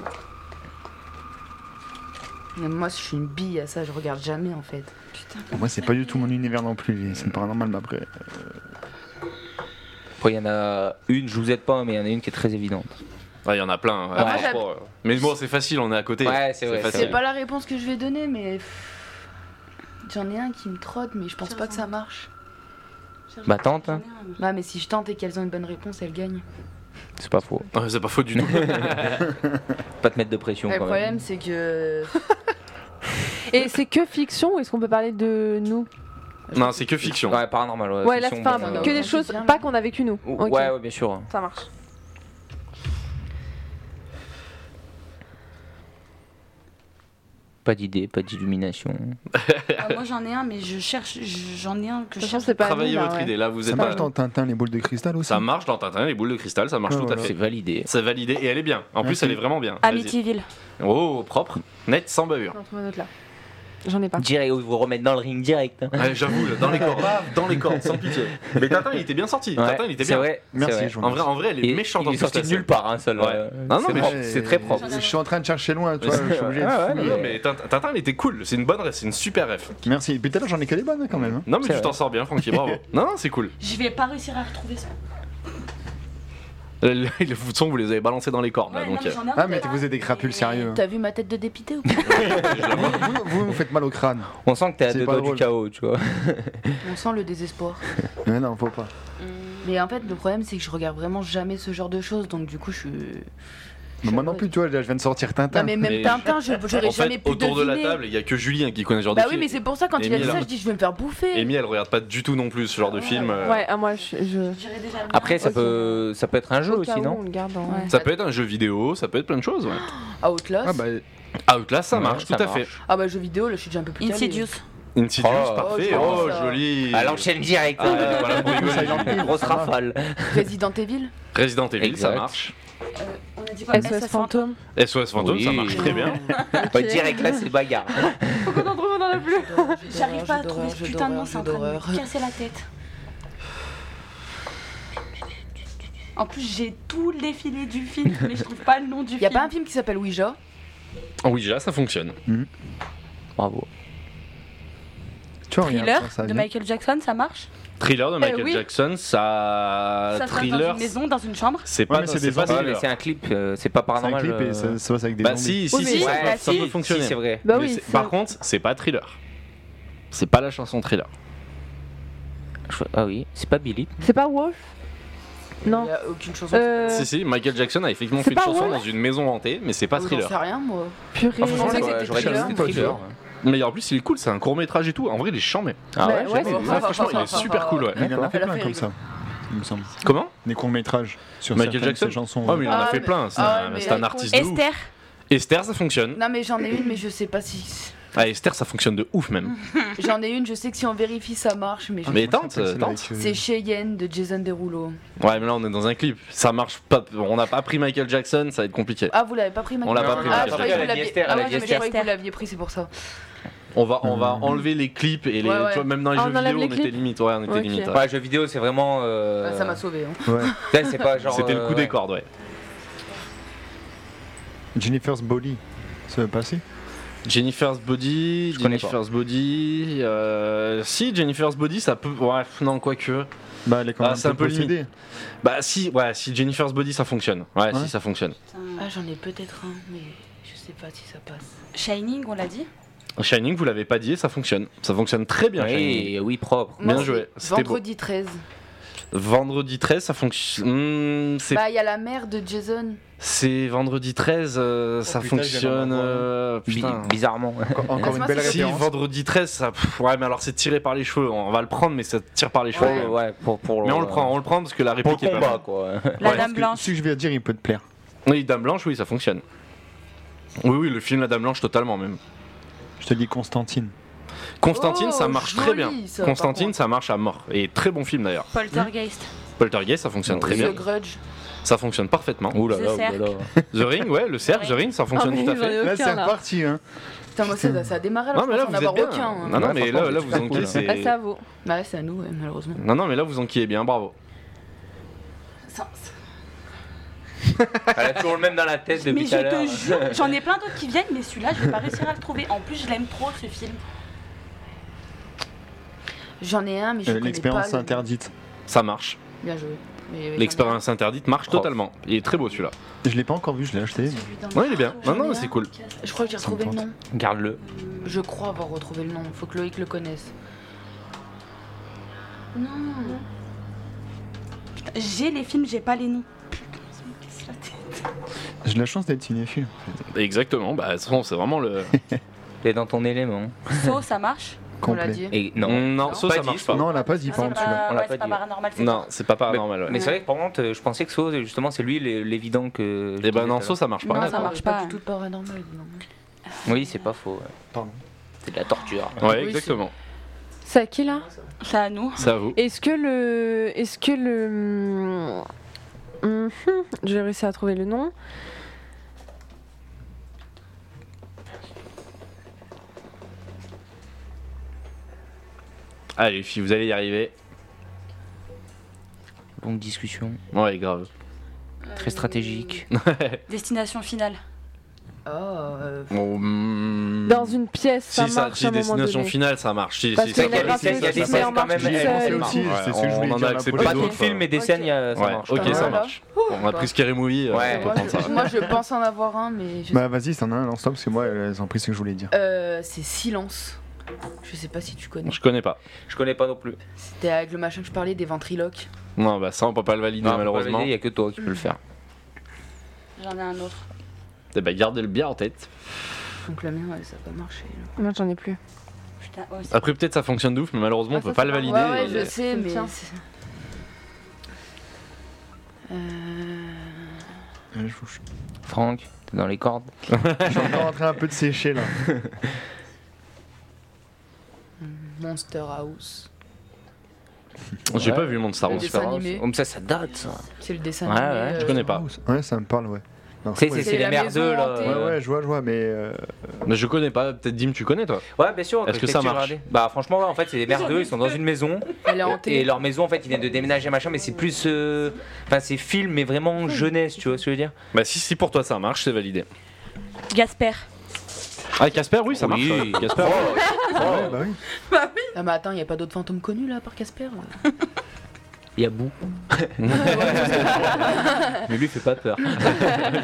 S6: Mais Moi, je suis une bille à ça, je regarde jamais en fait.
S5: dessus. Putain,
S7: Moi, c'est pas du tout mon univers non plus, c'est paranormal, mais après. euh,
S4: Après, il y en a une, je vous aide pas, mais il y en a une qui est très évidente.
S2: Ouais, il y en a plein. hein. ouais,
S4: Ouais.
S2: franchement, ouais. Mais bon, c'est facile, on est à côté.
S4: Ouais, c'est vrai,
S6: C'est
S2: facile.
S6: pas la réponse que je vais donner, mais. pff, J'en ai un qui me trotte, mais je pense pas que ça marche.
S4: Bah, tente, hein.
S6: Ouais, mais si je tente et qu'elles ont une bonne réponse, elles gagnent.
S4: C'est pas faux.
S2: Ouais, c'est pas faux du tout.
S4: Pas te mettre de pression
S6: Ouais, Bah, le
S4: quand
S6: problème,
S4: même.
S6: c'est que.
S8: Et c'est que fiction ou est-ce qu'on peut parler de nous
S2: non, c'est que fiction.
S4: Ouais, paranormal. Ouais,
S8: Ouais, là, c'est
S4: Bah, fiction,
S8: pas
S4: bon,
S6: bon,
S8: que
S6: euh,
S8: des choses,
S6: c'est bien,
S8: pas
S6: mais-
S8: qu'on a vécu nous.
S4: Ou-
S8: Ok.
S4: Ouais, ouais, bien sûr. hein.
S8: Ça marche.
S4: Pas d'idée, pas d'illumination.
S5: Ah, moi j'en ai un, mais je cherche, j'en ai un que je
S8: De toute façon,
S5: cherche.
S8: c'est pas
S2: Travaillez
S8: nous, là,
S2: votre
S8: ouais.
S2: idée. Là, vous
S1: Ça
S2: êtes
S1: marche
S2: pas-
S1: dans Tintin, les boules de cristal aussi.
S2: Ça marche dans Tintin, les boules de cristal, ça marche
S1: Ouais,
S2: tout
S1: voilà.
S2: à
S4: C'est
S2: fait.
S4: validé.
S2: C'est validé et elle est bien. En plus,
S1: Merci.
S2: elle est vraiment bien. Vas-y.
S5: Amityville.
S2: Oh, propre, net, sans bavure.
S8: Non, trouve un autre, là. J'en ai pas.
S4: Direct, vous remettre dans le ring direct. hein.
S2: Ouais, J'avoue, là, dans les cordes, dans les cordes, sans pitié. Mais Tintin, il était bien sorti. Tintin, il était
S4: c'est
S2: bien.
S4: vrai.
S1: Merci,
S4: c'est vrai.
S1: je vous
S2: En vrai,
S1: remercie.
S2: en vrai, elle est
S4: Et-
S2: méchante
S4: Il est
S2: dans toute
S4: sorti
S2: la
S4: de nulle
S2: scène.
S4: part, hein, celle-là.
S2: Ouais. Ah non,
S4: c'est
S2: mais
S4: propre,
S1: Ouais,
S4: c'est très propre.
S1: Je suis en train de chercher loin, tu vois,
S4: Ouais,
S1: je suis obligé.
S4: ouais,
S2: Non, mais Tintin, Tintin, il était cool. C'est une bonne ref, c'est une super ref.
S1: Merci. Puis tout à l'heure, j'en ai que des bonnes quand même. hein.
S2: Non, mais
S4: C'est
S2: tu t'en sors bien, Francky, bravo. Non, non, c'est cool.
S5: Je vais pas réussir à retrouver ça.
S2: Euh, là, Les foutons, vous les avez balancés dans les cordes,
S4: bah,
S2: là,
S5: Ouais, non,
S2: donc. euh,
S5: mais j'en ai un
S1: Ah,
S5: tout
S1: mais
S5: à l'heure.
S1: vous êtes des crapules sérieux.
S6: T'as vu ma tête de dépité ou pas
S2: Ah
S1: Vous, vous- vous me faites mal au crâne.
S4: On sent que t'es à
S1: C'est
S4: deux
S1: pas
S4: doigts
S1: drôle.
S4: du chaos, tu vois.
S6: On sent le désespoir.
S1: Mais non, faut pas.
S6: Mais en fait, le problème, c'est que je regarde vraiment jamais ce genre de choses, donc du coup, je suis.
S1: Mais moi non plus, tu vois, là, je viens de sortir Tintin.
S6: Non, mais
S2: Mais
S6: même Tintin, je-
S2: euh,
S6: j'aurais
S2: en
S6: jamais
S2: fait,
S6: pu
S2: autour de la
S6: deviner.
S2: table, il y a que Julien qui connaît ce genre
S6: Bah
S2: de
S6: oui, mais
S2: film.
S6: c'est pour ça, quand il a
S2: Émile,
S6: dit
S2: là.
S6: ça, je dis, je vais me faire bouffer.
S2: Amy, elle regarde pas du tout non plus ce genre de film. euh,
S8: Ouais, ah, moi je. je-
S5: J'irai déjà bien.
S4: Après, ça
S8: Ok.
S4: peut, ça peut être un jeu
S8: Au cas
S4: aussi,
S8: où,
S4: non
S8: on le garde en-
S6: Ouais.
S2: Ça peut être un jeu vidéo, ça peut être plein de choses. Ouais.
S6: Ah, Outlast.
S1: Ah, bah,
S2: Outlast, ça
S4: Ouais,
S2: marche,
S4: ça
S2: tout à
S4: marche.
S2: fait.
S6: Ah bah jeu vidéo, là je suis déjà un peu plus calée.
S5: Insidious.
S2: Insidious,
S4: Oh,
S2: parfait.
S6: oh,
S2: Oh,
S6: joli, ça.
S2: joli.
S4: À l'enchaîne Bah, direct. hein.
S2: Ah, ouais, voilà, pour rigoler.
S4: Grosse rafale.
S6: Resident Evil.
S2: Resident Evil, ça
S4: Exact.
S2: marche.
S5: On a dit quoi
S8: SOS Fantôme.
S2: SOS Fantôme,
S4: Oui.
S2: ça marche très bien.
S4: Ouais, direct, là, c'est bagarre.
S8: Faut qu'on en trouve, on en a plus.
S5: J'arrive pas à trouver ce putain de nom, c'est en train de me casser la tête. En plus, j'ai tout le défilé du film, mais je trouve pas le nom du
S6: Y a
S5: film.
S6: pas un film qui s'appelle Ouija
S2: Oui, là, ça fonctionne.
S4: Bravo.
S1: tu vois, regarde,
S5: thriller
S1: ça, ça
S5: de
S1: vient.
S5: Michael Jackson, ça marche
S2: Thriller de Michael
S5: oui.
S2: Jackson, ça.
S5: Ça se passe dans
S2: Ah, thriller.
S5: une maison, dans une chambre.
S2: C'est
S1: Ouais,
S2: pas,
S1: mais c'est
S2: c'est
S1: des
S2: pas
S1: zombies.
S4: Ouais, mais
S2: thriller.
S4: c'est un clip, euh, c'est pas
S1: C'est un
S4: paranormal.
S1: clip et
S4: euh,
S1: ça ça se passe avec des
S2: Bah,
S1: zombies.
S2: si, si,
S8: Oui,
S2: si,
S8: mais-
S2: ça,
S4: Ouais,
S2: peut- ça peut
S4: si,
S2: fonctionner.
S4: si, c'est vrai.
S8: Bah
S2: Mais
S8: oui,
S2: c'est-
S8: c'est-
S2: Par contre, c'est pas thriller. C'est pas la chanson thriller.
S4: Je- Ah oui, c'est pas Billy.
S8: c'est pas Wolf
S6: Il
S8: Non.
S6: y a aucune chose.
S8: Euh,
S2: Si, si, Michael Jackson a effectivement fait
S8: c'est
S2: une
S8: pas
S2: chanson
S8: Wolf
S2: dans une maison hantée, mais c'est pas
S6: Oh,
S2: thriller.
S6: J'en sais rien moi.
S8: purée.
S4: Ah, franchement,
S6: pensais que
S4: j'aurais-
S6: c'était
S4: j'aurais dit que
S6: thriller,
S4: c'était
S6: moi, tu
S4: thriller.
S6: vois.
S2: Mais en plus, il est cool, c'est un court métrage et tout. En vrai, il est chambé.
S4: Ah
S8: Bah,
S4: ouais,
S8: ouais,
S4: j'avoue.
S6: c'est-
S2: Ouais, franchement, il est super cool, ouais.
S1: Mais Il y en a fait
S6: Elle a
S1: plein
S6: fait
S1: comme
S6: rigoler.
S1: ça, il me semble.
S2: Comment
S1: Des courts-métrages sur
S2: Michael
S1: certaines de
S2: Jackson
S1: ses chansons.
S2: Oh, mais il en a
S6: Ah,
S2: fait
S6: mais-
S2: plein, c'est
S6: ah,
S2: un,
S6: mais-
S2: c'est un artiste de ouf.
S5: Esther,
S2: Esther, ça fonctionne.
S6: Non mais j'en ai une mais je sais pas si
S2: Ah, Esther, ça fonctionne de ouf même.
S6: j'en ai une, je sais que si on vérifie ça marche mais je-
S2: Mais
S1: Comment
S2: tente,
S1: ça s'appelle,
S2: tente.
S1: celle avec, euh,
S6: c'est Cheyenne de Jason Derulo.
S2: Ouais, mais là, on est dans un clip. Ça marche pas. On n'a pas pris Michael Jackson, ça va être compliqué.
S6: Ah vous l'avez pas pris Michael
S2: On l'a pas
S6: Jackson
S2: pris,
S6: Ah,
S2: Michael
S6: je croyais
S4: Jackson.
S6: que vous l'aviez-
S4: Elle a
S6: Ah
S4: dit
S6: ouais, non, mais je
S4: Esther.
S6: croyais que vous l'aviez pris, c'est pour ça.
S2: On va, on
S7: Euh,
S2: va enlever les clips et les.
S6: Ouais, ouais.
S2: tu vois, même dans les
S8: Ah,
S2: jeux
S8: on enlève
S2: vidéo,
S8: les
S2: on
S8: clips
S2: était limite. Ouais, on était
S8: Ok.
S2: limite. ouais.
S4: Ouais, jeu vidéo, c'est vraiment. euh,
S6: Ah, Ça m'a sauvé. hein.
S1: Ouais.
S4: Là, c'est pas genre.
S2: C'était le
S4: euh,
S2: coup
S4: ouais.
S2: des cordes, ouais.
S1: Jennifer's Body. Ça va passer
S2: Jennifer's Body,
S4: Je connais pas.
S2: Jennifer's Body. euh, Si, Jennifer's Body, ça peut. Ouais, non, quoique.
S1: Bah, elle est quand
S2: Ah,
S1: même
S2: c'est un peu
S1: possédée.
S2: Bah, si, ouais, si Jennifer's Body, ça fonctionne. Ouais,
S1: Ouais.
S2: si, ça fonctionne.
S6: Ah j'en ai peut-être un mais je sais pas si ça passe.
S5: Shining, on l'a dit.
S2: Shining, vous l'avez pas dit, ça fonctionne. Ça fonctionne très bien, Shining.
S4: Oui, oui, propre.
S2: Bien
S6: Moi,
S2: joué,
S6: c'est
S2: c'était beau.
S6: Vendredi 13.
S2: Vendredi 13, ça fonctionne. Hmm, c'est
S6: Bah il y a la mère de Jason.
S2: C'est vendredi 13, euh, ça
S7: Oh, putain, je viens d'en
S2: fonctionne.
S7: avoir un.
S2: euh,
S4: Bi-
S2: putain.
S4: bizarrement.
S1: Encore, encore
S6: Ah,
S1: une
S6: c'est
S1: belle
S6: moi, c'est-
S2: Si
S1: référence.
S2: vendredi 13, ça. pff, ouais, mais alors c'est tiré par les cheveux. On va le prendre, mais ça tire par les cheveux.
S4: Ouais, ouais, pour, pour
S2: Mais on le prend, on le prend hein. parce que la
S4: Pour le
S2: réplique est pas
S4: combat,
S2: mal.
S4: quoi.
S5: La
S2: Ouais,
S5: Dame
S1: Ce que-
S5: Blanche.
S1: Ce que je vais dire, il peut te plaire.
S2: Oui, Dame Blanche, oui, ça fonctionne. Oui, oui, le film La Dame Blanche, totalement même.
S1: Je te dis Constantine.
S2: Constantine,
S6: Oh,
S2: ça marche
S6: joli,
S2: très bien.
S6: ça, par
S2: Constantine,
S6: contre.
S2: ça marche à mort. Et très bon film d'ailleurs.
S5: Poltergeist.
S2: Poltergeist, ça fonctionne très
S4: Oui.
S2: bien.
S6: The Grudge.
S2: Ça fonctionne parfaitement.
S4: Ouh là
S5: The
S4: là, ouh là
S5: Cercle.
S4: là.
S2: The Ring, ouais, le cercle, The Ring, ça
S8: Ah,
S2: fonctionne
S8: mais
S2: tout à
S8: j'en
S2: fait.
S8: ai
S1: Là, c'est
S8: aucun là.
S1: reparti. Hein.
S6: Putain, moi ça, ça a démarré alors
S2: Non,
S6: je
S2: mais là,
S6: pense en
S2: vous êtes
S6: avoir
S2: bien.
S6: aucun. hein.
S2: Non, non,
S4: Ouais,
S2: mais
S4: franchement,
S2: là, là,
S4: c'est
S2: vous
S4: très cool, hein.
S8: Bah,
S2: encaissez.
S8: ça vaut.
S6: Ouais, c'est à nous, ouais, malheureusement.
S2: Non, non, mais là, vous enquillez bien, bravo.
S4: Elle a toujours le même dans la tête
S5: Mais
S4: depuis
S5: je
S4: tout à l'heure.
S5: te jure, j'en ai plein d'autres qui viennent, mais celui-là, je vais pas réussir à le trouver. En plus, je l'aime trop ce film.
S6: J'en ai un, mais je
S1: Euh,
S6: connais pas.
S7: Euh,
S1: L'expérience
S6: le nom.
S1: interdite.
S2: Ça marche.
S6: Bien joué. mais avec un-
S2: L'expérience interdite marche
S4: Oh.
S2: totalement. Il est très beau celui-là.
S7: Je l'ai pas encore vu, je l'ai acheté.
S2: Ouais, il est bien. Non, non,
S6: J'en ai
S2: c'est
S6: un.
S2: cool.
S6: Je crois que j'ai
S7: Ça me
S6: retrouvé le nom.
S4: Garde-le.
S6: Je crois avoir retrouvé le nom. Faut que Loïc le connaisse.
S5: Non. J'ai les films, j'ai pas les noms. Putain, ça me casse la tête.
S7: J'ai de la chance d'être cinéphile.
S2: Exactement. Bah, de toute façon, c'est vraiment le.
S4: T'es dans ton élément.
S5: So, ça marche
S6: On l'a
S7: Complet.
S6: dit.
S4: Et non.
S2: Non,
S6: Non,
S2: ça,
S4: pas
S2: ça
S4: dit,
S2: marche
S4: je
S2: pas.
S7: Non, on l'a pas dit,
S5: Ah,
S7: par
S5: c'est
S7: contre, celui-là.
S5: pas,
S4: On l'a
S5: ouais,
S4: pas
S5: c'est pas
S4: dit.
S5: paranormal, c'est
S2: Non, c'est pas paranormal. ouais.
S4: Mais c'est vrai que par contre, euh, je pensais que So, justement, c'est lui l'é- l'évident que.
S2: Eh ben non, ça, ça marche pas.
S6: Ah,
S5: Non, ça marche pas.
S6: du tout paranormal. non.
S4: Oui, c'est pas faux. ouais.
S7: Pardon.
S4: C'est de la torture.
S2: Ouais,
S6: Oui,
S2: exactement.
S8: C'est à qui là
S5: C'est à nous.
S2: C'est à vous.
S8: Est-ce que le. Est-ce que le. Mhm, J'ai réussi à trouver le nom.
S2: Allez, filles, vous allez y arriver.
S4: Longue discussion,
S2: Ouais, grave.
S4: très stratégique.
S5: Destination finale.
S6: Ah, euh,
S2: Bon, mm,
S8: Dans une pièce, ça
S2: Oh, si
S8: marche
S2: si
S8: à un moment
S2: destination
S8: donné.
S2: finale, ça marche. Si,
S8: Parce
S2: si,
S8: que
S2: ça
S8: il y a
S2: marche.
S8: pas
S2: Si, ça,
S8: de
S2: ça
S8: films en
S2: marche.
S8: marche
S2: Ouais,
S8: tout seul.
S2: on
S7: aussi, c'est ce que je voulais
S2: en
S7: dire,
S2: a
S7: la
S2: accepté
S7: police.
S4: Pas
S7: Pas
S4: trop
S2: d'autres.
S4: de films et des
S6: Ok.
S4: scènes, il y a- ça
S2: Ouais,
S4: marche.
S2: ok,
S4: Pas
S2: ça
S4: mal.
S6: Voilà.
S2: marche. On a pris Scary Movie. euh,
S4: Ouais.
S2: on peut
S6: moi,
S2: prendre ça.
S6: je, moi, je pense en avoir un, mais je sais
S7: Bah vas-y, t'en as un, lance-toi, parce que moi, elles ont pris ce que je voulais dire.
S6: Euh, c'est Silence. Je sais pas si tu connais.
S2: Je connais pas.
S4: Je connais pas non plus.
S6: C'était avec le machin que je parlais des ventriloques.
S2: Non, bah ça, on peut pas le valider
S4: Non,
S2: malheureusement.
S4: Il y a que toi qui peux le faire.
S5: J'en ai un autre.
S2: Eh bah, gardez-le bien en tête.
S6: Donc la mienne, ouais, ça a pas marché. là.
S8: Moi j'en ai plus.
S5: Putain, oh, c'est-
S2: Après, peut-être ça fonctionne de ouf, mais malheureusement, on
S8: Ah,
S2: peut
S8: ça,
S2: pas
S8: c'est
S2: le valider.
S8: pas-
S2: euh,
S6: Ouais, ouais,
S2: et-
S6: je sais, mais.
S8: Tiens.
S6: c'est- Euh,
S7: Allez, je vous- je
S4: Franck, t'es dans les cordes.
S7: je suis encore en train un peu de sécher, là.
S6: Monster House.
S2: J'ai
S4: Ouais.
S2: pas vu Monster
S6: Le
S2: House.
S6: dessin animé.
S4: Comme Oh, ça, ça date ça.
S6: C'est le dessin
S4: Ouais,
S6: animé,
S4: ouais.
S6: euh,
S2: Je connais pas.
S7: Ouais, ça me parle, ouais. Non,
S4: Tu sais,
S7: ouais,
S4: c'est- c'est les
S6: la
S4: merdeux
S6: maison
S4: là.
S6: hantée.
S7: Ouais, ouais, je vois, je vois, mais... euh,
S2: Mais je connais pas. Peut-être Dim, tu connais toi
S4: Ouais, bien sûr.
S2: Est-ce
S4: je
S2: que
S4: t'ai
S2: ça
S4: fait
S2: marche
S4: regarder. Bah, franchement, ouais, en fait, c'est des merdeux. Ils sont dans une maison.
S6: Elle est hantée.
S4: Et leur maison, en fait, ils viennent de déménager, machin. Mais c'est plus. euh, Enfin, c'est film, mais vraiment jeunesse, tu vois ce que je veux dire
S2: Bah si, si pour toi ça marche, c'est validé.
S5: Gasper.
S2: Ah Casper, oui, ça marche.
S4: Oui.
S2: ouais. Casper. ouais.
S7: Ouais, bah oui.
S6: Ah, mais attends, y a pas d'autres fantômes connus là, par Casper
S4: Il y a Bou. mais lui, il fait pas peur.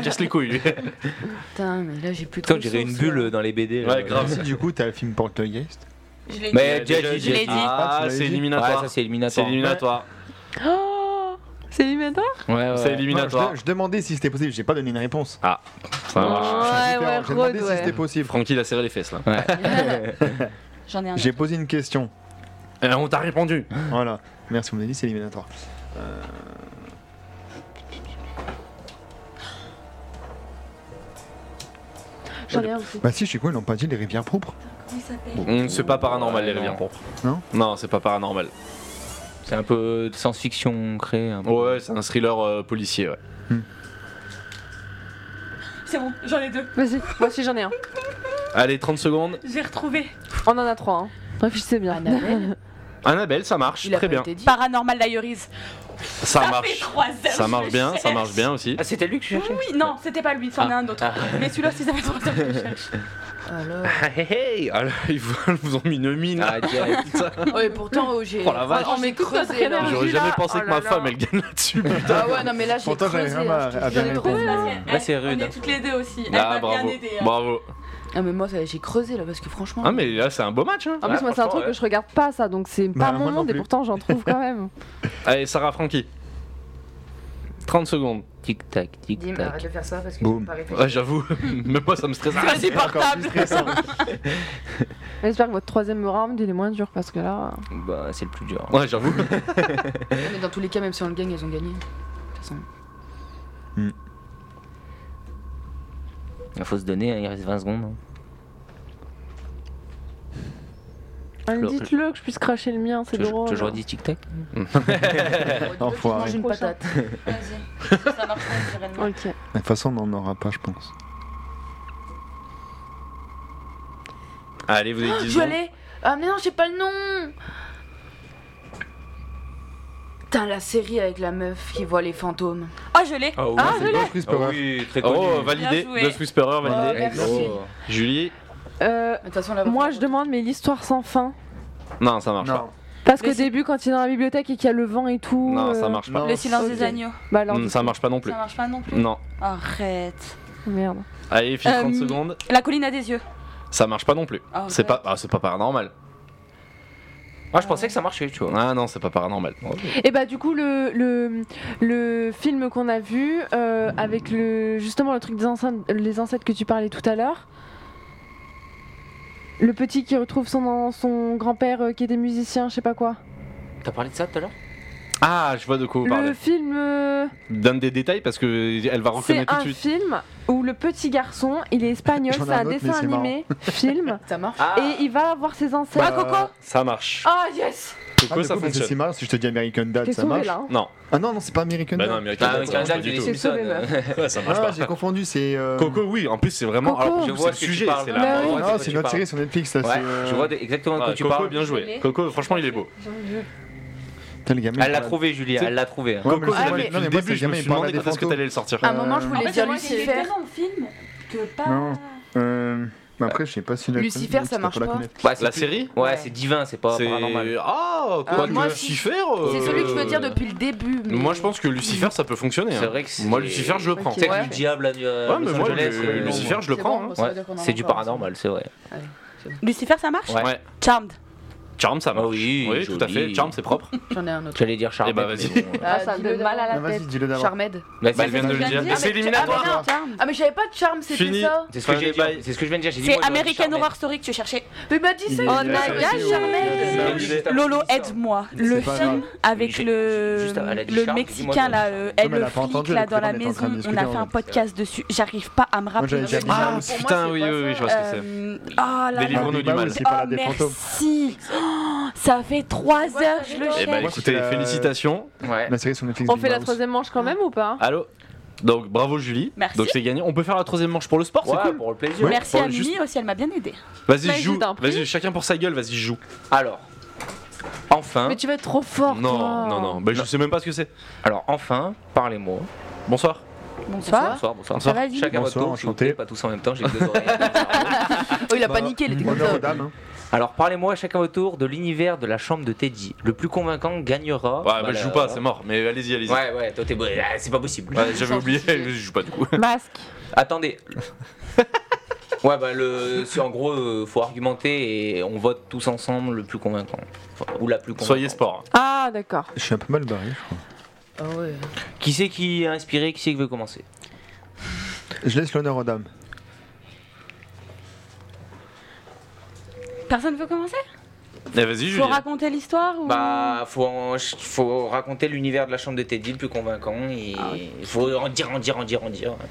S2: Casse les couilles. lui.
S6: Putain, mais là, j'ai plus
S4: Putain,
S6: trop.
S4: on
S6: de
S4: dirait une
S6: sources,
S4: bulle
S6: là.
S4: dans les euh. BD. là.
S2: Ouais, grave.
S7: Si, du coup, t'as le film Poltergeist.
S9: Je l'ai
S4: Mais
S2: Déjà,
S4: déjà,
S2: déjà,
S5: l'ai
S4: dit.
S5: dit.
S7: Ah, tu
S2: Ah,
S7: l'avais
S2: c'est
S7: dit.
S4: Ouais,
S2: éliminatoire.
S4: ça, c'est
S2: c'est
S4: éliminatoire.
S2: éliminatoire.
S8: Oh C'est Limeta
S4: Ouais, ouais.
S2: C'est
S7: Non, je,
S2: éliminatoire.
S7: je demandais si c'était possible, j'ai pas donné une réponse.
S2: Ça marche.
S8: Ouais,
S7: J'ai
S8: ouais, Rod,
S7: demandé si
S8: ouais.
S7: c'était possible.
S2: Francky, il a serré les fesses là.
S6: Ah,
S5: J'en ai un autre.
S7: J'ai posé une question.
S2: Euh, on t'a répondu.
S7: Voilà. Merci, vous m'avez dit, c'est éliminatoire.
S8: J'en ai un aussi.
S7: Bah si, je suis quoi, ils l'ont pas dit, les rivières propres.
S5: Comment il s'appelle
S2: Mm, C'est pas paranormal les
S4: Ouais,
S2: rivières
S4: non.
S2: propres.
S7: Non
S2: Non, c'est pas paranormal.
S4: C'est un peu de science-fiction créée. un peu.
S2: Ouais, c'est un thriller euh, policier. Ouais.
S5: C'est bon, j'en ai deux.
S8: Vas-y, moi aussi j'en ai un.
S2: Allez, 30 secondes.
S5: J'ai retrouvé.
S8: On en a trois. Hein. Réfléchissez bien.
S6: Annabelle,
S2: Annabelle, ça marche.
S6: il a
S2: Très
S6: pas
S2: bien.
S6: été dit.
S5: Paranormal Diaries.
S2: Ça
S5: fait
S2: marche.
S5: 3 heures.
S2: Ça
S5: je
S2: marche
S5: le
S2: bien, ça
S5: cherche.
S2: marche bien aussi.
S4: Ah, c'était lui que je cherchais
S5: Oui, non, c'était pas lui, c'en est
S4: Ah.
S5: un autre.
S4: Ah.
S5: Mais celui-là, c'est ça fait 3 heures que je cherche.
S6: Alors.
S4: Ah, hey, hey.
S2: Ah là, ils vous, ils vous ont mis une mine.
S4: Ah, direct.
S6: Ouais, pourtant, oh, j'ai.
S2: Oh, la vache.
S6: On m'est creusé Ah, là.
S2: J'aurais jamais pensé
S8: Oh
S2: que
S8: là
S2: ma
S8: là.
S2: femme elle gagne là-dessus.
S6: Ah ouais, non, mais là, j'ai
S7: Pourtant, j'avais
S6: creusé.
S7: rien
S6: là,
S7: à-
S6: je te
S7: à bien
S6: jure.
S7: répondre.
S4: Là, c'est rude.
S5: eh, On est toutes les deux aussi. Elle
S2: Ah
S5: m'a
S2: bravo.
S5: bien aidé. hein.
S2: Bravo.
S6: Ah, mais moi, ça, j'ai creusé là, parce que franchement.
S2: Ah mais là c'est un beau match. Hein.
S8: En plus, moi, c'est un truc que je regarde pas, ça, donc c'est
S7: Bah,
S8: pas
S7: moi
S8: mon
S7: non
S8: monde, et
S7: plus.
S8: pourtant, j'en trouve quand même.
S2: Allez Sarah Francky. 30 secondes.
S4: Tic tac, tic
S6: Dim,
S4: tac.
S6: arrête de faire ça parce que
S7: Boum.
S6: j'ai pas réfléchi.
S2: Ouais j'avoue, même moi ça me stresse.
S5: Ah,
S7: C'est portable
S8: J'espère que votre troisième round, il est moins dur, parce que là.
S4: Bah, c'est le plus dur.
S2: Ouais j'avoue.
S6: Ouais, Mais dans tous les cas, même si on le gagne, elles ont gagné. De toute façon.
S4: Il faut se donner, hein, il reste 20 secondes. hein.
S8: Ah,
S4: Toujours-
S8: Dites-le que je puisse cracher le mien, c'est
S4: Toujours,
S8: drôle.
S4: toujours dit tic tac.
S7: Enfoiré.
S6: Mange une
S8: Prochain.
S6: patate.
S5: Vas-y. Ça marche pas, je dirais de moi.
S8: Ok.
S7: De toute façon, on n'en aura pas, je pense.
S2: Allez vous avez 10
S6: Je
S2: secondes.
S6: l'ai Ah mais non, j'ai pas le nom Putain, la série avec la meuf qui voit les fantômes.
S5: Oh, je l'ai.
S4: Ah,
S7: Ah, c'est Ghost Whisperer.
S4: oui, très
S2: Oh
S4: connu.
S2: validé,
S5: Bien joué.
S2: Ghost Whisperer validé.
S6: merci.
S4: Oh.
S2: Julie,
S8: Euh,
S6: De toute façon, là,
S8: moi, je demande, mais l'histoire sans fin.
S2: non ça marche pas.
S7: Non.
S8: Parce
S5: Mais
S8: qu'au
S5: c'est-
S8: début, quand il est dans la bibliothèque et qu'il y a le vent et tout.
S2: Non, ça
S8: euh,
S2: marche pas.
S7: non.
S5: Le silence
S8: ok.
S5: des agneaux.
S8: Bah alors.
S2: Mm, Ça marche pas non Oh, plus.
S5: Ça marche pas non plus.
S2: Non.
S5: Arrête.
S8: Merde.
S2: Allez, file 30
S5: Euh,
S2: secondes.
S5: La colline a des yeux.
S2: Ça marche pas non plus.
S5: Ah,
S2: C'est
S5: ouais.
S2: pas, ah, c'est pas paranormal.
S4: Moi, je pensais que ça marchait, tu vois.
S2: Ah non, c'est pas paranormal.
S8: Et bah du coup le, le, le film qu'on a vu euh, avec le justement le truc des enceintes, les ancêtres que tu parlais tout à l'heure. Le petit qui retrouve son, son grand-père euh, qui était musicien, je sais pas quoi.
S4: T'as parlé de ça tout à l'heure
S2: Ah, je vois de quoi vous
S8: Le
S2: parlez.
S8: film, euh,
S2: Donne des détails parce que elle va
S8: c'est
S2: reconnaître tout
S8: un
S2: de suite.
S8: film où le petit garçon, il est espagnol,
S7: J'en ai
S8: c'est
S7: un
S8: un,
S7: autre, mais
S8: dessin
S7: c'est marrant.
S8: animé, film,
S6: Ça marche
S4: Ah,
S8: et il va avoir ses ancêtres.
S7: Bah, Coco
S2: Ça marche.
S8: Ah yes
S2: Coco, ça
S7: C'est si
S2: fonctionne.
S7: marrant si je te dis American Dad,
S8: T'es
S7: ça
S8: sauvé
S7: marche.
S8: là. hein.
S2: Non.
S7: Ah non, non, c'est pas American
S2: Bah
S7: Dad.
S2: non, American
S4: Ah,
S2: Dad,
S4: avec
S2: ça
S4: un
S2: marche pas
S4: Zach
S2: du
S4: et les
S2: tout.
S8: C'est
S4: Simpsons.
S8: sauvé, meuf.
S2: Ouais, ça marche
S7: Ah,
S2: pas.
S7: j'ai confondu, c'est. euh,
S2: Coco, oui, en plus, c'est vraiment.
S8: Coco.
S2: Alors,
S8: Je
S2: c'est
S4: vois
S2: le
S4: de quoi tu
S2: sujet,
S4: parles.
S2: c'est
S8: Mais
S2: la.
S8: oui.
S2: on voit de
S7: Non,
S2: quoi
S7: Ah, c'est
S2: tu
S7: une autre
S2: parles.
S7: série sur Netflix, là.
S4: Ouais,
S7: c'est, euh,
S4: je vois de- exactement de
S2: Ah,
S4: quoi tu
S2: Coco,
S4: parles.
S2: bien joué. Coco, franchement, il est beau.
S7: Putain, le gamin,
S4: Elle l'a
S7: il parle-
S4: trouvé, Julie, elle l'a trouvé. hein.
S7: Ouais,
S2: Coco,
S7: mais le
S2: je
S7: gamin-
S2: l'avais depuis
S7: non, ah, mais
S2: le
S7: moi, c'est
S2: début, je
S7: gamin,
S2: me
S7: il
S2: suis
S7: parle à
S2: demandé
S7: des
S2: quand est-ce que
S7: fantômes.
S2: t'allais le sortir.
S6: À un moment,
S7: Euh,
S6: je
S5: En
S6: voulais
S5: fait,
S6: dire
S5: moi, il y a eu
S6: Lucifer.
S5: tellement de films que pas.
S7: Non. Euh, mais après, je sais pas si la
S6: Lucifer,
S7: connais, tu
S6: ça
S7: dois
S6: marche
S7: la
S6: pas.
S7: connaître.
S4: Ouais, c'est
S2: La
S4: plus-
S2: série
S4: Ouais, c'est divin, c'est pas
S2: C'est.
S4: paranormal.
S2: Ah,
S6: Ah,
S2: quoi
S6: moi,
S2: que
S6: si.
S2: Lucifer
S6: C'est
S2: euh,
S6: celui que je veux dire depuis le début. mais-
S2: Moi, je pense que Lucifer, ça peut fonctionner.
S4: C'est
S2: hein.
S4: vrai que c'est.
S2: Moi, Lucifer, je le prends.
S6: Ok.
S4: C'est
S6: Ouais.
S4: le diable à New
S2: Ouais, mais
S4: Los
S2: moi,
S4: Angeles,
S2: le-
S4: euh,
S2: Lucifer, je le
S6: C'est
S2: prends.
S6: bon,
S2: hein.
S6: ça veut
S4: ouais,
S6: dire qu'on en
S4: C'est du
S6: parle.
S4: paranormal, c'est vrai.
S5: Lucifer, ça marche
S4: Ouais.
S2: Ouais.
S5: Charmed.
S2: Charm, ça marche.
S4: Ah oui,
S2: oui tout à
S4: joli.
S2: fait. Charm, c'est propre.
S6: J'en ai un autre.
S4: J'allais dire Charles.
S2: Eh bah, vas-y.
S4: euh,
S6: Ah,
S8: Ah, ça me
S6: dis-le
S8: donne mal à
S7: Ah,
S8: la tête.
S7: Vas-y, dis-le d'abord.
S6: Charmed.
S2: Bah, elle vient de le dire.
S5: Ah,
S2: Et c'est
S5: mais-
S2: éliminatoire.
S5: Ah, mais non, Charmed.
S6: Ah, mais j'avais pas de charme, c'était
S2: Fini.
S6: ça.
S4: C'est ce que j'ai dit.
S2: Bye.
S4: C'est ce que je viens de dire. j'ai dit, moi,
S5: C'est
S4: j'aurais dit
S5: American
S4: Charmed.
S5: Horror Story que tu cherchais.
S6: Mais bah, dis ça.
S7: Il
S5: Oh
S7: est-
S5: my
S7: il est
S5: god,
S7: passé au-
S5: Charmed
S4: C'est juste après
S5: Lolo,
S4: Lucifer.
S5: aide-moi. Le
S7: pas
S5: film avec
S4: J'ai-
S5: le,
S4: juste, elle a dit
S5: le
S4: Charles, dis-moi
S5: Mexicain,
S4: qu'elle
S5: là,
S4: a dit
S5: euh,
S7: Charles.
S5: elle
S7: Mais
S5: le
S7: elle a pas
S5: flic,
S7: entendu,
S5: là,
S7: elle
S5: dans la
S7: était en
S5: maison.
S7: train de
S5: On
S7: discuter,
S5: a
S7: en
S5: fait un
S7: fait.
S5: podcast dessus. J'arrive pas à me rappeler.
S7: j'avais déjà dit
S2: Ah,
S7: Pour moi,
S6: c'est
S2: putain,
S6: pas
S2: oui,
S6: ça.
S2: oui, oui, je vois ce que c'est.
S5: Euh, Ah là
S2: Les
S5: là.
S2: livres non
S7: Bah oui,
S2: humaines.
S7: c'est pas
S5: Oh
S7: la des fantômes.
S5: merci. Oh, Ça fait 3 heures, je le
S9: Eh
S2: Eh
S5: cherche.
S2: bah,
S7: Moi,
S2: écoutez,
S7: c'était la-
S2: félicitations.
S4: Ouais.
S7: La série sur Netflix.
S8: On
S7: Big
S8: fait la
S7: Mouse.
S8: troisième manche quand même ou pas
S2: Allô Donc, bravo Julie.
S5: Merci.
S2: Donc, c'est gagné. On peut faire la troisième manche pour le sport, c'est
S4: Ouais,
S2: cool.
S4: pour le plaisir.
S5: Merci
S2: Bon,
S5: à
S2: juste-
S5: Mimi aussi, elle m'a bien aidé.
S2: Vas-y,
S8: Vas-y,
S2: joue.
S8: Bah, t'en prie.
S2: Vas-y, chacun pour sa gueule, vas-y, joue.
S4: Alors, enfin,
S8: Mais tu vas être trop fort.
S2: hein. Non,
S8: toi.
S2: non, non. Bah, je sais même pas ce que c'est.
S4: alors enfin, parlez-moi.
S2: Bonsoir.
S5: Bonsoir.
S4: Bonsoir, bonsoir.
S5: Ça va, Julie
S4: Chacun votre
S7: Bonsoir,
S4: tour, s'il vous
S7: enchanté.
S4: plaît, pas tous en même temps, j'ai que deux oreilles.
S6: Oh,
S2: Bah,
S6: il a paniqué, il était comme
S7: Honneur
S6: ça.
S7: aux dames. hein.
S4: Alors parlez-moi chacun votre tour de l'univers de la chambre de Teddy. Le plus convaincant gagnera.
S2: Ouais, bah, je joue pas, c'est mort. Mais allez-y, allez-y.
S4: Ouais, ouais, toi t'es bon. Ah, C'est pas possible.
S2: Ouais, J'avais oublié, je joue pas du coup.
S8: Masque.
S4: Attendez. ouais, bah le, c'est en gros, euh, faut argumenter et on vote tous ensemble le plus convaincant Enfin, ou la plus convaincante.
S2: Soyez sport. hein.
S8: Ah d'accord.
S7: Je suis un peu mal barré, je crois.
S6: Ah ouais.
S4: Qui c'est qui est inspiré Qui c'est qui veut commencer
S7: Je laisse l'honneur aux dames.
S5: Personne veut commencer
S2: Eh, vas-y, Julie.
S5: Faut raconter l'histoire ou...
S4: Bah, faut, en- faut raconter l'univers de la chambre de Teddy le plus convaincant et faut en dire, en dire, en dire, en dire. hein.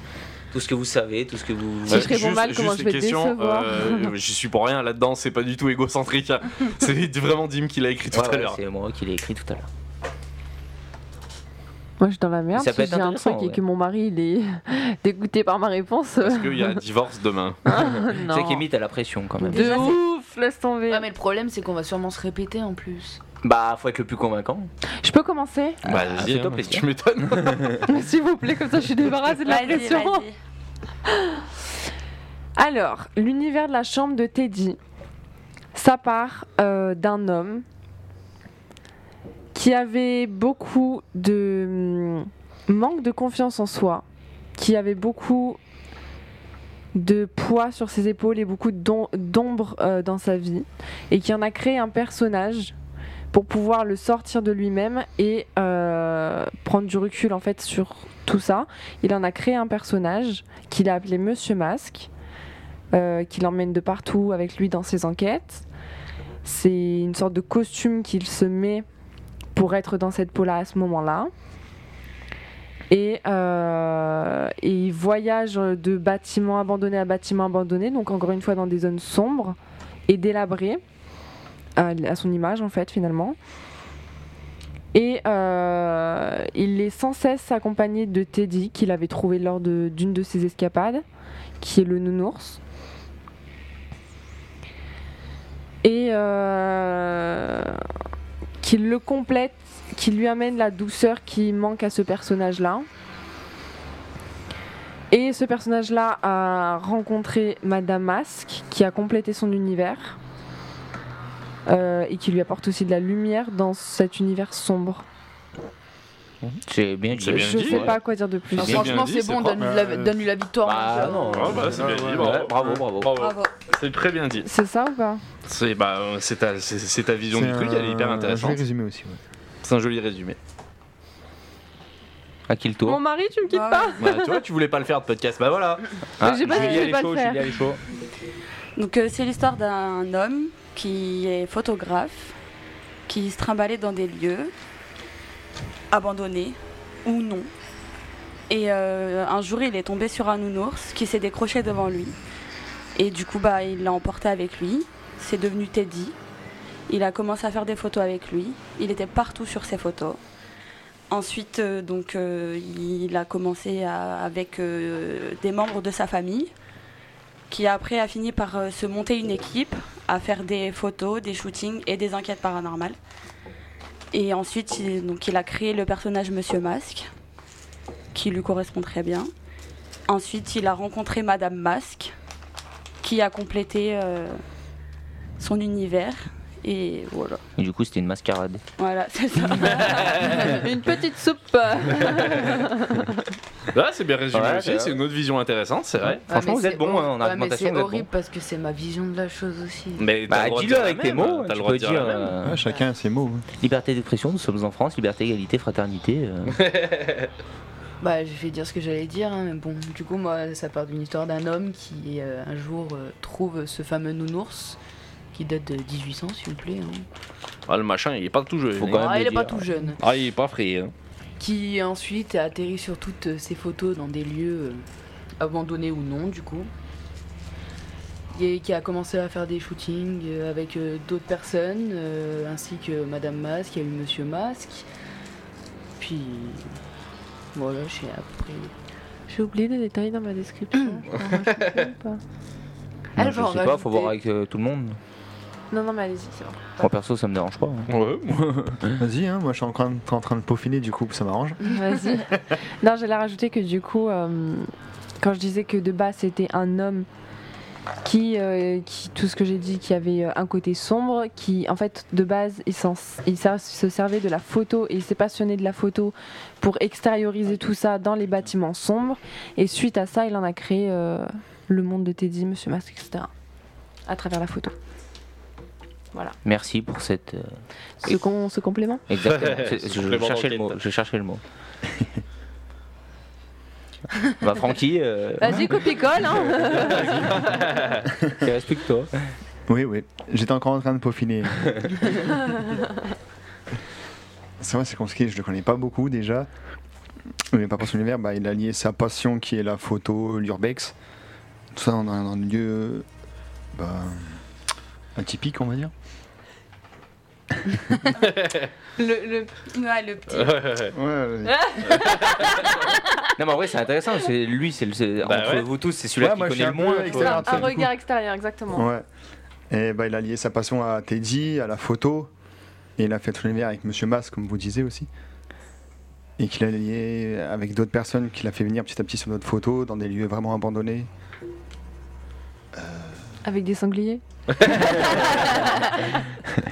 S4: Tout ce que vous savez, tout ce que vous.
S2: Bah,
S8: Si je réponds mal, comment je vais te décevoir
S2: euh, j'y suis pour rien là-dedans, c'est pas du tout égocentrique. hein. c'est vraiment Dim qui l'a écrit tout
S4: Ouais,
S2: à
S4: ouais,
S2: l'heure.
S4: c'est moi qui l'ai écrit tout à l'heure.
S8: Moi je suis dans la merde.
S4: Ça peut
S8: Si
S4: être
S8: j'ai un
S4: intéressant,
S8: truc et
S4: ouais.
S8: que mon mari il est dégoûté par ma réponse.
S2: Parce qu'il y a un divorce demain.
S8: non.
S4: C'est qu'Emmy, t'as la pression quand même.
S8: De
S6: Déjà, c'est-
S8: ouf, laisse tomber.
S6: Ouais, mais le problème, c'est qu'on va sûrement se répéter en plus.
S4: Bah, faut être le plus convaincant.
S8: Je peux commencer
S2: bah, vas-y,
S4: c'est top, les
S2: tu
S4: gars.
S2: m'étonnes.
S8: S'il vous plaît, comme ça je suis débarrassée de la
S5: Vas-y,
S8: pression.
S5: vas-y.
S8: Alors, l'univers de la chambre de Teddy, ça part euh, d'un homme qui avait beaucoup de hum, manque de confiance en soi, qui avait beaucoup de poids sur ses épaules et beaucoup d'om- d'ombre euh, dans sa vie, et qui en a créé un personnage pour pouvoir le sortir de lui-même et euh, prendre du recul en fait sur tout ça. Il en a créé un personnage qu'il a appelé Monsieur Masque euh, qui l'emmène de partout avec lui dans ses enquêtes. C'est une sorte de costume qu'il se met pour être dans cette peau-là à ce moment-là. Et, euh, et il voyage de bâtiment abandonné à bâtiment abandonné, donc encore une fois dans des zones sombres et délabrées, à, à son image en fait finalement. Et euh, il est sans cesse accompagné de Teddy, qu'il avait trouvé lors de- d'une de ses escapades, qui est le nounours. et euh, qu'il le complète, qu'il lui amène la douceur qui manque à ce personnage-là. Et ce personnage-là a rencontré Madame Masque, qui a complété son univers. euh, et qui lui apporte aussi de la lumière dans cet univers sombre.
S4: C'est Mmh. bien dit.
S2: C'est bien
S8: je
S2: dit,
S8: sais
S2: ouais.
S8: pas quoi dire de plus.
S6: Ah,
S2: bien
S6: franchement,
S2: dit,
S6: c'est
S2: c'est
S6: bon,
S2: propre.
S6: donne-lui la,
S7: Euh,
S6: donne-lui la victoire.
S4: Bah
S6: hein,
S4: non.
S2: Ah bah c'est bien
S7: Ouais,
S2: dit,
S7: ouais,
S2: bravo.
S4: ouais, bravo, bravo.
S6: Bravo.
S2: C'est très bien dit.
S8: C'est ça ou pas
S2: C'est bah, euh, c'est ta, c'est- c'est ta vision
S7: C'est
S2: du truc, elle est hyper
S7: un- Je
S2: intéressante.
S7: vais résumer aussi. ouais.
S2: C'est un joli résumé.
S4: À qui le
S8: Mon
S4: tour
S8: mari, tu me quittes
S6: Ah,
S8: pas
S2: Bah, tu vois, tu voulais pas le faire de podcast, bah voilà.
S8: j'ai pas- je vais
S4: Julia, elle
S8: pas
S4: est
S8: le
S4: chaud,
S8: faire.
S4: Julia, elle est chaud.
S5: Donc euh, c'est l'histoire d'un homme qui est photographe, qui se trimballait dans des lieux abandonnés ou non. Et euh, un jour, il est tombé sur un nounours qui s'est décroché devant lui. Et du coup, bah, il l'a emporté avec lui. C'est devenu Teddy. Il a commencé à faire des photos avec lui. Il était partout sur ses photos. Ensuite, euh, donc, euh, il a commencé à- avec euh, des membres de sa famille qui après a fini par euh, se monter une équipe, à faire des photos, des shootings et des enquêtes paranormales. Et ensuite, il, donc, il a créé le personnage Monsieur Masque, qui lui correspond très bien. Ensuite, il a rencontré Madame Masque, qui a complété euh, son univers. Et voilà,
S4: Et du coup, c'était une mascarade.
S5: voilà c'est ça.
S8: Une petite soupe
S2: Là, c'est bien résumé
S4: Ouais,
S2: aussi,
S4: c'est
S2: c'est
S4: vrai.
S2: une autre vision intéressante, c'est vrai.
S6: Ah,
S4: Franchement,
S6: mais
S4: vous êtes
S6: c'est
S4: bon, hein, en
S6: horrible. Ouais, mais
S4: argumentation,
S6: c'est
S4: vous êtes
S6: horrible parce que c'est ma vision de la chose aussi.
S2: Mais t'as
S4: Bah,
S2: le droit de
S4: dis-le
S2: dire la
S4: avec tes
S2: même, hein.
S4: mots.
S2: t'as
S4: Tu
S2: le droit
S4: peux
S2: de dire
S4: dire
S2: la même.
S4: euh,
S7: Ah, chacun a ses mots. hein.
S4: liberté d'expression, nous sommes en France, liberté, égalité, fraternité. euh.
S6: Bah, je vais dire ce que j'allais dire, hein, mais bon, du coup, moi, ça part d'une histoire d'un homme qui, euh, un jour, euh, trouve ce fameux nounours qui date de 1800, s'il vous plaît. hein.
S2: Ah, le machin, il est pas tout jeu.
S4: Faut
S2: hein.
S4: quand même
S6: Ah,
S4: le
S6: il est pas
S4: dire.
S6: tout jeune.
S2: Ah, il est pas frais. hein.
S6: Qui ensuite a atterri sur toutes euh, ces photos dans des lieux euh, abandonnés ou non, du coup. Et qui a commencé à faire des shootings euh, avec euh, d'autres personnes, euh, ainsi que Madame Masque, il y a eu Monsieur Masque. Puis. Voilà, je sais à peu près.
S8: J'ai oublié des détails dans ma description. je crois, je comprends pas.
S6: Elle
S4: Non,
S6: va
S4: je
S6: en
S4: sais pas, faut
S6: rajouter.
S4: voir avec euh, tout le monde.
S8: Non, non, mais allez-y, c'est bon.
S4: Moi perso, ça me dérange pas. hein.
S7: Vas-y, hein, moi je suis encore en en train de peaufiner, du coup, ça m'arrange.
S8: Vas-y. non, j'allais rajouter que du coup, euh, quand je disais que de base c'était un homme qui, euh, qui tout ce que j'ai dit, qui avait euh, un côté sombre, qui en fait de base il, s'en- il s'en- se servait de la photo et il s'est passionné de la photo pour extérioriser tout ça dans les bâtiments sombres. Et suite à ça, il en a créé euh, le monde de Teddy, Monsieur Masque, etc. à travers la photo.
S4: Merci pour cette. euh,
S8: Ce, con- ce complément
S4: Exactement. C'est-
S2: C'est
S4: je,
S2: complément
S4: cherchais le mot.
S2: d'enquête.
S4: Je cherchais le mot. bah Francky, euh,
S8: Vas-y, copie-colle hein
S4: respecte-toi.
S7: Oui, oui, j'étais encore en train de peaufiner. c'est vrai, c'est compliqué, je le connais pas beaucoup déjà. Mais par contre, son univers, bah, il a lié sa passion qui est la photo, l'urbex, tout ça dans, un- dans un lieu bah, atypique, on va dire.
S5: Ouais, le
S7: Euh,
S5: petit.
S7: Ouais,
S4: Non mais en vrai c'est intéressant, c'est lui c'est le c'est-
S2: Bah
S4: entre
S2: ouais.
S4: vous tous c'est celui-là
S7: Ouais,
S4: qui
S7: moi, je
S4: connaît
S7: suis
S4: le
S7: un peu
S4: moins. quoi.
S7: extérieur.
S8: Un regard extérieur, exactement.
S7: Ouais. Et bah, il a lié sa passion à Teddy, à la photo. Et il a fait tout l'univers avec Monsieur Mas, comme vous disiez aussi. Et qu'il a lié avec d'autres personnes, qu'il a fait venir petit à petit sur d'autres photos, dans des lieux vraiment abandonnés.
S8: Avec des sangliers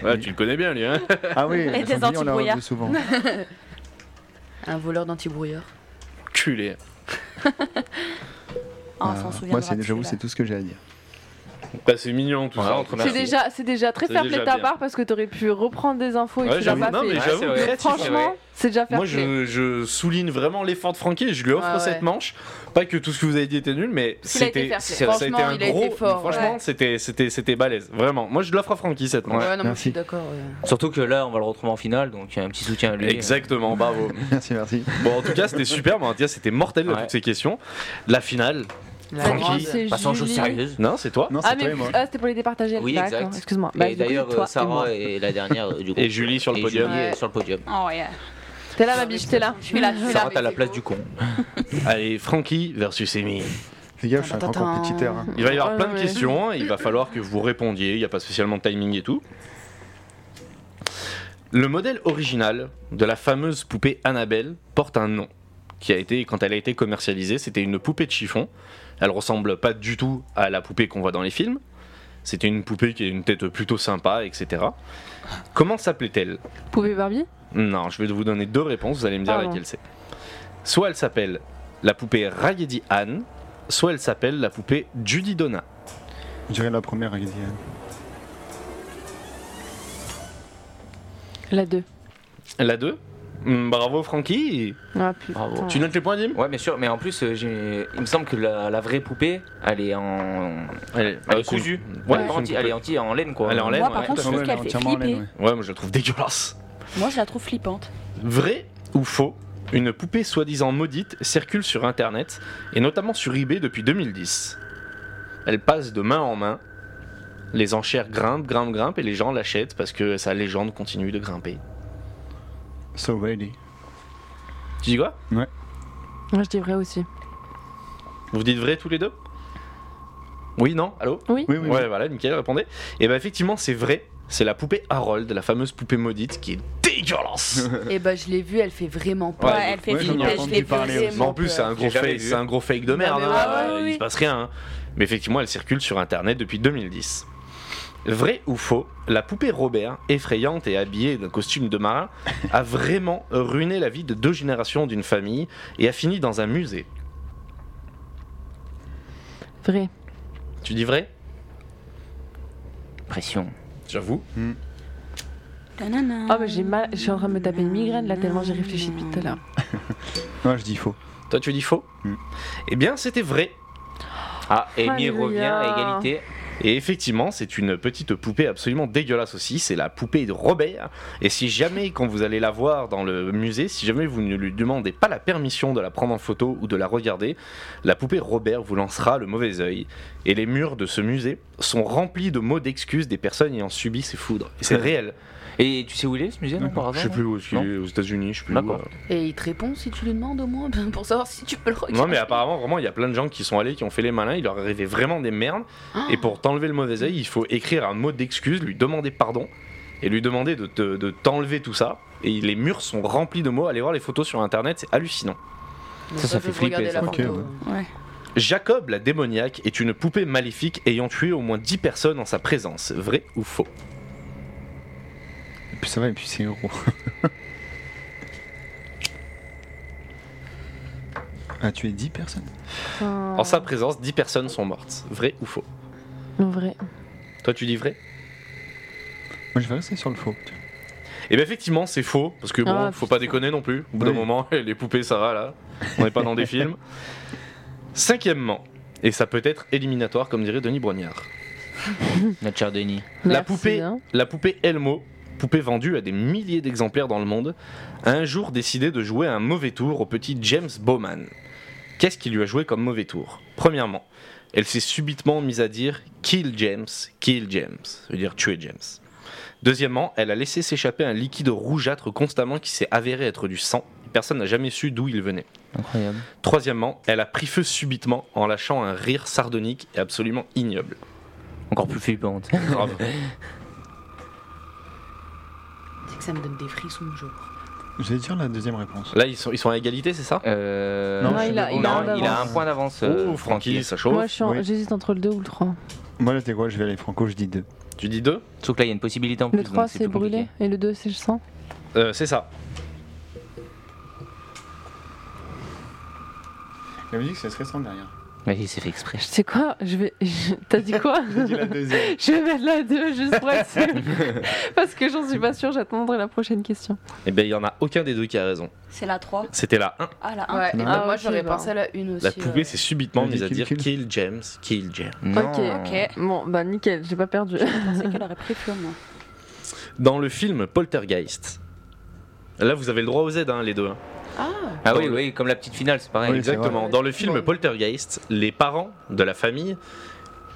S2: Ouais, tu le connais bien, lui. Hein
S7: Ah oui,
S5: Et des
S7: on dit, on l'a
S5: anti-brouillards.
S7: entendu souvent. Ah.
S6: Un voleur d'anti-brouillard.
S2: Culé.
S5: Ah, on
S7: Euh,
S5: s'en souviendra
S7: moi, c'est,
S5: de
S7: j'avoue, c'est
S5: celui-là.
S7: tout ce que j'ai à dire.
S2: Bah, c'est mignon, tout
S4: Ouais,
S2: ça.
S4: on te
S2: entre
S4: remercie.
S8: C'est
S4: Merci.
S8: déjà, c'est déjà très
S2: C'est
S8: fair
S2: déjà
S8: play de ta
S2: bien.
S8: part parce que t'aurais pu reprendre des infos et
S2: Ouais,
S8: tu l'as
S2: j'avoue.
S8: pas
S2: Non,
S8: fait.
S2: mais
S4: Ouais,
S2: j'avoue,
S4: c'est vrai.
S2: créatif, c'est
S8: Franchement,
S2: vrai.
S8: c'est déjà fair
S2: Moi,
S8: play.
S2: je, je souligne vraiment l'effort de Francky et je lui offre
S6: Ah ouais.
S2: cette manche. Pas que tout ce que vous avez dit était nul, mais
S6: a été
S2: c'était
S6: fair play.
S2: c'est- ça a été
S6: Franchement,
S2: un
S6: il a été
S2: gros.
S6: fort,
S2: franchement, c'était c'était c'était balèze, vraiment. Moi, je l'offre à Francky cette
S6: Ouais,
S2: manche.
S6: non, mais je suis
S7: merci.
S6: d'accord. euh, ouais.
S4: Surtout que là on va le retrouver en finale donc il y a un petit soutien à lui.
S2: Exactement, bravo.
S7: Merci, merci.
S2: Bon, en tout cas, c'était super. Bon, en tout cas, c'était mortel
S4: Ouais.
S2: toutes ces questions. La finale,
S6: La
S4: Francky.
S6: grande-
S8: C'est
S4: Passons aux choses
S8: Julie.
S4: sérieuse.
S2: non, c'est toi.
S7: Non, c'est
S8: Ah,
S7: toi
S8: mais
S7: et moi.
S8: ah, c'était pour les départager.
S4: Oui,
S8: d'accord,
S4: exact.
S8: Excuse-moi. Bah,
S4: Et
S8: du coup,
S4: d'ailleurs
S8: toi
S4: euh,
S8: et moi.
S4: Sarah est la dernière euh, du coup.
S2: Et Julie sur le
S4: Et
S2: podium.
S4: Julie est
S6: Ouais.
S4: sur le podium.
S5: Oh, yeah.
S8: T'es là, ma biche, t'es là.
S5: Je suis là, je suis là.
S4: Sarah t'as la
S6: c'est
S4: place
S6: beau.
S4: du con.
S2: Allez, Francky versus Amy.
S7: Fais gaffe, je suis
S6: Attends,
S7: encore
S6: attends.
S7: compétiteur. hein.
S2: Il va y avoir
S8: Ouais,
S2: plein de
S8: ouais.
S2: questions, hein. il va falloir que vous répondiez, il n'y a pas spécialement de timing et tout. Le modèle original de la fameuse poupée Annabelle porte un nom qui a été, quand elle a été commercialisée, c'était une poupée de chiffon. Elle ressemble pas du tout à la poupée qu'on voit dans les films. C'était une poupée qui a une tête plutôt sympa, etc. Comment s'appelait-elle
S8: Poupée Barbie
S2: Non, je vais vous donner deux réponses, vous allez me dire
S8: Pardon.
S2: laquelle c'est. Soit elle s'appelle la poupée Rayedi Anne, soit elle s'appelle la poupée Judy Donna.
S7: Je dirais la première hein. avec Diane.
S8: La 2.
S2: La 2 Bravo Francky
S8: Ah putain.
S4: Bravo.
S2: Tu notes les points, Dim
S4: Ouais, bien sûr, mais en plus, euh, j'ai- il me semble que la, la vraie poupée, elle est en.
S2: Elle,
S4: Elle est cousue.
S2: Ouais,
S4: elle, est
S2: c'est Euh, une
S4: anti, elle est
S2: poupée.
S4: anti en laine, quoi.
S2: Elle est en laine,
S5: Moi, par
S2: ouais.
S5: contre, je
S7: Ah
S5: trouve
S7: ouais,
S5: qu'elle
S7: non,
S5: fait
S7: entièrement en laine,
S5: flipper.
S7: ouais.
S2: Ouais, moi je la trouve dégueulasse.
S5: Moi, je la trouve flippante.
S2: Vrai ou faux Une poupée soi-disant maudite circule sur Internet, et notamment sur eBay depuis 2010. Elle passe de main en main. Les enchères grimpent, grimpent, grimpent, et les gens l'achètent parce que sa légende continue de grimper.
S7: So ready.
S2: Tu dis quoi
S8: Moi je dis vrai aussi.
S2: Vous dites vrai tous les deux Oui, non Allô
S8: Oui.
S7: Oui, oui.
S2: Ouais, voilà, Michael répondait. Et bah effectivement, c'est vrai. C'est la poupée Harold, la fameuse poupée maudite, qui est dégueulasse.
S6: Et bah, je l'ai vue, elle fait vraiment
S2: Ouais,
S6: peur.
S5: Ouais, elle fait
S7: ouais, j'en ai
S5: flipper, je
S7: entendu
S5: fais
S7: parler
S2: Mais en plus, c'est un,
S4: J'ai
S2: gros
S4: jamais
S2: fake-
S4: vu.
S2: c'est un gros fake de merde.
S6: mais
S2: hein,
S6: ah
S2: euh,
S6: ouais, oui,
S2: Il se
S6: oui.
S2: passe rien. hein. Mais effectivement, elle circule sur Internet depuis 2010. Vrai ou faux, la poupée Robert, effrayante et habillée d'un costume de marin, a vraiment ruiné la vie de deux générations d'une famille et a fini dans un musée.
S8: Vrai.
S2: Tu dis vrai
S4: Pression.
S2: J'avoue.
S8: Oh bah j'ai mal, je suis en train de me taper une migraine là tellement j'ai réfléchi depuis tout à l'heure.
S7: Non, je dis faux.
S2: Toi, tu dis faux
S7: Hmm.
S2: Eh bien, c'était vrai.
S4: Ah, Amy
S8: Alléluia.
S4: revient à égalité.
S2: Et effectivement, c'est une petite poupée absolument dégueulasse aussi. C'est la poupée de Robert. Et si jamais, quand vous allez la voir dans le musée, si jamais vous ne lui demandez pas la permission de la prendre en photo ou de la regarder, la poupée Robert vous lancera le mauvais œil. Et les murs de ce musée sont remplis de mots d'excuses des personnes ayant subi ces foudres. Et c'est réel.
S4: Et tu sais où il est ce musée, non, par hasard non
S2: où,
S4: qu'il
S2: aux États-Unis, je sais
S4: où, D'accord.
S6: Et il te répond si tu lui demandes au moins pour savoir si tu peux le regarder.
S2: Non, mais apparemment, vraiment, il y a plein de gens qui sont allés, qui ont fait les malins, il leur arrivait vraiment des merdes.
S6: Ah.
S2: Et pour t'enlever le mauvais œil, il faut écrire un mot d'excuse, lui demander pardon et lui demander de, te- de t'enlever tout ça. Et les murs sont remplis de mots. Allez voir les photos sur internet, c'est hallucinant.
S6: Mais
S4: ça, ça fait
S6: je veux regarder
S4: flipper,
S6: la
S4: ça.
S7: Ok,
S6: photo.
S7: ouais.
S2: Jacob, la démoniaque, est une poupée maléfique ayant tué au moins 10 personnes en sa présence. Vrai ou faux
S7: Et puis ça va, et puis c'est gros. ah, tu es 10 personnes
S8: Enfin,
S2: En sa présence, 10 personnes sont mortes. Vrai ou faux
S8: non, vrai.
S2: Toi, tu dis vrai
S7: Moi, je vais rester sur le faux.
S2: Et bien, Eh ben, effectivement, c'est faux. Parce que bon,
S8: Ah,
S2: faut pas déconner non plus. Au bout d'un
S7: Oui.
S2: moment, les poupées, ça va là. On n'est pas dans des films. Cinquièmement, et ça peut être éliminatoire, comme dirait Denis Brognard.
S4: Notre cher Denis.
S2: La
S8: Merci,
S2: poupée,
S8: hein.
S2: la poupée Elmo, poupée vendue à des milliers d'exemplaires dans le monde, a un jour décidé de jouer un mauvais tour au petit James Bowman. Qu'est-ce qu'il lui a joué comme mauvais tour Premièrement, elle s'est subitement mise à dire Kill James, kill James, ça veut dire tuer James. Deuxièmement, elle a laissé s'échapper un liquide rougeâtre constamment qui s'est avéré être du sang. Personne n'a jamais su d'où il venait.
S4: Incroyable.
S2: Troisièmement, elle a pris feu subitement en lâchant un rire sardonique et absolument ignoble.
S4: Encore plus flippante.
S2: Grave.
S6: C'est que ça me donne des frissons le jour.
S7: Je vais dire la deuxième réponse.
S2: Là, ils sont, ils sont à égalité, c'est ça
S4: Euh,
S7: Non,
S4: je
S7: il
S4: suis
S7: a-
S4: bon.
S7: il a
S4: Non,
S7: un
S4: il a
S7: d'avance.
S4: un point d'avance. euh,
S2: oh, Francky, ça chauffe.
S8: Moi je suis en-
S7: oui.
S8: j'hésite entre le 2 ou le 3.
S7: Moi, là, t'es quoi Je vais aller franco, je dis 2.
S2: Tu dis deux
S4: Sauf que là, il y a une possibilité en plus.
S8: Le 3
S4: donc
S8: c'est
S4: plus
S8: brûlé
S4: compliqué.
S8: et le 2 c'est le sang.
S2: Euh, C'est ça.
S7: La musique, c'est stressant derrière.
S4: Mais Ah, il s'est fait exprès.
S8: Tu sais quoi Je vais. T'as dit quoi
S7: J'ai dit la deuxième.
S8: Je vais mettre la 2 juste pour être sûre. Parce que j'en suis pas sûre, j'attendrai la prochaine question.
S2: Eh bien, il y en a aucun des deux qui a raison.
S5: C'est la 3.
S2: C'était la 1.
S5: Ah, la 1.
S6: Ouais, et
S7: Ah,
S6: bah, moi
S8: ok,
S6: j'aurais
S8: bah.
S6: pensé à la une aussi. euh.
S2: La poupée
S6: ouais.
S2: s'est subitement
S7: Elle
S2: mise
S7: dit
S2: à
S7: kill,
S2: dire
S7: kill.
S2: Kill James, Kill James.
S4: Non.
S8: Ok.
S5: Ok.
S8: Bon, bah nickel, j'ai pas perdu.
S5: Je pensais qu'elle aurait pris feu, moi.
S2: Dans le film Poltergeist. Là, vous avez le droit aux aides, hein, les deux. hein.
S6: Ah,
S4: Ah oui, oui, comme la petite finale, c'est pareil.
S7: Oui, c'est
S2: Exactement.
S6: vrai.
S2: Dans le film
S6: Ouais.
S2: Poltergeist, les parents de la famille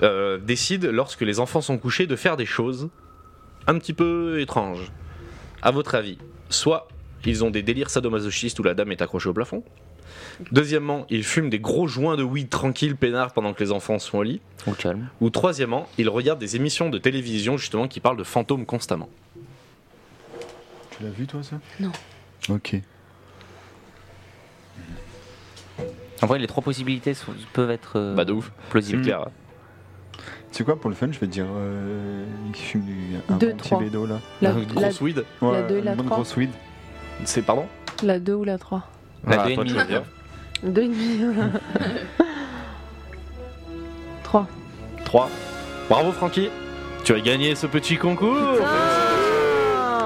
S2: euh, décident, lorsque les enfants sont couchés, de faire des choses un petit peu étranges. À votre avis, soit ils ont des délires sadomasochistes où la dame est accrochée au plafond. Deuxièmement, ils fument des gros joints de weed tranquilles, peinards, pendant que les enfants sont au lit.
S4: Au calme.
S2: Ou troisièmement, ils regardent des émissions de télévision justement qui parlent de fantômes constamment.
S7: Tu l'as vu, toi, ça
S6: Non.
S7: Ok.
S4: En vrai, les trois possibilités sont- peuvent être euh,
S2: Bah de ouf, c'est
S4: Mm. plausibles.
S2: clair.
S7: sais quoi, pour le fun, je vais dire euh, qui fume du, un
S8: Deux,
S7: bon petit
S8: trois.
S7: bédo
S4: Ah,
S7: là.
S8: La,
S2: Une
S8: la,
S2: grosse weed.
S8: La deux et
S7: une
S8: la
S7: bonne
S8: trois.
S7: grosse weed.
S2: C'est pardon
S8: la 2 ou la 3
S4: La
S2: Ah,
S4: deux et
S2: toi, tu
S4: demi.
S2: vas dire.
S8: 2,5. 3.
S2: 3. Bravo Francky, tu as gagné ce petit concours.
S4: Ah.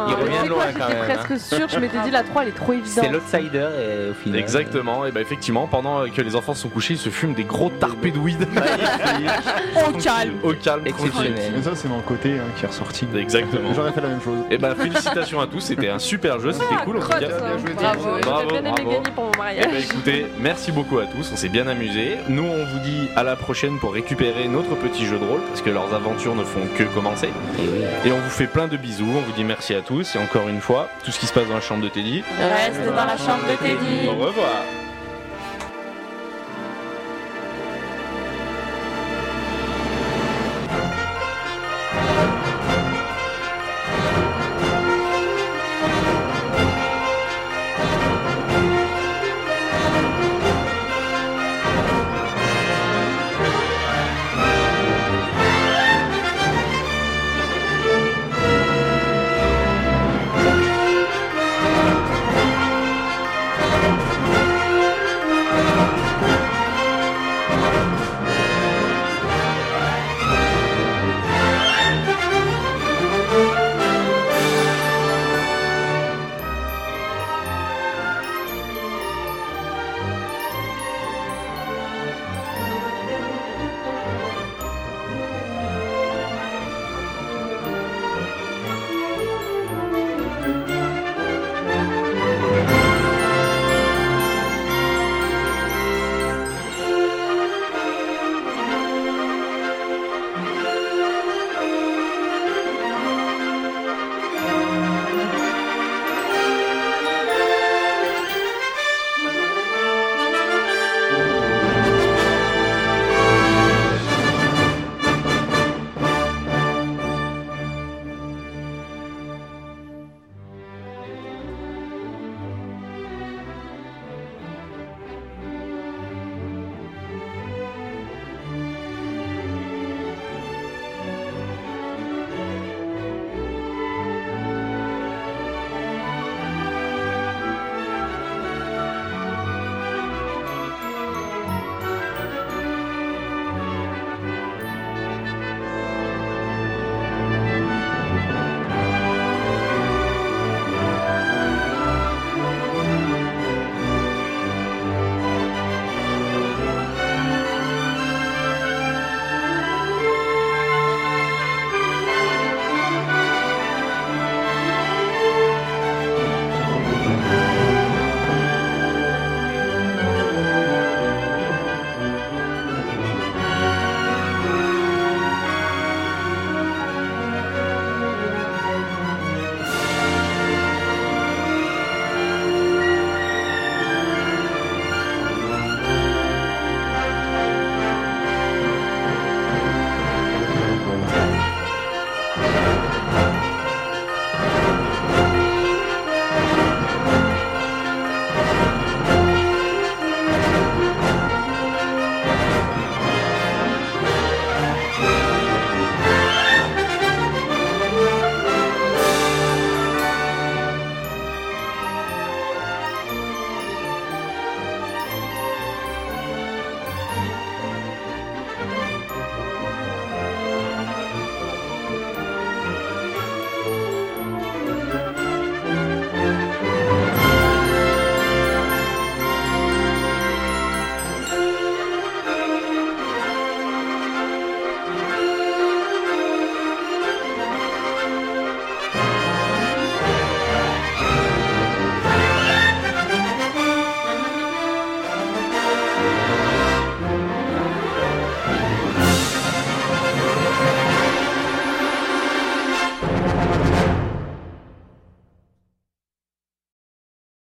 S4: Il revient
S8: de
S4: de loin, quand même,
S8: Ah,
S4: hein.
S8: J'étais presque sûr, je m'étais dit la 3 elle est trop évidente.
S4: C'est l'outsider et au final.
S2: Exactement, et bah effectivement, pendant que les enfants sont couchés, ils se fument des gros tarpés de weed.
S5: Au calme.
S2: Au calme,
S4: Exceptionnel.
S7: Mais ça, c'est mon côté hein, qui est ressorti.
S2: tranquille. Exactement.
S7: J'aurais fait la même chose.
S2: Et bah félicitations à tous, c'était un super jeu, c'était
S4: Ah,
S2: cool. en tout cas.
S8: Ah, Bravo,
S2: Bravo,
S8: j'ai bien aimé
S2: bravo.
S8: gagner pour mon
S2: Eh ben
S8: mariage.
S2: écoutez, merci beaucoup à tous, on s'est bien amusé. Nous on vous dit à la prochaine pour récupérer notre petit jeu de rôle parce que leurs aventures ne font que commencer.
S4: Et oui.
S2: Et on vous fait plein de bisous, on vous dit merci à tous et encore une fois, tout ce qui se passe dans la chambre de Teddy.
S5: Reste dans la chambre de Teddy.
S2: Au revoir.
S5: Au